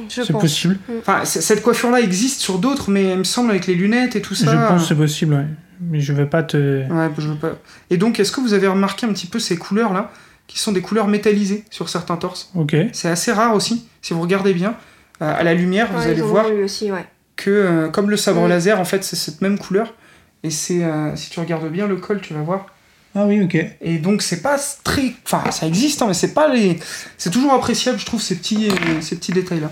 S3: Je
S2: C'est
S3: pense.
S2: possible.
S4: Enfin, c- cette coiffure-là existe sur d'autres, mais elle me semble avec les lunettes et tout ça.
S2: Je pense que c'est possible, ouais. Mais je vais pas te.
S4: Ouais, je veux pas. Et donc, est-ce que vous avez remarqué un petit peu ces couleurs-là, qui sont des couleurs métallisées sur certains torses
S2: Ok.
S4: C'est assez rare aussi, si vous regardez bien. Euh, à la lumière,
S3: Ouais,
S4: vous
S3: ils
S4: allez
S3: ont
S4: voir
S3: voulu aussi, ouais.
S4: que, euh, comme le sabre
S3: Mm.
S4: laser, en fait, c'est cette même couleur. Et c'est, euh, si tu regardes bien le col, tu vas voir.
S2: Ah oui, ok.
S4: Et donc c'est pas très, enfin ça existe, hein, mais c'est pas les, c'est toujours appréciable, je trouve ces petits, euh, ces petits détails là.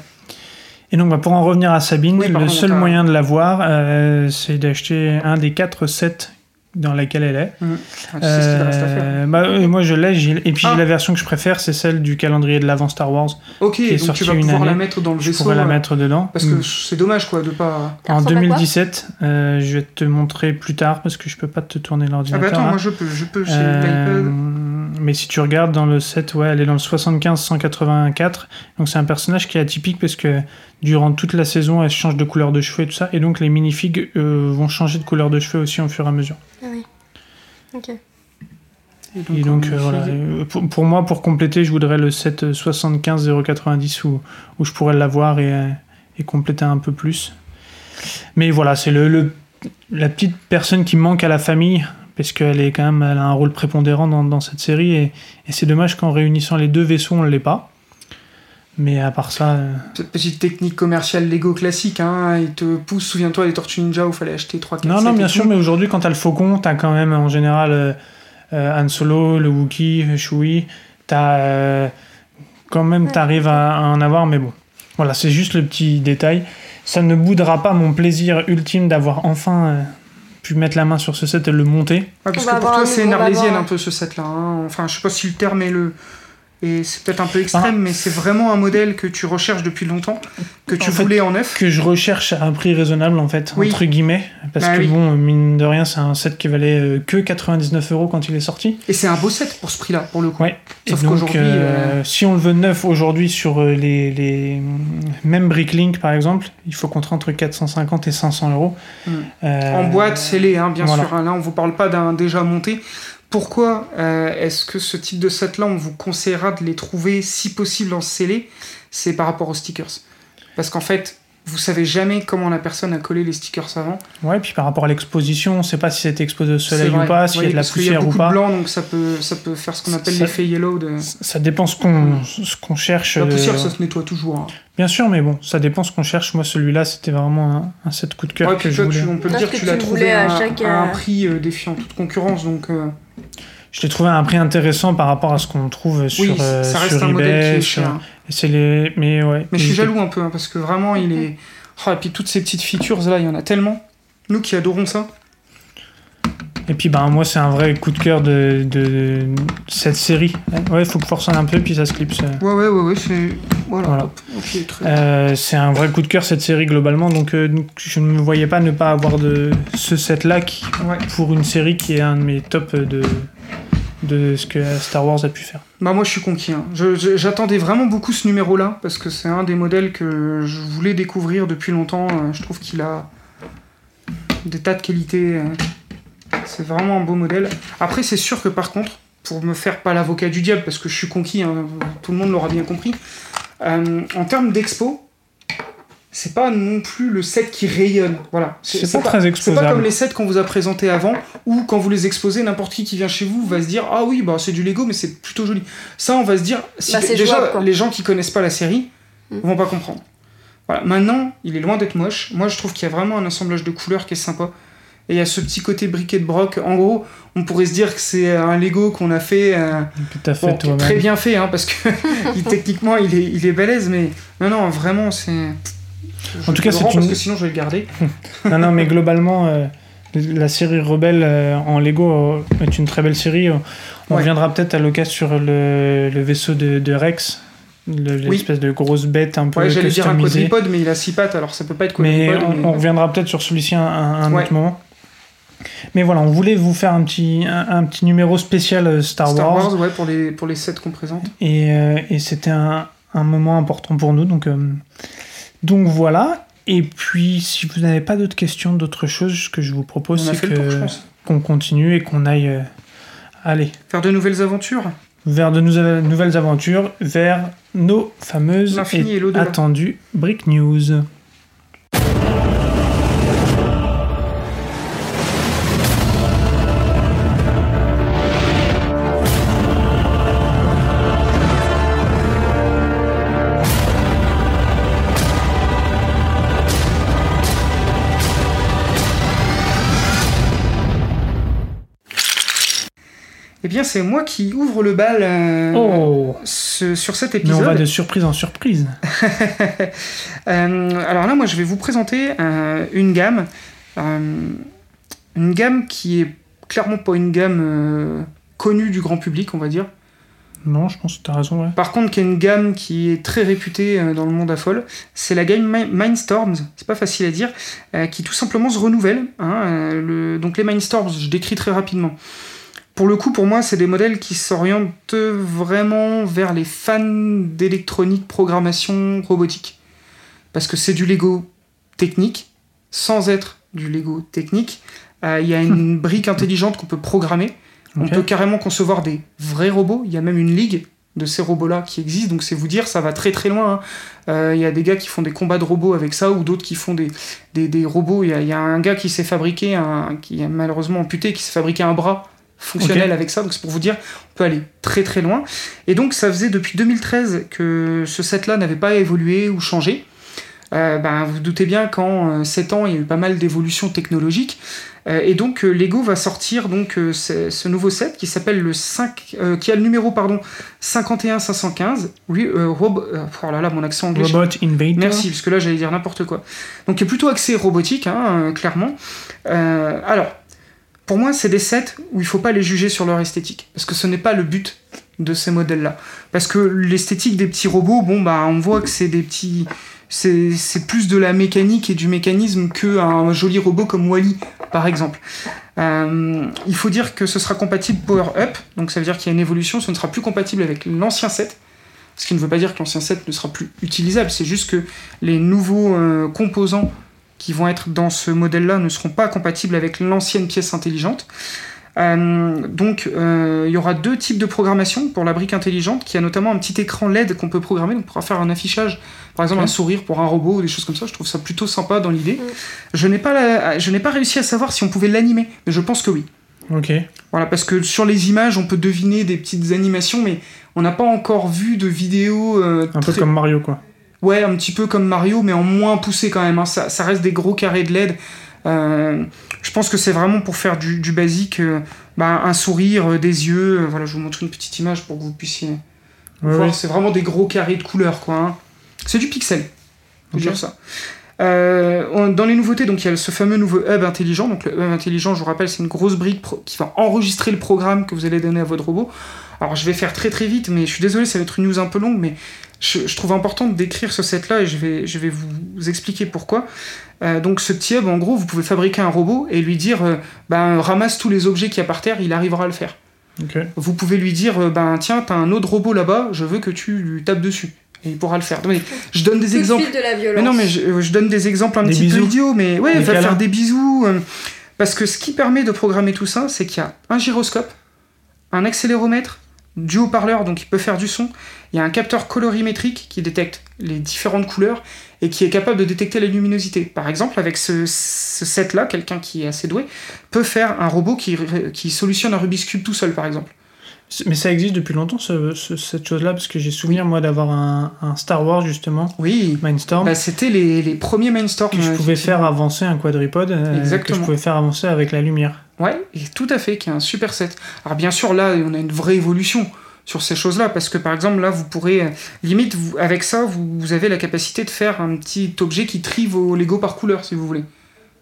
S2: Et donc, bah, pour en revenir à Sabine,
S4: Oui, pardon,
S2: le seul
S4: t'as-
S2: moyen de la voir, euh, c'est d'acheter un des quatre sets dans laquelle elle est.
S4: Enfin, tu sais ce qu'il reste à faire.
S2: Euh, bah, euh, moi, je l'ai, j'ai- et puis
S4: Ah.
S2: j'ai la version que je préfère, c'est celle du calendrier de l'avant Star Wars.
S4: Ok,
S2: est
S4: donc
S2: sorti
S4: tu vas
S2: une
S4: pouvoir la
S2: année,
S4: mettre dans le
S2: Je
S4: vaisseau.
S2: pourrais la
S4: euh,
S2: mettre dedans.
S4: Parce
S2: Mm.
S4: que c'est dommage quoi de pas.
S3: Elle
S2: en
S3: ressemble à quoi
S2: 2017, euh, je vais te montrer plus tard parce que je peux pas te tourner
S4: Ah bah
S2: l'ordinateur.
S4: attends,
S2: là.
S4: moi je peux, je peux, j'ai
S2: Euh,
S4: l'iPad.
S2: mais si tu regardes dans le set, ouais, elle est dans le 75-184. Donc c'est un personnage qui est atypique parce que durant toute la saison, elle change de couleur de cheveux et tout ça. Et donc les minifigs euh, vont changer de couleur de cheveux aussi au fur et à mesure.
S3: Ah oui. Ok.
S2: Et donc
S4: on
S2: euh, voilà,
S4: utilise-
S2: euh, pour, pour moi, pour compléter, je voudrais le set euh, 75-090 où, où je pourrais l'avoir et, euh, et compléter un peu plus. Mais voilà, c'est le, le- la petite personne qui manque à la famille parce qu'elle est quand même, elle a un rôle prépondérant dans, dans cette série et, et c'est dommage qu'en réunissant les deux vaisseaux, on ne l'ait pas. Mais à part ça, euh,
S4: Cette petite technique commerciale Lego classique, hein, il te pousse, souviens-toi les Tortues Ninja où fallait acheter 3 4
S2: non, non, bien sûr,
S4: Mais...
S2: mais aujourd'hui, quand t'as le faucon, t'as quand même en général euh, euh, Han Solo, le Wookiee, Chewie. T'as euh, quand même,
S3: Ouais.
S2: t'arrives à, à en avoir, mais bon. Voilà, c'est juste le petit détail. Ça ne boudera pas mon plaisir ultime d'avoir enfin euh, pu mettre la main sur ce set et le monter.
S4: Ah, parce
S3: On va
S4: que pour
S3: avoir
S4: toi
S3: un
S4: c'est une
S3: nouveau, on va
S4: arlésienne
S3: avoir-
S4: un peu ce set là. Enfin je sais pas si le terme est le et c'est peut-être un peu extrême, mais c'est vraiment un modèle que tu recherches depuis longtemps, que tu
S2: En fait,
S4: voulais en neuf.
S2: Que je recherche à un prix raisonnable, en fait,
S4: Oui.
S2: entre guillemets. Parce
S4: Bah
S2: que
S4: oui.
S2: bon, mine de rien, c'est un set qui valait euh, que 99 euros quand il est sorti.
S4: Et c'est un beau set pour ce prix-là, pour le coup.
S2: Ouais.
S4: Sauf
S2: et donc,
S4: qu'aujourd'hui,
S2: euh, si on le veut neuf aujourd'hui sur euh, les, les mm, même Bricklink par exemple, il faut compter entre 450 et 500 euros.
S4: Mm.
S2: Euh,
S4: En boîte, scellé, hein, bien
S2: voilà.
S4: sûr. hein. Là, on vous parle pas d'un déjà monté. Pourquoi euh, est-ce que ce type de set-là, on vous conseillera de les trouver si possible en scellé C'est par rapport aux stickers. Parce qu'en fait, vous savez jamais comment la personne a collé les stickers avant.
S2: Ouais, puis par rapport à l'exposition, on ne sait pas si c'était exposé au soleil
S4: C'est vrai.
S2: ou pas, s'il y a
S4: Oui,
S2: de la
S4: parce qu'il y a
S2: poussière ou
S4: beaucoup de
S2: pas.
S4: blanc, donc ça peut, ça peut faire ce qu'on appelle
S2: Ça-
S4: l'effet yellow. De...
S2: Ça dépend ce qu'on ce qu'on cherche.
S4: Hmm. La
S2: euh,
S4: poussière, ça se nettoie toujours. hein.
S2: Bien sûr, mais bon, ça dépend ce qu'on cherche. Moi, celui-là, c'était vraiment un, un set coup de cœur
S4: Ouais,
S2: que
S4: puis
S2: je
S4: toi,
S2: voulais.
S4: tu, on peut le
S3: Parce
S4: dire,
S3: que
S4: tu
S3: tu
S4: l'as
S3: le
S4: trouvé
S3: voulais
S4: à,
S3: à chaque,
S4: à un
S3: euh,
S4: prix euh, défiant toute concurrence. Donc, euh,
S2: Je l'ai trouvé à un prix intéressant par rapport à ce qu'on trouve sur,
S4: oui,
S2: euh,
S4: ça reste
S2: sur
S4: un
S2: eBay.
S4: modèle qui est
S2: sur-
S4: cher.
S2: c'est les... Mais ouais.
S4: Mais je suis
S2: j'étais-
S4: jaloux un peu, hein, parce que vraiment, il est. Oh, Ah, et puis toutes ces petites features là, il y en a tellement. Nous qui adorons ça.
S2: Et puis ben moi c'est un vrai coup de cœur de, de cette série. Ouais, faut que forcer un peu puis ça se clipse. euh,
S4: Ouais, ouais, ouais, ouais, c'est. Voilà.
S2: Voilà.
S4: Ok, très bien.
S2: Euh, c'est un vrai coup de cœur cette série globalement, donc euh, donc, je ne me voyais pas ne pas avoir de ce set là qui,
S4: Ouais.
S2: pour une série qui est un de mes tops de, de ce que Star Wars a pu faire.
S4: Bah moi je suis conquis. hein. Je- je- J'attendais vraiment beaucoup ce numéro-là parce que c'est un des modèles que je voulais découvrir depuis longtemps. Euh, Je trouve qu'il a des tas de qualités. euh. C'est vraiment un beau modèle. Après c'est sûr que par contre, pour me faire pas l'avocat du diable parce que je suis conquis, hein, tout le monde l'aura bien compris. euh, en termes d'expo, c'est pas non plus le set qui rayonne. Voilà.
S2: C'est pas très
S4: C'est pas comme
S2: exposable.
S4: les sets qu'on vous a présentés avant, ou quand vous les exposez, n'importe qui qui vient chez vous va se dire Ah oui, bah c'est du Lego, mais c'est plutôt joli. Ça, on va se dire si
S3: Bah, c'est
S4: déjà
S3: jouable, quoi.
S4: les gens qui connaissent pas la série
S3: Mm.
S4: vont pas comprendre. Voilà. Maintenant, il est loin d'être moche. Moi, je trouve qu'il y a vraiment un assemblage de couleurs qui est sympa. Et il y a ce petit côté briquet de broc. En gros, on pourrait se dire que c'est un Lego qu'on a fait. euh,
S2: Tout à fait
S4: Bon, qui est très
S2: toi-même.
S4: bien fait, hein, parce que il- techniquement il est, il est balèze, mais non, non, vraiment, c'est. Je
S2: En tout cas,
S4: le
S2: c'est
S4: rends Parce
S2: une-
S4: que sinon, je vais le garder.
S2: Non, non, mais globalement, euh, la série Rebelle euh, en Lego euh, est une très belle série. On
S4: Ouais.
S2: reviendra peut-être à l'occasion sur le, le vaisseau de, de Rex, le-
S4: Oui.
S2: l'espèce de grosse bête un peu
S4: Ouais, j'allais dire un
S2: customisée.
S4: quadripode, mais il a six pattes, alors ça peut pas être
S2: mais
S4: quadripode.
S2: on,
S4: mais-
S2: on reviendra peut-être sur celui-ci à un, à un
S4: Ouais.
S2: autre moment. Mais voilà, on voulait vous faire un petit, un, un petit numéro spécial euh, Star,
S4: Star
S2: Wars,
S4: Wars, ouais, pour les, pour les sets qu'on présente.
S2: et, euh, et c'était un, un moment important pour nous. Donc, euh, donc voilà. Et puis, si vous n'avez pas d'autres questions, d'autres choses, ce que je vous propose,
S4: On a
S2: c'est
S4: fait le tour, je
S2: que
S4: pense.
S2: qu'on continue et qu'on aille, euh, allez,
S4: Faire de nouvelles aventures.
S2: vers de nou- nouvelles aventures, vers nos fameuses
S4: L'infini et l'au-delà. Euh,
S2: attendues Brick News.
S4: Eh bien, c'est moi qui ouvre le bal euh,
S2: Oh,
S4: ce- sur cet
S2: mais on
S4: épisode.
S2: va de surprise en surprise.
S4: Euh, alors là, moi, je vais vous présenter euh, une gamme. euh, une gamme qui est clairement pas une gamme euh, connue du grand public, on va dire.
S2: Non, je pense que t'as raison, ouais.
S4: Par contre, qui est une gamme qui est très réputée euh, dans le monde à folle, c'est la gamme Mi- Mindstorms, c'est pas facile à dire, euh, qui tout simplement se renouvelle. hein, euh, le- Donc les Mindstorms, je décris très rapidement. Pour le coup, pour moi, c'est des modèles qui s'orientent vraiment vers les fans d'électronique, programmation, robotique. Parce que c'est du Lego technique, sans être du Lego technique. Euh, Il y a une brique intelligente qu'on peut programmer. On
S2: Ok.
S4: peut carrément concevoir des vrais robots. Il y a même une ligue de ces robots-là qui existe. Donc c'est vous dire, ça va très très loin. hein. Euh, Il y a des gars qui font des combats de robots avec ça ou d'autres qui font des, des, des robots. Il y, a- il y a un gars qui s'est fabriqué, un, qui est malheureusement amputé, qui s'est fabriqué un bras fonctionnel
S2: Ok.
S4: avec ça. Donc c'est pour vous dire, on peut aller très très loin. Et donc ça faisait depuis 2013 que ce set-là n'avait pas évolué ou changé. Euh, ben, vous vous doutez bien qu'en 7 ans, il y a eu pas mal d'évolutions technologiques. Euh, et donc euh, Lego va sortir donc euh, ce, ce nouveau set qui s'appelle le 5 euh, qui a le numéro pardon 51 515 oui euh, Rob- euh, oh là là mon accent anglais
S2: Robot Invader.
S4: Merci, parce que là j'allais dire n'importe quoi. Donc il est plutôt axé robotique, hein, euh, clairement. Euh, alors, pour moi, c'est des sets où il faut pas les juger sur leur esthétique, parce que ce n'est pas le but de ces modèles-là. Parce que l'esthétique des petits robots, bon bah on voit que c'est des petits, c'est c'est plus de la mécanique et du mécanisme que un joli robot comme Wally, par exemple. Euh, il faut dire que ce sera compatible Power Up, donc ça veut dire qu'il y a une évolution, ce ne sera plus compatible avec l'ancien set. Ce qui ne veut pas dire que l'ancien set ne sera plus utilisable, c'est juste que les nouveaux euh, composants qui vont être dans ce modèle-là ne seront pas compatibles avec l'ancienne pièce intelligente. Euh, donc euh, il y aura deux types de programmation pour la brique intelligente qui a notamment un petit écran LED qu'on peut programmer, donc on pourra faire un affichage, par exemple
S2: Ok.
S4: un sourire pour un robot ou des choses comme ça, je trouve ça plutôt sympa dans l'idée.
S3: Mm.
S4: Je n'ai pas, la- je n'ai pas réussi à savoir si on pouvait l'animer, mais je pense que oui.
S2: Ok.
S4: Voilà, parce que sur les images, on peut deviner des petites animations, mais on n'a pas encore vu de vidéo. euh,
S2: Un peu
S4: très-
S2: comme Mario, quoi.
S4: Ouais, un petit peu comme Mario, mais en moins poussé quand même. hein. Ça, ça reste des gros carrés de LED. Euh, je pense que c'est vraiment pour faire du, du basique, euh, bah, un sourire, euh, des yeux. euh, voilà, je vous montre une petite image pour que vous puissiez
S2: Ouais,
S4: voir.
S2: ouais.
S4: C'est vraiment des gros carrés de couleurs, quoi. hein. C'est du pixel, on peut
S2: Ok.
S4: dire ça. Euh, on- dans les nouveautés, donc il y a ce fameux nouveau hub intelligent. Donc le hub intelligent, je vous rappelle, c'est une grosse brique pro- qui va enregistrer le programme que vous allez donner à votre robot. Alors je vais faire très très vite, mais je suis désolé, ça va être une news un peu longue, mais je, je trouve important de décrire ce set-là et je vais, je vais vous expliquer pourquoi. Euh, donc ce petit hub, en gros, vous pouvez fabriquer un robot et lui dire, euh, ben, ramasse tous les objets qu'il y a par terre, il arrivera à le faire
S2: Ok.
S4: vous pouvez lui dire euh, ben tiens t'as un autre robot là-bas je veux que tu lui tapes dessus et il pourra le faire. Non, mais je donne des
S3: Tout de
S4: exemples.
S3: suite de la violence.
S4: Mais non mais je, je donne des exemples un
S2: Des
S4: petit peu
S2: bisous.
S4: idiots mais ouais
S2: Des
S4: va
S2: câlins.
S4: faire des bisous euh, parce que ce qui permet de programmer tout ça c'est qu'il y a un gyroscope, un accéléromètre, du haut-parleur donc il peut faire du son, il y a un capteur colorimétrique qui détecte les différentes couleurs et qui est capable de détecter la luminosité. Par exemple avec ce, ce set là quelqu'un qui est assez doué peut faire un robot qui, qui solutionne un Rubik's cube tout seul par exemple.
S2: C'est- Mais ça existe depuis longtemps, ce- ce- cette chose-là, parce que j'ai souvenir, moi, d'avoir un, un Star Wars, justement,
S4: Oui,
S2: Mindstorm,
S4: bah, c'était les, les premiers mainstorms.
S2: que je
S4: euh,
S2: pouvais
S4: qui-
S2: faire avancer un quadripode, euh, que
S4: Exactement.
S2: je pouvais faire avancer avec la lumière.
S4: Ouais, et tout à fait, qui est un super set. Alors bien sûr, là, on a une vraie évolution sur ces choses-là, parce que par exemple, là, vous pourrez, euh, limite, vous- avec ça, vous, vous avez la capacité de faire un petit objet qui trie vos Lego par couleur, si vous voulez.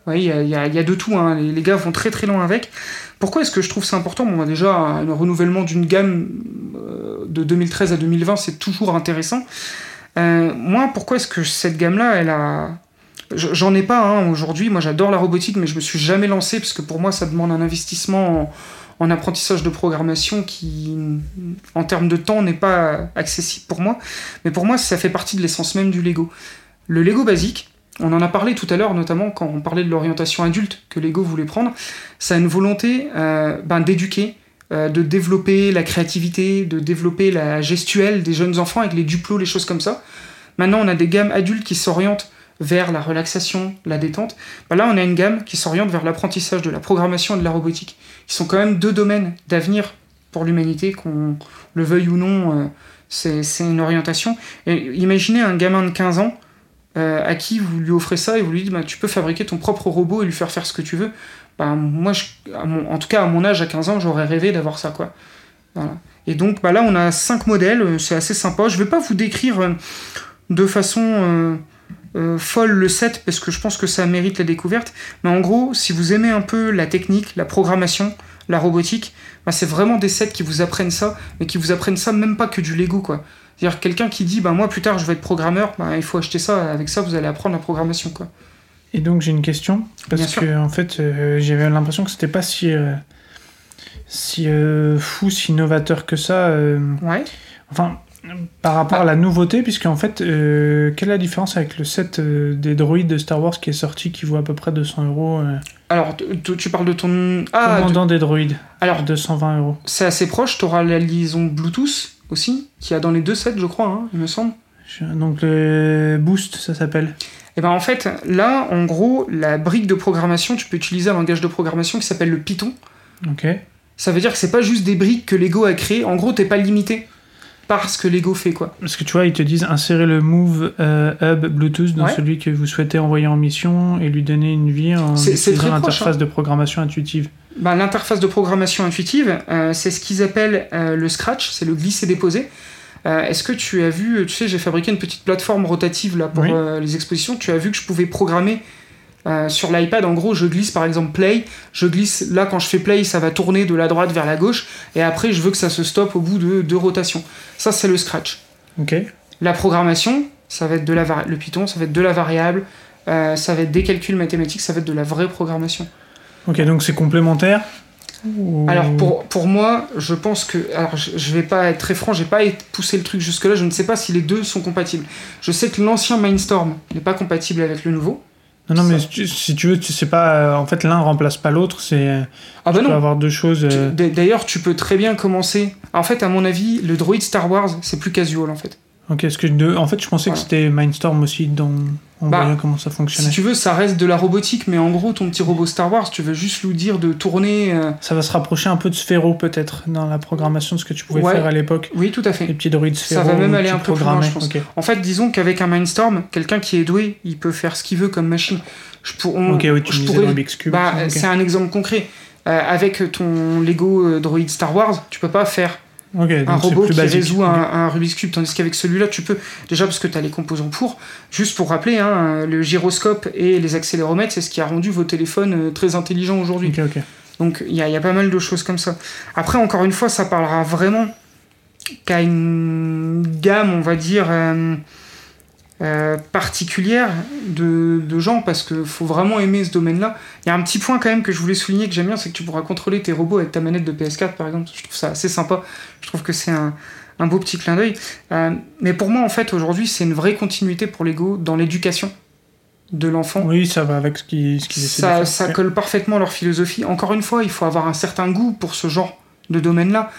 S4: Vous voyez, il y a, il y a- il y a de tout, hein. les, les gars vont très très loin avec. Pourquoi est-ce que je trouve ça important Bon, bah, Déjà, un renouvellement d'une gamme euh, de 2013 à 2020, c'est toujours intéressant. Euh, moi, pourquoi est-ce que cette gamme-là, elle a, Je- J'en ai pas hein, aujourd'hui. Moi, j'adore la robotique, mais je me suis jamais lancé parce que pour moi, ça demande un investissement en, en apprentissage de programmation qui, en termes de temps, n'est pas accessible pour moi. Mais pour moi, ça fait partie de l'essence même du Lego. Le Lego basique, on en a parlé tout à l'heure, notamment quand on parlait de l'orientation adulte que Lego voulait prendre. Ça a une volonté euh, ben, d'éduquer, euh, de développer la créativité, de développer la gestuelle des jeunes enfants avec les duplos, les choses comme ça. Maintenant, on a des gammes adultes qui s'orientent vers la relaxation, la détente, bah là on a une gamme qui s'oriente vers l'apprentissage de la programmation et de la robotique, qui sont quand même deux domaines d'avenir pour l'humanité, qu'on le veuille ou non, euh, c'est c'est une orientation. Et imaginez un gamin de 15 ans euh, à qui vous lui offrez ça et vous lui dites bah, tu peux fabriquer ton propre robot et lui faire faire ce que tu veux. Bah, moi, je- à mon- en tout cas à mon âge, à 15 ans, j'aurais rêvé d'avoir ça. quoi. Voilà. Et donc bah, là on a cinq modèles, euh, c'est assez sympa. Je vais pas vous décrire euh, de façon... euh, euh, folle le set parce que je pense que ça mérite la découverte. Mais en gros, si vous aimez un peu la technique, la programmation, la robotique, ben, c'est vraiment des sets qui vous apprennent ça, mais qui vous apprennent ça même pas que du Lego quoi. C'est-à-dire quelqu'un qui dit ben moi plus tard je vais être programmeur, ben, il faut acheter ça, avec ça vous allez apprendre la programmation quoi.
S2: Et donc, j'ai une question, parce
S4: Bien sûr.
S2: que, en fait, euh, j'avais l'impression que c'était pas si. euh, si euh, fou, si novateur que ça. euh,
S4: Ouais.
S2: Enfin, par rapport à la nouveauté, puisque en fait, euh, quelle est la différence avec le set euh, des droïdes de Star Wars qui est sorti, qui vaut à peu près 200 euros euh,
S4: Alors t- t- tu parles de ton ah de-
S2: Commandant des droïdes,
S4: alors
S2: 220 euros.
S4: c'est assez proche, t'auras la liaison Bluetooth aussi qui a dans les deux sets je crois, hein, il me semble.
S2: Je- Donc le Boost, ça s'appelle.
S4: Et ben en fait, là, en gros, la brique de programmation, tu peux utiliser un langage de programmation qui s'appelle le Python.
S2: Ok.
S4: Ça veut dire que c'est pas juste des briques que Lego a créées. En gros, t'es pas limité par ce que Lego fait, quoi.
S2: Parce que tu vois, ils te disent insérer le Move euh, Hub Bluetooth dans
S4: Ouais.
S2: celui que vous souhaitez envoyer en mission et lui donner une vie en
S4: C'est- c'est
S2: utilisant
S4: très proche, hein.
S2: l'interface de programmation intuitive.
S4: Ben, L'interface de programmation intuitive, euh, c'est ce qu'ils appellent euh, le Scratch, c'est le glisser-déposer. Euh, Est-ce que tu as vu, tu sais, j'ai fabriqué une petite plateforme rotative là pour
S2: Oui.
S4: euh, les expositions. Tu as vu que je pouvais programmer euh, sur l'iPad. En gros, je glisse par exemple play. Je glisse là quand je fais play, ça va tourner de la droite vers la gauche. Et après, je veux que ça se stoppe au bout de deux rotations. Ça, c'est le Scratch.
S2: Ok.
S4: La programmation, ça va être de la vari- le Python, ça va être de la variable, euh, ça va être des calculs mathématiques, ça va être de la vraie programmation.
S2: Ok, donc c'est complémentaire. Ou-
S4: Alors pour, pour moi, je pense que alors je, je vais pas être très franc, j'ai pas été- poussé le truc jusque là, je ne sais pas si les deux sont compatibles. Je sais que l'ancien Mindstorm n'est pas compatible avec le nouveau.
S2: Non, non, mais
S4: ça-
S2: si tu, si tu veux, tu sais pas. euh, en fait, l'un remplace pas l'autre. C'est. euh,
S4: Ah bah
S2: tu peux
S4: non.
S2: avoir deux choses.
S4: Tu-
S2: euh,
S4: d- D'ailleurs, tu peux très bien commencer. En fait, à mon avis, le droïde Star Wars, c'est plus casual en fait.
S2: Ok, parce que de- en fait, je pensais que
S4: Voilà.
S2: c'était Mindstorm aussi, dont on
S4: Bah,
S2: voyait comment ça
S4: Si
S2: fonctionnait.
S4: tu veux, ça reste de la robotique, mais en gros, ton petit robot Star Wars, tu veux juste lui dire de tourner. euh,
S2: Ça va se rapprocher un peu de Sphero, peut-être, dans la programmation de ce que tu pouvais
S4: Ouais.
S2: faire à l'époque.
S4: Oui, tout à fait.
S2: Les petits droïdes Sphero.
S4: Mm. va même
S2: où
S4: aller
S2: tu
S4: un peu plus loin,
S2: programmais.
S4: je pense.
S2: Ok.
S4: En fait, disons qu'avec un Mindstorm, quelqu'un qui est doué, il peut faire ce qu'il veut comme machine. Je, pour- on-
S2: Ok, oui, tu
S4: Mm. je
S2: me disais
S4: pourrais-
S2: Rubik's Cube.
S4: Bah,
S2: ça, ok.
S4: C'est un exemple concret. Euh, avec ton Lego euh, droïde Star Wars, tu peux pas faire
S2: Ok, donc
S4: un
S2: c'est
S4: robot
S2: plus
S4: qui
S2: basique.
S4: résout un, un Rubik's Cube, tandis qu'avec celui-là, tu peux, déjà parce que tu as les composants pour, juste pour rappeler, hein, le gyroscope et les accéléromètres, c'est ce qui a rendu vos téléphones euh, très intelligents aujourd'hui.
S2: Ok, ok.
S4: Donc il y a, il y a pas mal de choses comme ça. Après, encore une fois, ça parlera vraiment qu'à une gamme, on va dire, euh, euh, particulière de, de gens, parce qu'il faut vraiment aimer ce domaine-là. Il y a un petit point quand même que je voulais souligner que j'aime bien, c'est que tu pourras contrôler tes robots avec ta manette de PS4, par exemple. Je trouve ça assez sympa. Je trouve que c'est un, un beau petit clin d'œil. Euh, mais pour moi, en fait, aujourd'hui, c'est une vraie continuité pour l'ego dans l'éducation de l'enfant
S2: Oui, ça va avec ce qu'ils ce qu'ils essaient de
S4: ça,
S2: faire.
S4: ça
S2: Ok.
S4: colle parfaitement à leur philosophie. Encore une fois, il faut avoir un certain goût pour ce genre de domaine-là.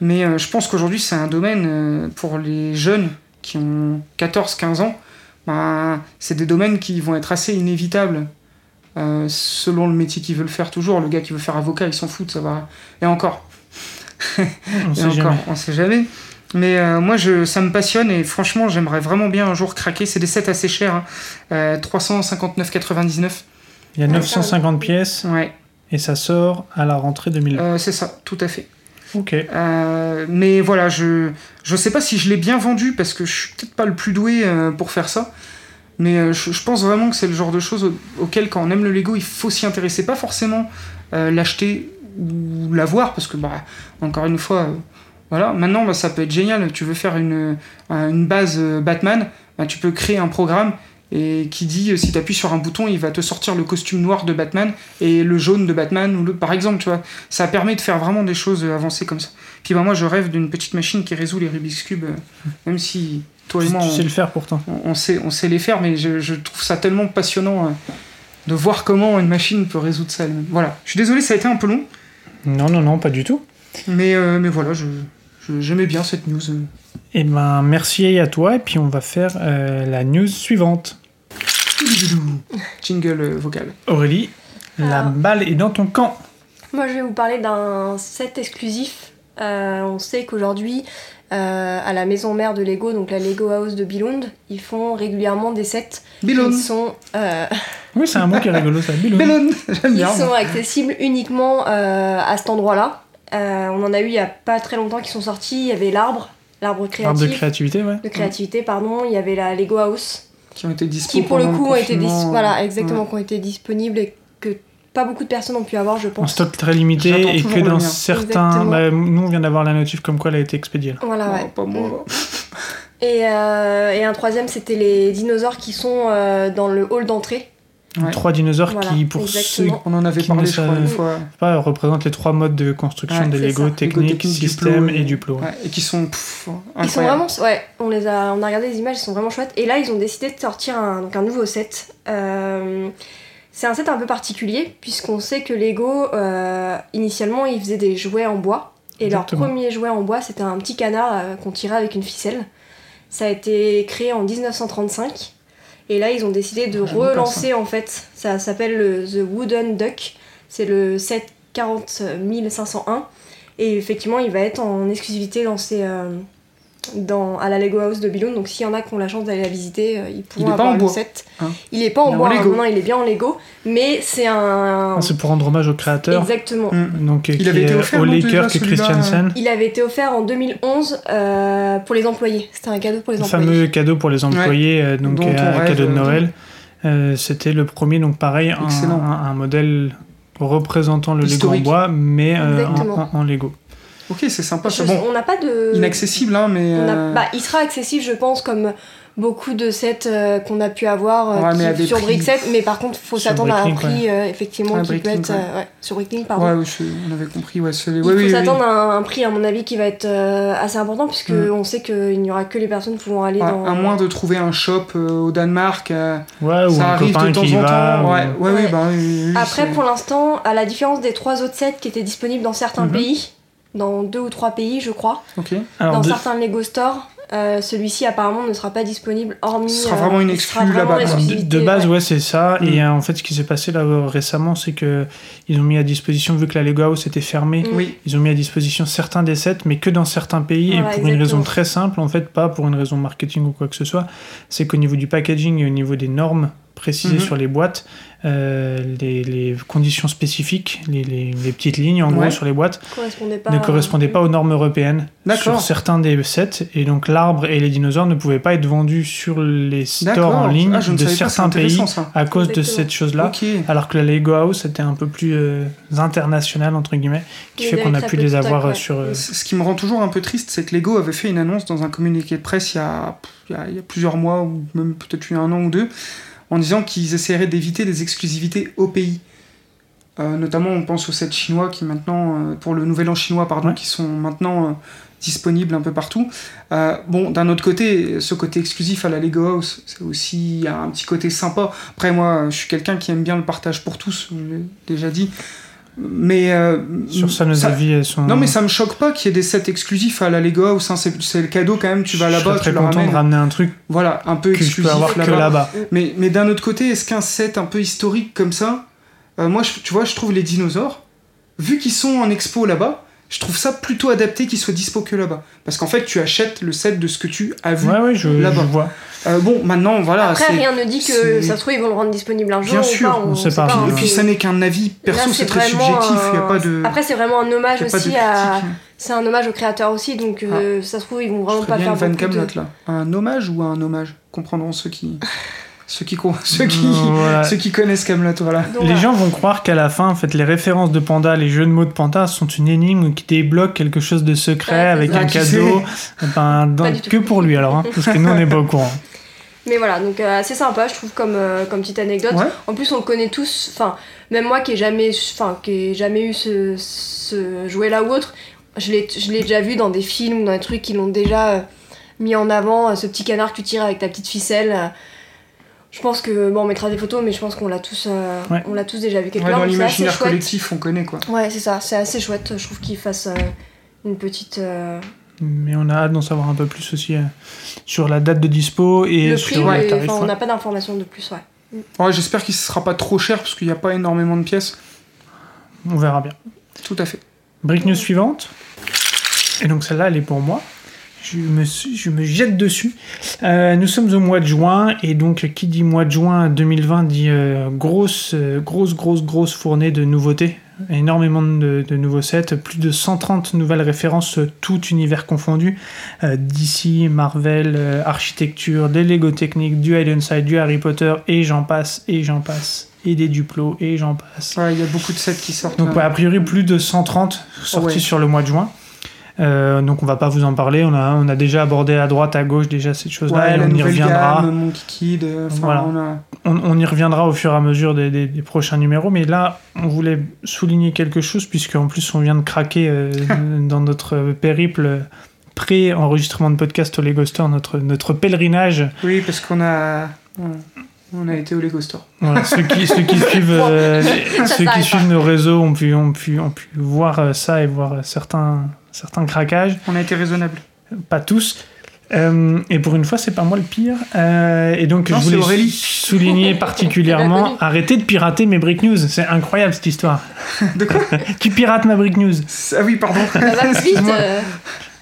S4: Mais euh, je pense qu'aujourd'hui, c'est un domaine euh, pour les jeunes qui ont 14-15 ans. bah, c'est des domaines qui vont être assez inévitables euh, selon le métier qu'ils veulent faire toujours. Le gars qui veut faire avocat, il s'en fout, ça va. Et encore,
S2: On
S4: et
S2: sait
S4: encore,
S2: jamais.
S4: on sait jamais. Mais euh, moi, je, ça me passionne et franchement, j'aimerais vraiment bien un jour craquer. C'est des sets assez chers, hein. euh, 359,99.
S2: Il y a 950 pièces
S4: Ouais,
S2: et ça sort à la rentrée 2000.
S4: euh, c'est ça, tout à fait.
S2: Ok.
S4: Euh, mais voilà, je je sais pas si je l'ai bien vendu parce que je suis peut-être pas le plus doué euh, pour faire ça. Mais euh, je, je pense vraiment que c'est le genre de choses au- auquel quand on aime le Lego, il faut s'y intéresser, pas forcément euh, l'acheter ou l'avoir parce que bah encore une fois, euh, voilà. Maintenant, bah, ça peut être génial. Tu veux faire une euh, une base euh, Batman, bah, tu peux créer un programme. Et qui dit, euh, si tu appuies sur un bouton, il va te sortir le costume noir de Batman et le jaune de Batman, ou le, par exemple, tu vois. Ça permet de faire vraiment des choses euh, avancées comme ça. Puis bah moi je rêve d'une petite machine qui résout les Rubik's Cube, euh, même si toi et
S2: Tu
S4: moi
S2: tu sais
S4: on,
S2: le faire pourtant.
S4: on sait, on sait les faire, mais je, je trouve ça tellement passionnant euh, de voir comment une machine peut résoudre ça elle-même. Voilà, je suis désolé, ça a été un peu long,
S2: Non, non, non, pas du tout.
S4: mais, euh, mais voilà, je, je- j'aimais bien cette news. euh.
S2: Eh ben, merci à toi et puis on va faire euh, la news suivante.
S4: Touloudoudou. Jingle euh, vocal.
S2: Aurélie, la
S3: Ah.
S2: balle est dans ton camp.
S3: Moi, je vais vous parler d'un set exclusif. Euh, on sait qu'aujourd'hui, euh, à la maison mère de Lego, donc la Lego House de Billund, ils font régulièrement des sets
S4: Bélone
S3: qui sont, euh,
S2: Oui, c'est un mot qui est rigolo, ça. Bilou.
S4: Bélone J'aime
S3: qui
S4: bien.
S3: sont accessibles uniquement euh, à cet endroit-là. Euh, on en a eu il y a pas très longtemps qui sont sortis. Il y avait l'arbre, l'arbre
S2: Parle de
S3: créatif,
S2: créativité, ouais.
S3: de créativité, pardon. Il y avait la Lego House.
S4: Qui ont été dispo
S3: qui pour le
S4: pendant
S3: coup ont été dis-
S4: confinement, euh,
S3: voilà exactement qui ont été disponibles et que pas beaucoup de personnes ont pu avoir je
S2: Un
S3: pense
S2: stock très limité
S4: J'attends
S2: et
S4: toujours
S2: que
S4: le
S2: dans
S4: mien.
S2: certains.
S3: Exactement.
S2: bah, nous, on vient d'avoir la notif comme quoi elle a été expédiée. là.
S3: voilà
S4: ouais.
S3: Ah, ouais. Mm.
S4: Oh, pas moi.
S3: et, euh, et un troisième c'était les dinosaures qui sont euh, dans le hall d'entrée
S4: Ouais.
S2: Trois dinosaures
S3: Voilà,
S2: qui, pour
S3: exactement.
S4: On en avait
S2: Qui
S4: parlé,
S2: nous
S4: je
S2: a-
S4: crois, une fois.
S2: ceux qui pas, représentent les trois modes de construction
S4: Ouais,
S2: des
S3: c'est
S2: Lego
S3: ça.
S2: technique,
S4: Lego technique,
S2: système
S4: Duplo,
S2: et duplo. ouais.
S4: Ouais, et qui sont pff,
S3: ils sont
S4: incroyables.
S3: vraiment ouais on les a on a regardé les images ils sont vraiment chouettes et là ils ont décidé de sortir un, donc un nouveau set Euh, c'est un set un peu particulier puisqu'on sait que Lego euh, initialement ils faisaient des jouets en bois et
S2: Exactement.
S3: leur premier jouet en bois c'était un petit canard euh, qu'on tirait avec une ficelle ça a été créé en 1935 et là ils ont décidé
S4: J'aime
S3: de
S4: pas
S3: relancer en fait ça s'appelle le The Wooden Duck c'est le set 40501 et effectivement il va être en exclusivité lancé euh, dans, à la Lego House de Billund donc s'il y en a qui ont la chance d'aller la visiter euh, ils pourront
S4: est pas
S3: avoir
S4: en
S3: le
S4: bois,
S3: set
S4: hein.
S3: il est pas
S4: Il est
S3: en
S4: en
S3: bois hein,
S4: Lego.
S3: non il est bien en Lego mais c'est un
S2: Ah, C'est pour rendre hommage au créateur,
S3: exactement
S4: Mm.
S2: donc, euh,
S4: Il
S2: qui
S4: avait été
S2: est
S4: offert,
S2: au
S4: non,
S2: Laker
S4: déjà,
S2: que
S4: celui-là, euh,
S2: Christiansen.
S3: il avait été offert en 2011 euh, pour les employés c'était un cadeau pour les
S2: Le
S3: employés
S2: fameux cadeau pour les employés, euh, donc
S4: Dont
S2: euh,
S4: on rêve,
S2: cadeau de
S4: euh,
S2: Noël. Euh, C'était le premier, donc pareil, un,
S4: Excellent.
S2: un- un modèle représentant le Lego en
S4: Historique.
S2: bois, mais euh, en,
S3: Exactement.
S2: en- en Lego.
S4: Ok, c'est sympa.
S3: Je-
S4: Ah, C'est bon,
S3: on n'a pas de
S4: inaccessible, hein, mais.
S3: On a-
S4: euh,
S3: bah, il sera accessible, je pense, comme beaucoup de sets euh, qu'on a pu avoir euh,
S4: Ouais,
S3: qui-
S4: mais à des
S3: sur
S4: prix-
S3: Brickset, mais par contre, faut
S2: Sur
S3: s'attendre à un
S2: Bricklink,
S3: prix euh, effectivement
S4: Ouais,
S3: qui peut
S4: Bricklink,
S3: être euh, ouais, sur Bricklink, pardon.
S4: Ouais, ouais, je- on avait compris. Ouais, c'est-
S3: Il
S4: ouais,
S3: faut
S4: oui, oui,
S3: s'attendre à un- un prix, à mon avis, qui va être euh, assez important, puisque
S4: Mm.
S3: on sait qu'il n'y aura que les personnes pouvant aller
S4: oui. Ouais,
S3: dans.
S4: Ah, À moins de trouver un shop euh, au Danemark, euh,
S2: Ouais, Ah, ou
S4: ça
S2: un
S4: arrive
S2: copain
S4: de temps
S2: qui y
S4: en
S2: va.
S4: temps.
S2: ou-
S4: Ouais, ouais, oui,
S3: Ouais.
S4: bah, oui, oui, oui,
S3: Après,
S4: c'est-
S3: pour l'instant, à la différence des trois autres sets qui étaient disponibles dans certains
S2: Mhm.
S3: pays, dans deux ou trois pays, je crois,
S4: Ok.
S2: Alors,
S3: dans
S2: de-
S3: certains Lego stores. euh, Celui-ci apparemment ne sera pas disponible hormis. euh,
S4: Ce sera vraiment une
S3: il sera
S4: exclu
S3: vraiment
S4: là-bas, quoi.
S2: Ah, De,
S3: exclusivité,
S2: de base,
S3: ouais.
S2: ouais, c'est ça.
S4: Mm.
S2: Et euh, en fait, ce qui s'est passé là euh, récemment, c'est que ils ont mis à disposition, vu que la Lego House était fermée,
S3: Mm.
S4: Oui,
S2: ils ont mis à disposition certains des sets, mais que dans certains pays, et
S3: Voilà,
S2: pour une raison
S3: exactement.
S2: très simple, en fait, pas pour une raison marketing ou quoi que ce soit, c'est qu'au niveau du packaging et au niveau des normes préciser
S3: Mm-hmm.
S4: Mhm.
S2: sur les boîtes euh, les, les conditions spécifiques, les, les- les petites lignes en gros
S4: Ouais.
S2: sur les boîtes
S3: correspondait pas. euh,
S2: ne
S3: à-
S2: correspondaient pas aux normes européennes sur
S4: D'accord.
S2: certains des sets et donc l'arbre et les dinosaures ne pouvaient pas être vendus sur les stores en ligne
S4: Ah, je ne
S2: de
S4: savais pas, c'est
S2: certains pays
S4: intéressant, ça.
S2: à cause de
S3: Exactement.
S2: cette chose-là.
S4: Ok.
S2: Alors que la Lego House était un peu plus euh, internationale, entre guillemets, qui
S3: Il y
S2: fait
S3: avait
S2: qu'on a
S3: très
S2: pu
S3: peu de
S2: les
S3: stock,
S2: avoir euh,
S3: ouais.
S2: sur. euh,
S4: Ce qui me rend toujours un peu triste, c'est que Lego avait fait une annonce dans un communiqué de presse il y a, pff, il y a- il y a plusieurs mois, ou même peut-être eu un an ou deux, en disant qu'ils essaieraient d'éviter des exclusivités au pays. Euh, notamment, on pense aux sets chinois qui maintenant, euh, pour le nouvel an chinois, pardon,
S2: Ouais.
S4: qui sont maintenant euh, disponibles un peu partout. Euh, bon, d'un autre côté, ce côté exclusif à la Lego House, c'est aussi un petit côté sympa. Après, moi, je suis quelqu'un qui aime bien le partage pour tous, je l'ai déjà dit. Mais euh,
S2: Sur ça, nos avis euh, sont.
S4: non, mais ça me choque pas qu'il y ait des sets exclusifs à la Lego House. hein, C'est c'est le cadeau quand même, tu vas
S2: Je serais
S4: là-bas,
S2: très
S4: tu le
S2: content
S4: ramènes.
S2: de ramener un truc
S4: Voilà, un peu
S2: que je
S4: exclusif
S2: peux avoir que
S4: là-bas.
S2: là-bas.
S4: Mais, mais d'un autre côté, est-ce qu'un set un peu historique comme ça, euh, moi, je- tu vois, je trouve les dinosaures, vu qu'ils sont en expo là-bas, je trouve ça plutôt adapté qu'ils soient dispo que là-bas. Parce qu'en fait, tu achètes le set de ce que tu as vu.
S2: Ouais, ouais, je, je
S4: Là-bas.
S2: vois.
S4: Euh, bon, maintenant, voilà.
S3: Après,
S4: c'est-
S3: rien ne dit
S4: c'est-
S3: que ça se trouve, ils vont le rendre disponible un jour.
S4: Bien
S3: ou
S4: sûr,
S3: pas,
S2: on sait pas.
S3: hein.
S4: Et puis, ça n'est qu'un avis perso,
S3: Là,
S4: c'est très
S3: vraiment
S4: subjectif. Il n'y a
S3: un-
S4: pas de.
S3: Après, c'est vraiment un hommage
S4: y a pas de
S3: aussi à.
S4: critique.
S3: C'est un hommage aux créateurs aussi, donc euh, ça se trouve, ils vont
S4: Ah. Je ferais
S3: vraiment pas
S4: bien
S3: faire
S4: une Van
S3: beaucoup de...
S4: Camelot, là. Un hommage ou un hommage Comprendront ceux qui. ceux qui. con- ceux qui,
S2: Voilà.
S4: ceux qui connaissent Camelot, voilà.
S3: Donc, euh,
S2: Les
S3: voilà.
S2: gens vont croire qu'à la fin, en fait, les références de Panda, les jeux de mots de Panda sont une énigme qui débloque quelque chose de secret
S3: Ouais,
S2: avec
S3: c'est ça.
S2: un
S4: Ah, tu
S2: cadeau. Ben, dans-
S3: Pas du tout.
S2: que pour lui, alors, hein, parce que nous, on n'est pas au courant.
S3: Mais voilà, donc euh, assez sympa, je trouve, comme, euh, comme petite anecdote.
S4: Ouais.
S3: En plus, on le connaît tous, enfin, même moi qui ai jamais, enfin, qui ai jamais eu ce, ce jouet-là ou autre, je l'ai je l'ai déjà vu dans des films, dans des trucs qui l'ont déjà euh, mis en avant, euh, ce petit canard que tu tires avec ta petite ficelle. euh. je pense que, bon, on mettra des photos, mais je pense qu'on l'a tous, euh,
S2: Ouais.
S3: on l'a tous déjà vu quelque
S4: Ouais,
S3: part.
S4: dans
S3: donc c'est assez
S4: l'imaginaire
S3: chouette.
S4: collectif, on connaît quoi.
S3: Ouais, c'est ça, c'est assez chouette, je trouve qu'ils fassent euh, une petite. euh,
S2: Mais on a hâte d'en savoir un peu plus aussi euh, sur la date de dispo et
S3: le prix,
S2: sur
S3: mais,
S2: les tarifs.
S3: enfin, on
S2: ouais.
S3: n'a pas d'informations de plus, ouais.
S4: Ouais, j'espère qu'il ne sera pas trop cher parce qu'il n'y a pas énormément de pièces.
S2: on verra bien.
S4: Tout à fait.
S2: Brique news suivante. Et donc celle-là, elle est pour moi. Je me, suis- je me jette dessus. Euh, nous sommes au mois de juin et donc qui dit mois de juin 2020 dit euh, grosse, euh, grosse, grosse, grosse fournée de nouveautés. Énormément de, de nouveaux sets, plus de 130 nouvelles références, euh, tout univers confondu. Euh, DC, Marvel, euh, architecture, des Lego techniques, du Hidden Side, du Harry Potter, et j'en passe, et j'en passe, et des Duplo, et j'en passe.
S4: Ouais, Il y a beaucoup de sets qui sortent.
S2: Donc
S4: hein.
S2: ouais, a priori plus de 130 sorties
S4: Ouais.
S2: sur le mois de juin. Euh, donc on va pas vous en parler, on a, on a déjà abordé à droite, à gauche déjà cette chose-là
S4: Ouais,
S2: et
S4: la
S2: on y
S4: nouvelle
S2: reviendra.
S4: gamme, Monkey Kid, euh, enfin,
S2: Voilà.
S4: on a-
S2: On, on y reviendra au fur et à mesure des, des- des prochains numéros, mais là on voulait souligner quelque chose puisque en plus on vient de craquer euh, dans notre périple pré-enregistrement de podcast au Lego Store, notre, notre pèlerinage
S4: Oui, parce qu'on a. on- On a été au Lego Store.
S2: Voilà, ceux qui, ceux qui suivent, euh, ceux qui
S3: s'arrête
S2: suivent nos réseaux ont pu, ont pu, ont pu voir euh, ça et voir euh, certains, certains craquages,
S4: On a été raisonnable.
S2: pas tous. Euh, et pour une fois, c'est pas moi le pire. Euh, et donc,
S4: Non,
S2: je
S4: c'est
S2: voulais
S4: Aurélie.
S2: souligner
S3: Elle a
S2: particulièrement
S3: connu.
S2: arrêtez de pirater mes break news. C'est incroyable cette histoire.
S4: De quoi
S2: Tu pirates ma break news.
S4: Ah oui, pardon.
S3: Ça va vite,
S4: Excuse-moi.
S3: euh,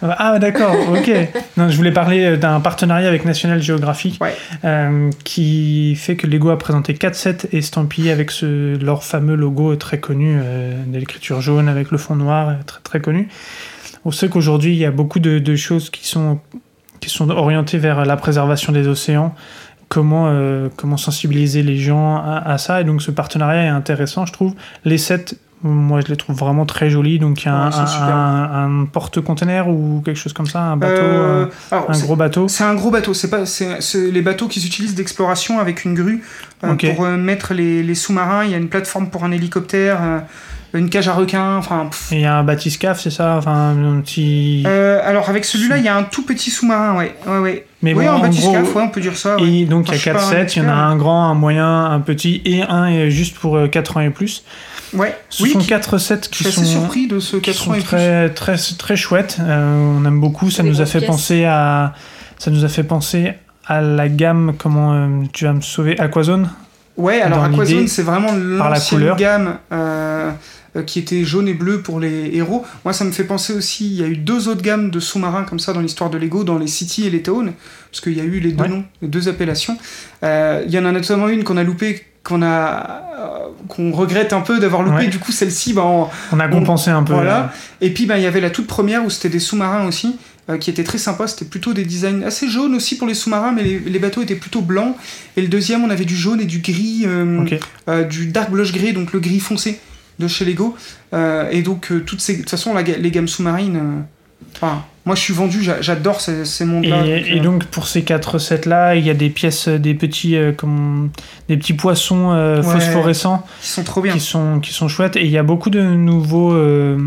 S2: Ah d'accord, ok. Non, je voulais parler euh, d'un partenariat avec National Geographic
S4: Ouais.
S2: euh, qui fait que Lego a présenté 4 sets estampillés avec ce, leur fameux logo très connu euh, de l'écriture jaune avec le fond noir, euh, très très connu. On sait qu'aujourd'hui il y a beaucoup de, de choses qui sont, qui sont orientées vers la préservation des océans. Comment, euh, comment sensibiliser les gens à, à ça. Et donc ce partenariat est intéressant, je trouve. Les sets, moi je les trouve vraiment très jolis. Donc il y a un,
S4: Ouais, c'est super.
S2: un- un porte-conteneur ou quelque chose comme ça, un bateau,
S4: Euh,
S2: un-
S4: alors,
S2: un
S4: c'est-
S2: gros bateau.
S4: C'est un gros bateau, c'est pas c'est c'est les bateaux qu'ils utilisent d'exploration avec une grue euh,
S2: Ok.
S4: pour euh, mettre les, les sous-marins, il y a une plateforme pour un hélicoptère, euh, une cage à requins, enfin pff.
S2: Et il y a un batiscaf, c'est ça Enfin, un petit.
S4: Euh, alors avec celui-là, il y a un tout petit sous-marin, ouais. Ouais ouais.
S2: Mais
S4: ouais,
S2: bon,
S4: un
S2: en
S4: bathyscaphe,
S2: gros-
S4: ouais, on peut dire ça. ouais.
S2: Et donc il
S4: Enfin,
S2: y a
S4: je suis
S2: 4
S4: pas un
S2: sets, il y en a
S4: expert,
S2: un grand, un moyen, un petit et un euh, juste pour euh, 4 ans et plus.
S4: Ouais.
S2: Ce
S4: Oui,
S2: sont
S4: qui-
S2: 4 sets qui
S4: je suis
S2: sont,
S4: assez surpris de ce
S2: qui
S4: 4
S2: sont
S4: ans et plus.
S2: très, très, très chouettes. Euh, on aime beaucoup. Ça
S3: Des
S2: nous a
S3: grosses
S2: fait
S3: pièces.
S2: penser à. Ça nous a fait penser à la gamme, comment euh, tu vas me sauver, Aquazone
S4: Ouais, alors
S2: Dans
S4: Aquazone,
S2: l'idée,
S4: c'est vraiment
S2: par la
S4: l'ancienne
S2: couleur.
S4: gamme euh, euh, qui était jaune et bleu pour les héros. Moi, ça me fait penser aussi, il y a eu deux autres gammes de sous-marins comme ça dans l'histoire de Lego, dans les City et les Town, parce qu'il y a eu les deux
S2: Ouais.
S4: noms, les deux appellations. Euh, Il y en a notamment une qu'on a loupée, qu'on a euh, qu'on regrette un peu d'avoir loupé
S2: Ouais.
S4: du coup celle-ci bah, en-
S2: On a
S4: Bon,
S2: compensé un peu. euh,
S4: voilà. et puis bah, il y avait la toute première où c'était des sous-marins aussi euh, qui étaient très sympas c'était plutôt des designs assez jaunes aussi pour les sous-marins mais les, les bateaux étaient plutôt blancs et le deuxième on avait du jaune et du gris
S2: euh,
S4: euh,
S2: Ok.
S4: euh, du dark blush gris, donc le gris foncé de chez Lego. Euh, et donc, euh, toutes ces. De toute façon, la ga- les gammes sous-marines. euh, enfin, moi, je suis vendu, j'a- j'adore ces, ces
S2: Et,
S4: mondes-là.
S2: et
S4: euh,
S2: donc pour ces quatre recettes là, il y a des pièces, euh, des petits, euh, comme- des petits poissons euh,
S4: Ouais. hein.
S2: phosphorescents
S4: ils sont trop bien.
S2: qui sont qui sont chouettes. Et il y a beaucoup de nouveaux, euh,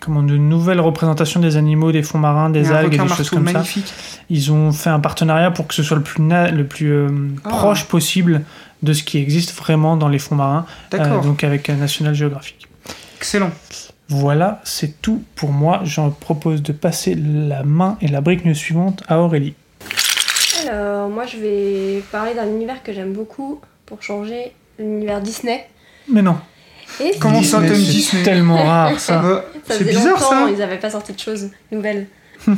S2: comment, de nouvelles représentations des animaux, des fonds marins,
S4: Il y
S2: des
S4: a un
S2: algues et
S4: requin
S2: des choses
S4: marteau
S2: comme ça.
S4: magnifique.
S2: Ils ont fait un partenariat pour que ce soit le plus na- le plus euh,
S4: Ah.
S2: proche possible de ce qui existe vraiment dans les fonds marins. euh,
S4: D'accord,
S2: donc avec euh, National Geographic.
S4: excellent.
S2: Voilà, c'est tout pour moi. J'en propose de passer la main et la brique news suivante à Aurélie.
S3: Alors, moi, je vais parler d'un univers que j'aime beaucoup pour changer l'univers Disney.
S2: Mais non.
S3: Et
S4: Comment ça,
S2: Disney,
S4: t'aimes
S2: c'est
S4: Disney
S2: tellement rare ça.
S4: Euh,
S3: Ça
S4: c'est
S3: faisait
S4: bizarre
S3: longtemps,
S4: ça.
S3: ils n'avaient pas sorti de choses nouvelles.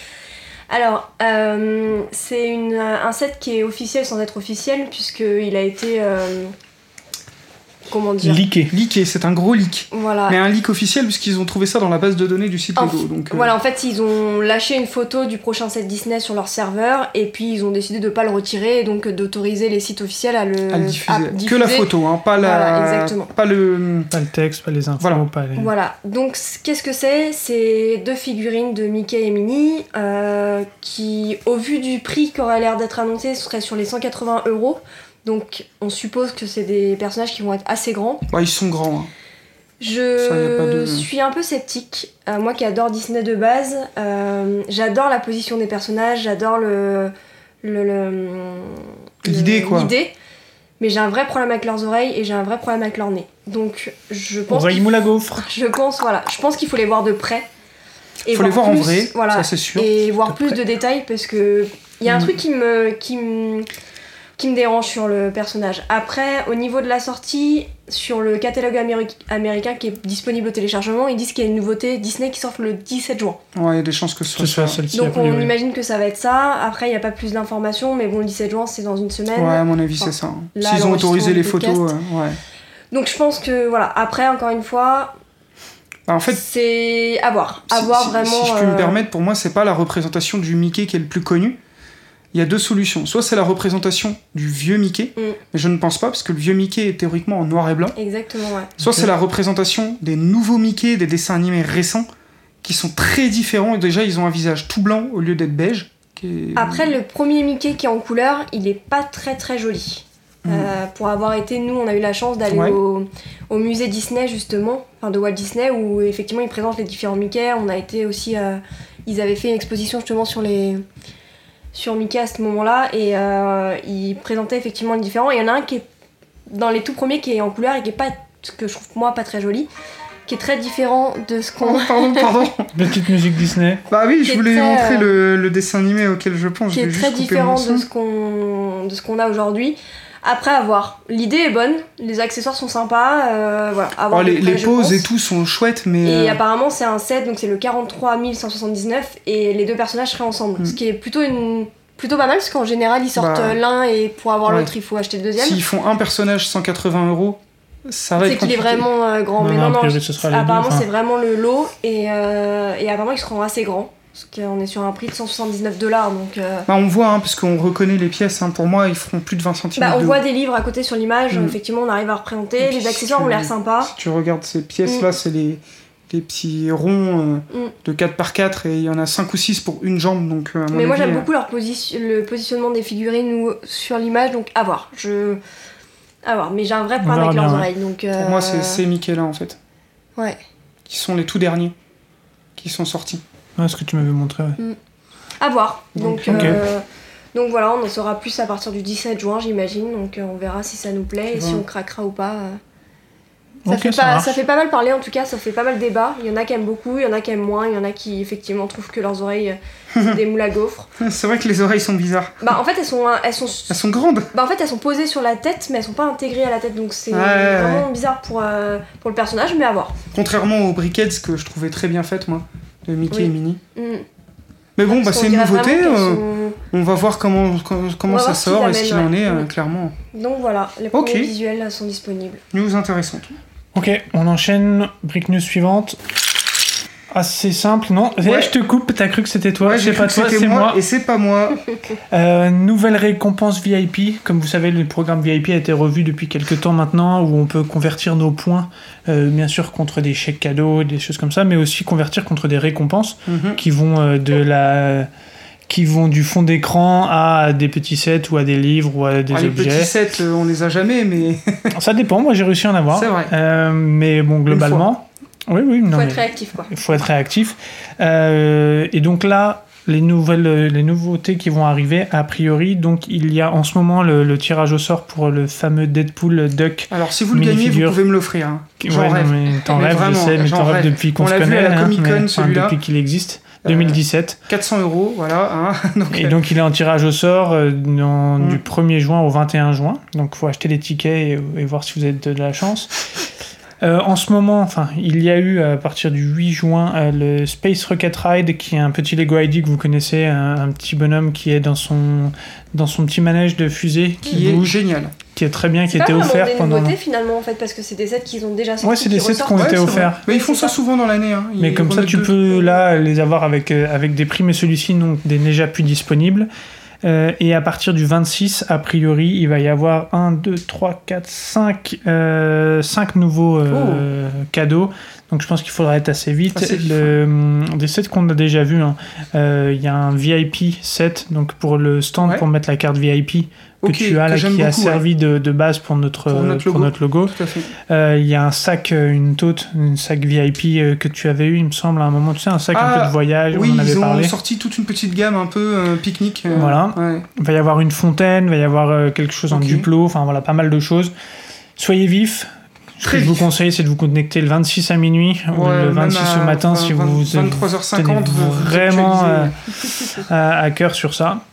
S3: Alors, euh, c'est une- un set qui est officiel sans être officiel, puisqu'il a été. euh, comment dire
S2: Liqué.
S4: Leaké, c'est un gros leak.
S3: Voilà.
S4: Mais un leak officiel, puisqu'ils ont trouvé ça dans la base de données du site
S3: Enf-
S4: Lego. Donc, euh,
S3: Voilà, en fait, ils ont lâché une photo du prochain set Disney sur leur serveur, et puis ils ont décidé de ne pas le retirer, et donc d'autoriser les sites officiels à le,
S4: euh, à le
S3: euh, à
S4: diffuser. Que la
S3: diffuser.
S4: photo, hein, pas, la...
S3: Voilà, exactement.
S4: pas le.
S2: Pas le texte, pas les infos,
S4: Voilà.
S2: pas les...
S3: Voilà, donc c- qu'est-ce que c'est C'est deux figurines de Mickey et Minnie euh, qui, au vu du prix qui aurait l'air d'être annoncé, serait sur les 180 euros. Donc on suppose que c'est des personnages qui vont être assez grands.
S4: Ouais, ils sont grands. hein. Ça, y a pas
S3: Je
S4: de-
S3: suis un peu sceptique. Euh, moi qui adore Disney de base, euh, j'adore la position des personnages, j'adore le. le- le-
S4: L'idée,
S3: le-
S4: quoi.
S3: L'idée. Mais j'ai un vrai problème avec leurs oreilles et j'ai un vrai problème avec leur nez. Donc je pense.
S2: Aurélie
S3: qu'il
S2: moula gaufre.
S3: je pense, voilà. Je pense qu'il faut les voir de près. Et
S4: Faut les voir en
S3: plus,
S4: vrai,
S3: Voilà.
S4: ça c'est sûr.
S3: et voir
S4: de
S3: plus
S4: près.
S3: de détails parce que il y a
S4: Hmm.
S2: Mm.
S3: un truc qui me, qui me qui me dérange sur le personnage. Après, au niveau de la sortie, sur le catalogue améri- américain qui est disponible au téléchargement, ils disent qu'il y a une nouveauté Disney qui sort le 17 juin.
S4: Ouais, il y a des chances que ce
S2: Que ce soit
S4: soit ça.
S2: celle-ci. a
S3: Donc on
S2: priori.
S3: imagine que ça va être ça. Après, il n'y a pas plus d'informations, mais bon, le 17 juin, c'est dans une semaine.
S4: Ouais, à mon avis,
S3: Enfin,
S4: c'est ça. hein.
S3: là,
S4: S'ils ont autorisé les
S3: l'enregistrement du
S4: photos, euh, ouais.
S3: Donc je pense que, voilà, après, encore une fois,
S4: Bah, en fait, si,
S3: c'est à voir. À voir
S4: si-
S3: vraiment.
S4: si je peux
S3: euh,
S4: me permettre, pour moi, c'est pas la représentation du Mickey qui est le plus connu. Il y a deux solutions. Soit c'est la représentation du vieux Mickey,
S3: Mm.
S4: mais je ne pense pas, parce que le vieux Mickey est théoriquement en noir et blanc.
S3: Exactement, ouais.
S4: Soit
S2: Ok.
S4: c'est la représentation des nouveaux Mickey, des dessins animés récents, qui sont très différents. Et déjà, ils ont un visage tout blanc au lieu d'être beige. qui est-
S3: Après, le premier Mickey qui est en couleur, il est pas très très joli. Euh, pour avoir été, nous, on a eu la chance d'aller
S4: Ouais.
S3: au, au musée Disney, justement, enfin de Walt Disney, où effectivement ils présentent les différents Mickey. On a été aussi. euh, ils avaient fait une exposition justement sur les. sur Mickey à ce moment-là, et euh, ils présentaient effectivement les différents. Et Il y en a un qui est dans les tout premiers qui est en couleur et qui est pas. que je trouve moi pas très joli, qui est très différent de ce qu'on.
S4: Pardon, pardon, pardon.
S2: Petite musique Disney.
S4: bah oui,
S3: Qui
S4: je
S3: est
S4: voulais
S3: très,
S4: montrer
S3: euh,
S4: le, le dessin animé auquel je pense.
S3: qui
S4: Je vais
S3: est
S4: juste
S3: très
S4: couper mon
S3: différent
S4: son.
S3: de ce qu'on de ce qu'on a aujourd'hui. Après avoir, l'idée est bonne, les accessoires sont sympas, euh, voilà. à voir
S4: Oh, les,
S3: de près,
S4: les
S3: je
S4: poses
S3: pense.
S4: et tout sont chouettes, mais.
S3: Et
S4: euh,
S3: apparemment c'est un set, donc c'est le 43 179 et les deux personnages seraient ensemble,
S4: Mm.
S3: ce qui est plutôt une plutôt pas mal parce qu'en général ils sortent
S4: Bah,
S3: euh, l'un et pour avoir
S4: ouais.
S3: l'autre il faut acheter le deuxième.
S4: S'ils font un personnage 180 euros, ça va
S3: c'est
S4: être
S3: qu'il est
S4: compliqué.
S3: vraiment euh, grand,
S2: Non,
S3: mais
S2: non,
S3: non,
S2: a
S3: non,
S2: priori, ce sera les deux,
S3: apparemment
S2: enfin.
S3: c'est vraiment le lot et, euh, et apparemment ils seront assez grands, parce qu'on est sur un prix de 179 dollars donc. euh,
S4: Bah, on voit, hein, parce qu'on reconnaît les pièces. hein. Pour moi, ils feront plus de 20 centimes.
S3: Bah, on
S4: de
S3: voit
S4: haut.
S3: des livres à côté sur l'image,
S4: Mm.
S3: effectivement, on arrive à
S4: Et
S3: représenter.
S4: puis,
S3: Les accessoires ont
S4: euh,
S3: l'air sympas.
S4: Si tu regardes ces pièces-là, c'est les, les petits ronds euh,
S3: Mm.
S4: de 4 par 4 et il y en a 5 ou 6 pour une jambe. Donc, euh, à mon
S3: Mais moi,
S4: avis,
S3: j'aime
S4: euh,
S3: beaucoup leur position, le positionnement des figurines ou sur l'image, donc à voir. Je. À voir, mais j'ai un vrai problème
S2: verra
S3: avec leurs
S2: bien, ouais.
S3: oreilles, donc. euh,
S4: Pour moi, c'est ces Mickey-là, en fait,
S3: Ouais.
S4: qui sont les tout derniers qui sont sortis.
S2: Ah, ce que tu m'avais montré. ouais.
S3: À voir. Donc.
S4: Ok.
S3: euh, Donc voilà, on en saura plus à partir du 17 juin, j'imagine. Donc euh, on verra si ça nous plaît et
S4: Ouais.
S3: si on craquera ou pas. euh. Ça,
S2: Ok,
S3: fait
S2: ça
S3: pas,
S2: marche.
S3: ça fait pas mal parler en tout cas, ça fait pas mal débat. Il y en a qui aiment beaucoup, il y en a qui aiment moins, il y en a qui effectivement trouvent que leurs oreilles euh, c'est des moules à gaufres.
S4: C'est vrai que les oreilles sont bizarres.
S3: Bah en fait elles sont, elles sont,
S4: Elles sont grandes.
S3: bah, en fait elles sont posées sur la tête mais elles sont pas intégrées à la tête donc c'est
S4: Ouais, ouais,
S3: vraiment bizarre pour, euh, pour le personnage mais à voir.
S4: Contrairement aux briquettes que je trouvais très bien faites, moi, de Mickey
S3: Oui.
S4: et Minnie.
S3: Mm.
S4: Mais bon, bah,
S3: Parce qu'on
S4: c'est une
S3: dirait
S4: nouveauté.
S3: vraiment qu'elles
S4: euh,
S3: sont-
S4: On va voir comment, comment, comment
S3: On va
S4: ça
S3: voir ce qu'ils
S4: sort et ce qu'il en
S3: amènent, ouais.
S4: est, euh,
S3: Mm.
S4: clairement.
S3: Donc voilà, les
S4: Ok.
S3: premiers visuels sont disponibles.
S4: News intéressante.
S2: Ok, on enchaîne. Brick News suivante. Assez simple, non Eh,
S4: Ouais.
S2: Je te coupe, t'as cru que c'était toi,
S4: Ouais, j'ai
S2: c'est
S4: cru
S2: pas
S4: que
S2: toi,
S4: c'était
S2: c'est
S4: moi,
S2: moi.
S4: et c'est pas moi.
S2: Euh, nouvelle récompense VIP. Comme vous savez, le programme VIP a été revu depuis quelques temps maintenant, où on peut convertir nos points, euh, bien sûr, contre des chèques cadeaux, des choses comme ça, mais aussi convertir contre des récompenses
S4: Mhm.
S2: qui vont euh, de la qui vont du fond d'écran à des petits sets ou à des livres ou à des
S4: Ah, les
S2: objets.
S4: petits sets, euh, on les a jamais, mais
S2: Ça dépend, moi j'ai réussi à en avoir.
S4: C'est vrai.
S2: Euh, mais bon, globalement. Oui, oui, non.
S3: Faut
S2: mais-
S3: être réactif quoi.
S2: il faut être réactif. Euh, et donc là, les, nouvelles, les nouveautés qui vont arriver, a priori, donc il y a en ce moment le, le tirage au sort pour le fameux Deadpool Duck.
S4: alors si vous le
S2: Mini
S4: gagnez,
S2: figure.
S4: vous pouvez me l'offrir. hein.
S2: qui-
S4: J'en
S2: ouais, non,
S4: rêve.
S2: mais T'en
S4: Mais
S2: rêves,
S4: vraiment,
S2: je sais, mais
S4: j'en
S2: t'en rêves
S4: rêve.
S2: depuis qu'on
S4: On
S2: se
S4: l'a vu
S2: connaît.
S4: à la
S2: hein,
S4: Comic-Con,
S2: mais- enfin,
S4: celui-là.
S2: depuis qu'il existe,
S4: Euh,
S2: 2017.
S4: 400 euros, voilà. hein. Donc,
S2: Et
S4: euh,
S2: donc il est en tirage au sort euh, dans-
S4: Mm.
S2: du 1er juin au 21 juin. Donc il faut acheter les tickets et, et voir si vous avez de la chance. Euh, en ce moment, enfin, il y a eu à partir du 8 juin euh, le Space Rocket Ride, qui est un petit Lego ID que vous connaissez, un, un petit bonhomme qui est dans son, dans son petit manège de fusée
S4: qui
S2: qui
S4: est
S2: bouge,
S4: génial.
S2: qui est très bien, qui
S3: C'est pas
S2: était
S3: vraiment
S2: offert
S3: des
S2: pendant.
S3: nouveautés finalement en fait parce que c'est des sets qu'ils ont déjà sortis.
S2: Ouais, c'est
S3: qui
S2: des sets
S3: ressortent.
S2: qu'on- Ont été
S4: c'est vrai.
S2: offerts.
S4: Mais ils
S3: Oui,
S4: font
S3: c'est
S4: ça
S3: ça.
S4: souvent dans l'année. hein. Ils
S2: Mais comme ça,
S4: remettent
S2: tu
S4: deux.
S2: peux là les avoir avec, euh, avec des prix, mais celui-ci non, n'est déjà plus disponible. Euh, et à partir du 26, a priori, il va y avoir 1, 2, 3, 4, 5, 5 nouveaux euh, cadeaux. Donc je pense qu'il faudra être assez vite.
S4: Oh. Assez vif,
S2: Le, hum, des sets qu'on a déjà vus, hein. Euh, il y a un VIP set donc pour le stand
S4: Ouais.
S2: pour mettre la carte VIP que
S4: Ok,
S2: tu as là, qui
S4: j'aime
S2: a
S4: beaucoup,
S2: servi de, de base pour notre,
S4: Pour notre
S2: Pour
S4: logo.
S2: notre logo.
S4: ouais. Tout à fait.
S2: Euh, Il y a un sac, euh, une tote, une sac VIP euh, que tu avais eu, il me semble, à un moment, tu sais, un sac
S4: Ah,
S2: un peu de voyage,
S4: Oui,
S2: on en avait
S4: ils ont
S2: parlé.
S4: sorti toute une petite gamme un peu euh, pique-nique. euh,
S2: Voilà.
S4: ouais.
S2: Il va y avoir une fontaine, il va y avoir euh, quelque chose en
S4: Ok.
S2: duplo, enfin voilà, pas mal de choses. Soyez vifs. Ce
S4: Très
S2: que je vous
S4: vif.
S2: conseille, c'est de vous connecter le 26 à minuit ou
S4: Ouais,
S2: le
S4: même
S2: 26
S4: à
S2: au matin si
S4: 20,
S2: vous tenez
S4: 23h50, vous- vous
S2: vraiment
S4: actualisez.
S2: euh, à, à cœur sur ça.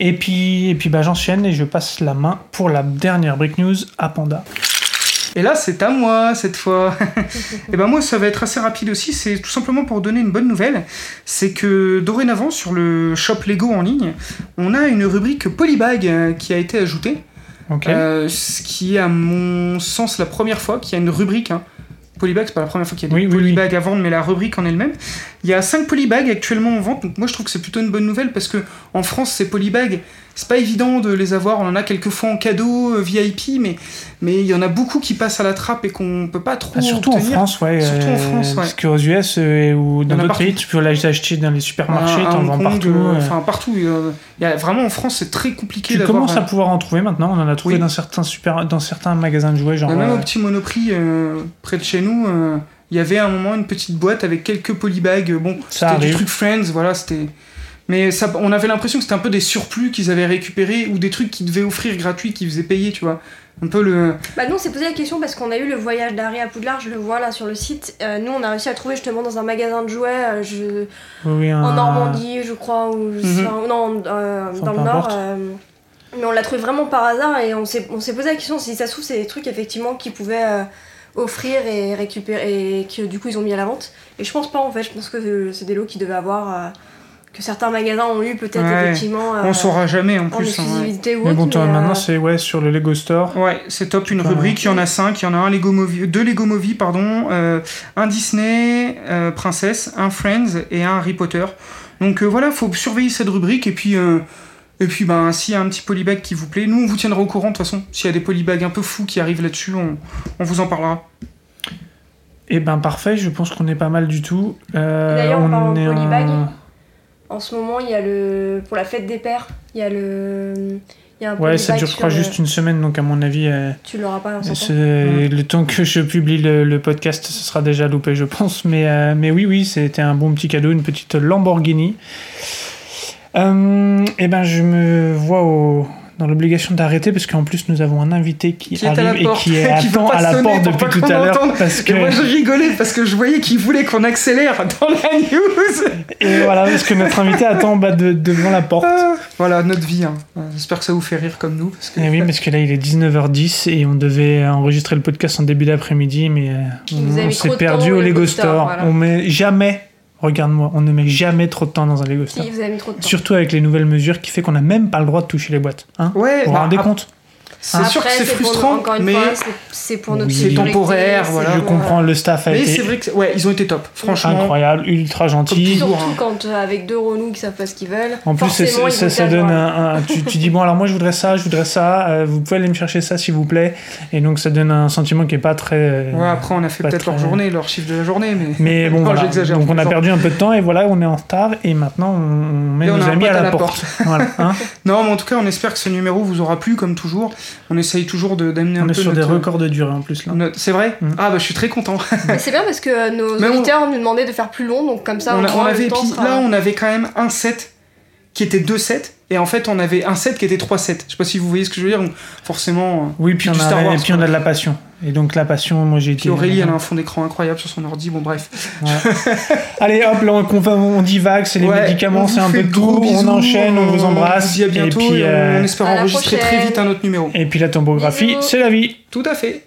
S2: Et puis, et puis bah, j'enchaîne et je passe la main pour la dernière Brick News à Panda.
S4: Et là, c'est à moi cette fois. et ben moi, ça va être assez rapide aussi. C'est tout simplement pour donner une bonne nouvelle, c'est que dorénavant sur le shop Lego en ligne, on a une rubrique Polybag euh, qui a été ajoutée.
S2: Ok.
S4: Euh, ce qui est à mon sens la première fois qu'il y a une rubrique. Hein. Polybag, c'est pas la première fois qu'il y a des
S2: Oui, oui,
S4: polybags à vendre, mais la rubrique en elle-même. Il y a 5 polybags actuellement en vente, donc moi je trouve que c'est plutôt une bonne nouvelle parce que en France, ces polybags, c'est pas évident de les avoir. On en a quelques fois en cadeau, euh, VIP, mais mais il y en a beaucoup qui passent à la trappe et qu'on peut pas trop.
S2: Ah, surtout en
S4: obtenir.
S2: France, ouais.
S4: Surtout en
S2: euh,
S4: France, ouais.
S2: Parce qu'aux US euh, ou dans
S4: en a
S2: d'autres
S4: partout.
S2: pays, tu peux les acheter dans les supermarchés,
S4: À- à
S2: t'en
S4: Hong
S2: vends
S4: Kong,
S2: partout.
S4: euh,
S2: euh.
S4: Enfin, partout. euh, Il y a, vraiment en France, c'est très compliqué
S2: tu
S4: d'avoir.
S2: commences à
S4: euh,
S2: pouvoir en trouver maintenant. On en a trouvé
S4: Oui.
S2: dans, certains super... dans certains magasins de jouets, genre.
S4: Bah, même
S2: euh,
S4: au petit Monoprix euh, près de chez nous, euh, il y avait à un moment une petite boîte avec quelques polybags. Euh, Bon,
S2: Ça
S4: c'était du
S2: arrive.
S4: truc Friends, voilà, c'était. Mais ça, on avait l'impression que c'était un peu des surplus qu'ils avaient récupérés ou des trucs qu'ils devaient offrir gratuits, qu'ils faisaient payer, tu vois. Un peu le.
S3: Bah non, c'est posé la question parce qu'on a eu le voyage d'Harry à Poudlard, je le vois là sur le site. Euh, nous, on a réussi à trouver justement dans un magasin de jouets euh, je-
S2: oui, un-
S3: en Normandie, je crois, ou je sais
S4: Mhm.
S3: pas, non, euh,
S2: Euh, Enfin,
S3: dans
S2: peu
S3: le Nord.
S2: importe.
S3: euh, mais on l'a trouvé vraiment par hasard et on s'est on s'est posé la question si ça se trouve, c'est des trucs effectivement qu'ils pouvaient euh, offrir et récupérer et que du coup ils ont mis à la vente. Et je pense pas en fait, je pense que euh, c'est des lots qu'ils devaient avoir, euh, que certains magasins ont eu peut-être
S4: Ouais.
S3: effectivement euh,
S4: on saura jamais en
S3: en
S4: plus. hein, ouais.
S3: exclusivité ou
S2: Mais
S3: autre.
S2: bon, toi,
S3: mais, euh,
S2: maintenant, c'est ouais, sur le Lego Store.
S4: Ouais, c'est top, une
S2: Putain.
S4: rubrique, il y en a cinq, il y en a un Lego Movie, deux Lego Movie, pardon, euh, un Disney, euh, Princesse, un Friends et un Harry Potter. Donc euh, voilà, faut surveiller cette rubrique et puis, euh, et puis ben, s'il y a un petit polybag qui vous plaît, nous on vous tiendra au courant de toute façon. S'il y a des polybags un peu fous qui arrivent là-dessus, on, on vous en parlera.
S2: Et ben, parfait, je pense qu'on est pas mal du tout. Euh,
S3: D'ailleurs, en parlant de
S2: est en-
S3: polybag, En ce moment, il y a le pour la fête des pères, il y a le il y a un
S2: Ouais,
S3: polybag
S2: ça dure, je
S3: sur
S2: crois,
S3: le-
S2: juste une semaine, donc à mon avis. euh,
S3: Tu l'auras pas en
S2: Ce-
S4: Mmh.
S2: Le temps que je publie le, le podcast, ce sera déjà loupé, je pense. Mais, euh, mais oui, oui, c'était un bon petit cadeau, une petite Lamborghini. Euh, et ben, je eh me vois au dans l'obligation d'arrêter parce qu'en plus nous avons un invité qui,
S4: Qui est à la
S2: arrive et
S4: porte,
S2: qui est
S4: qui veut
S2: attend
S4: pas
S2: à la
S4: sonner
S2: porte
S4: pour
S2: depuis
S4: pas
S2: tout
S4: qu'on
S2: à l'heure
S4: l'entende.
S2: parce que
S4: Et moi je rigolais parce que je voyais qu'il voulait qu'on accélère dans la news.
S2: et voilà parce que notre invité attend bah, de- devant la porte.
S4: Ah, voilà notre vie. hein. Euh, J'espère que ça vous fait rire comme nous parce que
S2: Et Eh oui parce que là il est 19h10 et on devait enregistrer le podcast en début d'après-midi mais euh,
S3: Vous
S2: on,
S3: avez
S2: on
S3: mis trop
S2: s'est
S3: de
S2: perdu
S3: temps
S2: au
S3: au
S2: Lego
S3: Lego
S2: Store.
S3: Store, voilà.
S2: On met jamais regarde-moi on ne met jamais trop de temps dans un Lego Store.
S3: Si, vous avez mis trop de temps.
S2: Surtout avec les nouvelles mesures qui fait qu'on n'a même pas le droit de toucher les boîtes. Hein
S4: Ouais,
S2: vous vous
S4: bah,
S2: rendez
S4: ap-
S2: compte
S4: c'est sûr que
S3: Après,
S4: c'est
S3: pour nous-
S4: frustrant,
S3: encore une
S4: mais
S3: fois, c'est- c'est pour notre
S2: Oui.
S4: c'est
S3: sécurité,
S4: temporaire,
S3: c'est
S4: voilà.
S2: Je
S3: pour-
S2: comprends, le staff a
S4: mais
S2: été
S4: c'est vrai que c'est- ouais ils ont été top. Franchement,
S2: Ah, incroyable, ultra gentil.
S4: toujours,
S3: Surtout
S4: hein.
S3: quand euh, avec deux relous qui savent pas ce qu'ils veulent.
S2: En plus, ça,
S3: forcément, ils
S2: ça-
S3: vont
S2: ça
S3: dire,
S2: donne
S3: voilà.
S2: un, un- tu, tu dis bon alors moi je voudrais ça, je voudrais ça, euh, vous pouvez aller me chercher ça s'il vous plaît, et donc ça donne un sentiment qui est pas très. euh,
S4: Ouais, après, on a fait
S2: pas
S4: peut-être
S2: très-
S4: leur journée, leur chiffre de la journée, mais.
S2: Mais bon
S4: Non,
S2: voilà,
S4: j'exagère,
S2: donc
S4: je
S2: on a
S4: plaisante.
S2: perdu un peu de temps et voilà on est en retard et maintenant on, on met
S4: Et on
S2: nos
S4: a un
S2: amis
S4: pote
S2: à la, porte. Voilà, hein.
S4: Non, mais en tout cas, on espère que ce numéro vous aura plu, comme toujours. On essaye toujours de- d'amener un
S2: on est
S4: peu.
S2: sur
S4: notre-
S2: des records de durée en plus là.
S4: notre- C'est vrai
S2: Mhm.
S4: Ah, bah, je suis très content.
S3: Mais C'est bien parce que euh, nos
S4: Mais on-
S3: auditeurs nous demandaient de faire plus long, donc comme ça, hein.
S4: on,
S3: au
S4: a- on
S3: moins, le
S4: avait,
S3: temps
S4: puis
S3: sera-
S4: là, on avait quand même un set qui était deux sets, et en fait, on avait un set qui était trois sets. Je sais pas si vous voyez ce que je veux dire, donc forcément. euh,
S2: Oui puis
S4: du
S2: on a
S4: Star Wars, hein.
S2: et puis on a de la passion et donc la passion moi j'ai été.
S4: Puis Aurélie, elle a un fond d'écran incroyable sur son ordi, bon, bref.
S2: Allez hop, là on, on, on divague, c'est les
S4: Ouais, on
S2: médicaments,
S4: vous
S2: c'est un
S4: fait
S2: peu
S4: de
S2: tout.
S4: gros
S2: On
S4: bisous,
S2: enchaîne, on vous
S4: On vous
S2: embrasse.
S4: dit à bientôt,
S2: et puis,
S4: et on-
S2: euh,
S4: on espère
S3: À la
S4: enregistrer très
S3: prochaine.
S4: vite un autre numéro.
S2: et puis la tomographie,
S3: Bisous.
S2: c'est la vie.
S4: Tout à fait.